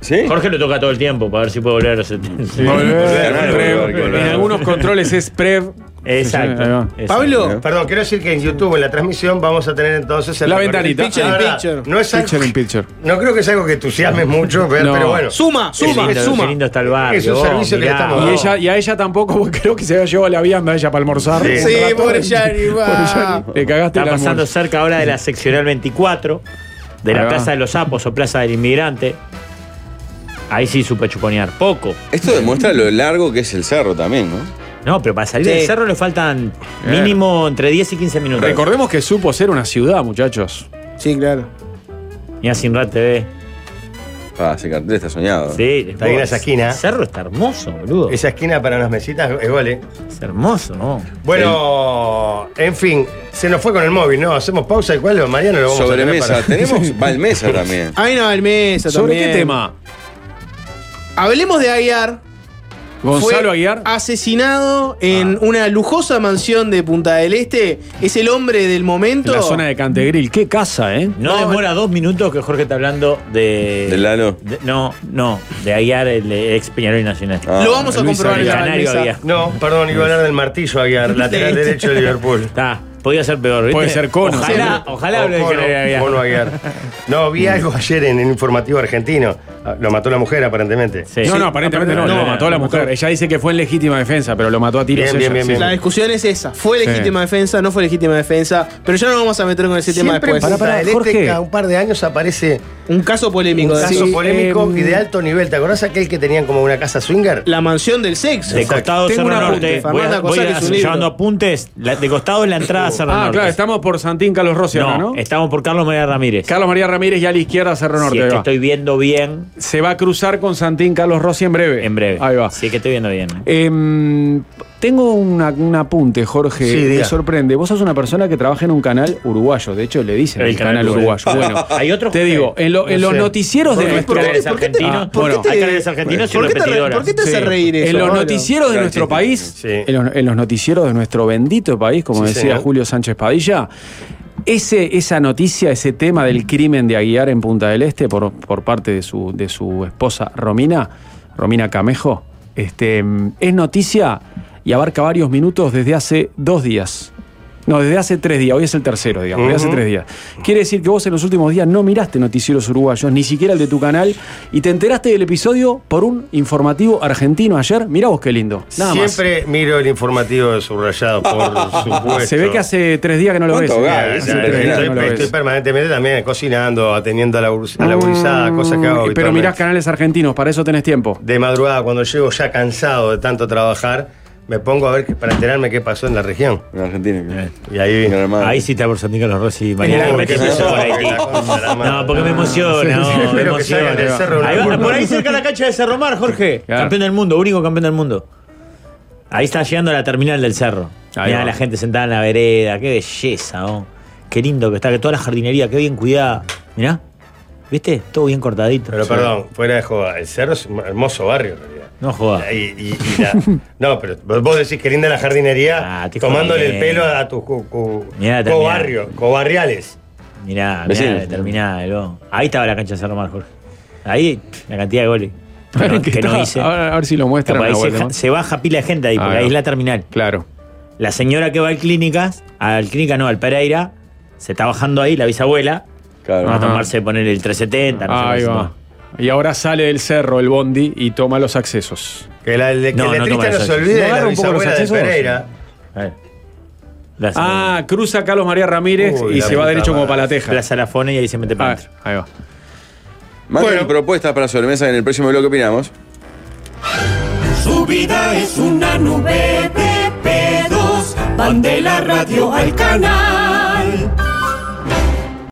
Speaker 1: ¿Sí?
Speaker 5: Jorge lo toca todo el tiempo para ver si puede volver a los 70.
Speaker 2: Volver,
Speaker 5: Sí.
Speaker 4: Volver,
Speaker 2: prev.
Speaker 4: volver, volver.
Speaker 2: En algunos controles es prev.
Speaker 5: Exacto.
Speaker 2: Ahí va.
Speaker 3: Pablo.
Speaker 4: Perdón, quiero decir que en YouTube, en la transmisión, vamos a tener entonces el
Speaker 2: La
Speaker 4: recorrido.
Speaker 2: ventanita. Picture
Speaker 4: La
Speaker 2: in
Speaker 4: verdad,
Speaker 2: picture.
Speaker 4: No es algo-
Speaker 2: Pitcher in pitcher.
Speaker 4: No creo que es algo que entusiasmes mucho, ver,
Speaker 2: No.
Speaker 4: pero bueno.
Speaker 3: Suma,
Speaker 5: Qué
Speaker 3: suma,
Speaker 5: lindo,
Speaker 3: suma.
Speaker 5: qué lindo está el barrio.
Speaker 4: Es un
Speaker 5: vos,
Speaker 4: servicio que
Speaker 5: mirá.
Speaker 4: le estamos
Speaker 2: Y,
Speaker 4: No.
Speaker 2: ella, y a ella tampoco, porque creo que se llevó la vianda a ella para almorzar.
Speaker 4: Sí.
Speaker 2: Un
Speaker 3: Sí,
Speaker 2: rato.
Speaker 3: pobre Yanni, va.
Speaker 2: Pobre Yanni, Te cagaste
Speaker 5: Está
Speaker 2: el almuerzo.
Speaker 5: pasando cerca ahora de la seccional 24, de
Speaker 2: Ahí
Speaker 5: la
Speaker 2: va.
Speaker 5: Plaza de los Sapos o Plaza del Inmigrante. Ahí sí supe chuponear. Poco.
Speaker 1: Esto demuestra lo largo que es el cerro también, ¿no?
Speaker 5: No, pero para salir
Speaker 3: Sí.
Speaker 5: del cerro le faltan
Speaker 2: Bien.
Speaker 5: mínimo entre 10 y 15 minutos.
Speaker 2: Recordemos que supo ser una ciudad, muchachos.
Speaker 3: Sí, claro.
Speaker 5: Mirá Sinrat TV.
Speaker 1: Ah, ese cartel está soñado.
Speaker 5: Sí, está
Speaker 4: Ahí en esa esquina.
Speaker 5: El cerro está hermoso, boludo. Es,
Speaker 4: Esa esquina para unas mesitas es gol, ¿eh?
Speaker 5: hermoso, ¿no?
Speaker 4: Bueno, en fin, se nos fue con el móvil, ¿no? Hacemos pausa y cuál mañana lo vamos a
Speaker 1: Sobremesa.
Speaker 4: tener para-
Speaker 1: Tenemos Valmesa también.
Speaker 3: Ahí no, el mesa
Speaker 2: ¿Sobre
Speaker 3: también.
Speaker 2: qué tema?
Speaker 3: Hablemos de Aguiar.
Speaker 2: Gonzalo
Speaker 3: Fue
Speaker 2: Aguiar.
Speaker 3: Asesinado en una lujosa mansión de Punta del Este. Es el hombre del
Speaker 2: En
Speaker 3: momento.
Speaker 2: la zona de Cantegril. Qué casa, ¿eh?
Speaker 5: No, demora dos minutos que Jorge está hablando de.
Speaker 1: ¿Del Lalo?
Speaker 5: de- no, no, de Aguiar, el ex Peñarol Nacional.
Speaker 1: Ah,
Speaker 3: Lo vamos a
Speaker 2: Luis
Speaker 3: comprobar en la
Speaker 5: Aguiar.
Speaker 3: mesa.
Speaker 5: Canario
Speaker 4: No, perdón, iba a hablar del martillo Aguiar, lateral derecho de Liverpool. Oh,
Speaker 5: Está, podía ser peor, ¿viste?
Speaker 2: Puede ser cono.
Speaker 5: Ojalá, ojalá hable de
Speaker 4: Bono,
Speaker 5: Canarias Aguiar.
Speaker 4: Bono Aguiar. No,
Speaker 2: Mm.
Speaker 4: vi algo ayer en el informativo argentino. Ah, Lo mató la mujer, aparentemente.
Speaker 5: Sí.
Speaker 2: No,
Speaker 5: Sí.
Speaker 2: no, aparentemente no.
Speaker 5: No,
Speaker 2: Lo mató a la
Speaker 5: lo mató.
Speaker 2: mujer. Ella dice que fue en legítima defensa, pero lo mató a tiros.
Speaker 4: Bien,
Speaker 2: ella,
Speaker 4: bien, bien,
Speaker 2: sí.
Speaker 4: bien.
Speaker 3: La discusión es esa. ¿Fue legítima defensa? ¿No fue legítima defensa? Pero ya no nos vamos a meter con ese tema
Speaker 4: Siempre
Speaker 3: después.
Speaker 4: en Punta
Speaker 2: Pará, pará,
Speaker 4: del Este,
Speaker 2: Jorge.
Speaker 4: cada un par de años aparece
Speaker 3: Un caso polémico.
Speaker 4: un
Speaker 3: de-
Speaker 4: caso
Speaker 2: Sí,
Speaker 4: polémico
Speaker 2: em,
Speaker 4: y de alto nivel. ¿Te acordás aquel que tenían como una casa swinger?
Speaker 3: La mansión del sexo.
Speaker 5: De costado
Speaker 2: Tengo un
Speaker 5: Cerro
Speaker 2: apunte.
Speaker 5: Norte. Voy,
Speaker 3: Fernanda
Speaker 5: a- voy
Speaker 3: Cossack
Speaker 5: a-
Speaker 3: es un libro.
Speaker 5: llevando apuntes. La- de costado es la entrada a Cerro
Speaker 2: Ah,
Speaker 5: Norte.
Speaker 2: claro, estamos por Santín Carlos Rossi ahora,
Speaker 5: no,
Speaker 2: ¿no?
Speaker 5: estamos por Carlos María Ramírez.
Speaker 2: Carlos María Ramírez y a la izquierda Cerro
Speaker 5: si
Speaker 2: Norte.
Speaker 5: es
Speaker 2: ahí
Speaker 5: que
Speaker 2: va.
Speaker 5: estoy viendo bien,
Speaker 2: Se va Eh, a cruzar con Santín Carlos Rossi en breve.
Speaker 5: en breve.
Speaker 2: Ahí va.
Speaker 5: Si es que estoy viendo bien.
Speaker 2: Em, Tengo una- un apunte, Jorge.
Speaker 5: Sí, diga.
Speaker 2: Me sorprende. Vos sos una persona que trabaja en un canal uruguayo. De hecho, le dicen el, canal, uruguayo. Bueno,
Speaker 5: hay otros.
Speaker 2: Te digo, en, lo- en los noticieros de nuestro
Speaker 5: canales argentinos.
Speaker 2: Ah, bueno.
Speaker 5: hay canales argentinos y repetidoras.
Speaker 2: Sí. En los noticieros de
Speaker 5: Claro,
Speaker 2: nuestro
Speaker 5: sí.
Speaker 2: país, en, los, en los noticieros de nuestro bendito país, como
Speaker 5: Sí,
Speaker 2: decía
Speaker 5: señor.
Speaker 2: Julio Sánchez Padilla, ese, esa noticia, ese tema del crimen de Aguiar en Punta del Este por, por parte de su, de su esposa Romina, Romina Camejo, este, mm, es noticia y abarca varios minutos desde hace dos días. No, desde hace tres días, hoy es el tercero, digamos, desde hace
Speaker 5: Ujú.
Speaker 2: tres días. Quiere decir que vos en los últimos días no miraste noticieros uruguayos, ni siquiera el de tu canal, y te enteraste del episodio por un informativo argentino ayer. Mirá vos qué lindo. Nada más.
Speaker 4: Siempre miro el informativo de subrayado, por supuesto. Ah,
Speaker 2: Se ve que hace tres días que no lo ves.
Speaker 4: ¿Cuánto
Speaker 2: eh.
Speaker 4: gana?
Speaker 2: Hace
Speaker 4: Estoy-
Speaker 2: tres días que
Speaker 4: estoy,
Speaker 2: no lo
Speaker 4: estoy
Speaker 2: ves.
Speaker 4: permanentemente también cocinando, atendiendo a la, bur- a la gurizada, cosas que hago.
Speaker 2: Mm, Pero
Speaker 4: habitualmente.
Speaker 2: mirás canales argentinos, para eso tenés tiempo.
Speaker 4: De madrugada, cuando llego ya cansado de tanto trabajar, me pongo a ver qué- para enterarme qué pasó en la región.
Speaker 1: En Argentina.
Speaker 4: Y ahí.
Speaker 5: Ahí sí te aborsan con los Rossi y Mariana.
Speaker 4: Oh,
Speaker 5: Me
Speaker 4: qué
Speaker 5: empiezo por ahí.
Speaker 4: la cosa, la madre.
Speaker 5: No, porque me emociona.
Speaker 4: Ah,
Speaker 5: oh,
Speaker 4: Sí, sí,
Speaker 5: me
Speaker 4: espero que salgan del
Speaker 5: emociona.
Speaker 4: cerro de
Speaker 5: Ahí va-
Speaker 4: Urquiza.
Speaker 5: por ahí cerca la cancha de Cerro Mar, Jorge.
Speaker 4: Claro.
Speaker 5: Campeón del mundo, único campeón del mundo. Ahí está llegando la terminal del cerro.
Speaker 2: Ahí
Speaker 5: Mirá
Speaker 2: va.
Speaker 5: la gente sentada en la vereda. Qué belleza, ¿no? Qué lindo que está, que toda la jardinería, qué bien cuidada. Mirá. ¿Viste? Todo bien cortadito.
Speaker 4: Pero
Speaker 5: Sí.
Speaker 4: perdón, fuera de joda, el cerro es un hermoso barrio en realidad.
Speaker 5: No jodas.
Speaker 4: Ah, Y, y- y la- no, pero vos- vos decís que linda la jardinería
Speaker 5: Ah, te
Speaker 4: tomándole
Speaker 5: jodí.
Speaker 4: el pelo a tus co- co-
Speaker 5: Mirá, terminal.
Speaker 4: cobarrio, cobarriales.
Speaker 5: Mirá, mirá,
Speaker 4: Vecinos.
Speaker 5: la terminal, vos. Ahí estaba la cancha de Cerro Mar, Jorge. Ahí, pff, la cantidad de goles. Que no,
Speaker 2: Que
Speaker 5: que no
Speaker 2: está-
Speaker 5: hice.
Speaker 2: ahora- a ver si lo muestran.
Speaker 5: Capaz ahí
Speaker 2: Nahuel,
Speaker 5: se,
Speaker 2: ¿no?
Speaker 5: se baja pila de gente ahí,
Speaker 2: Ah,
Speaker 5: porque
Speaker 2: no.
Speaker 5: ahí es la terminal.
Speaker 2: Claro.
Speaker 5: La señora que va al clínicas, al clínica no, al Pereira, se está bajando ahí, la bisabuela. Va a
Speaker 2: Ajá.
Speaker 5: tomarse, poner el 370, no sé
Speaker 2: Ahí
Speaker 5: cuál es,
Speaker 2: va. Y ahora sale del cerro el bondi y toma los accesos.
Speaker 4: Que la, el,
Speaker 5: No, no toma los
Speaker 4: se
Speaker 5: accesos.
Speaker 4: olvide
Speaker 5: ¿No
Speaker 4: de la
Speaker 5: agarra un poco los
Speaker 4: bisabuela de
Speaker 5: accesos?
Speaker 4: Pereira.
Speaker 5: Eh.
Speaker 2: Ah, cruza Carlos María Ramírez
Speaker 5: Uy,
Speaker 2: y
Speaker 5: la
Speaker 2: se va
Speaker 5: puta
Speaker 2: derecho como
Speaker 5: madre.
Speaker 2: para la teja.
Speaker 5: Plaza Lafone y ahí se
Speaker 2: Ah.
Speaker 5: mete para adentro.
Speaker 2: Ahí va.
Speaker 1: Manden propuestas para sobremesa en el próximo bloque opinamos.
Speaker 7: Su vida es una nube de pedos. Van de la radio al canal.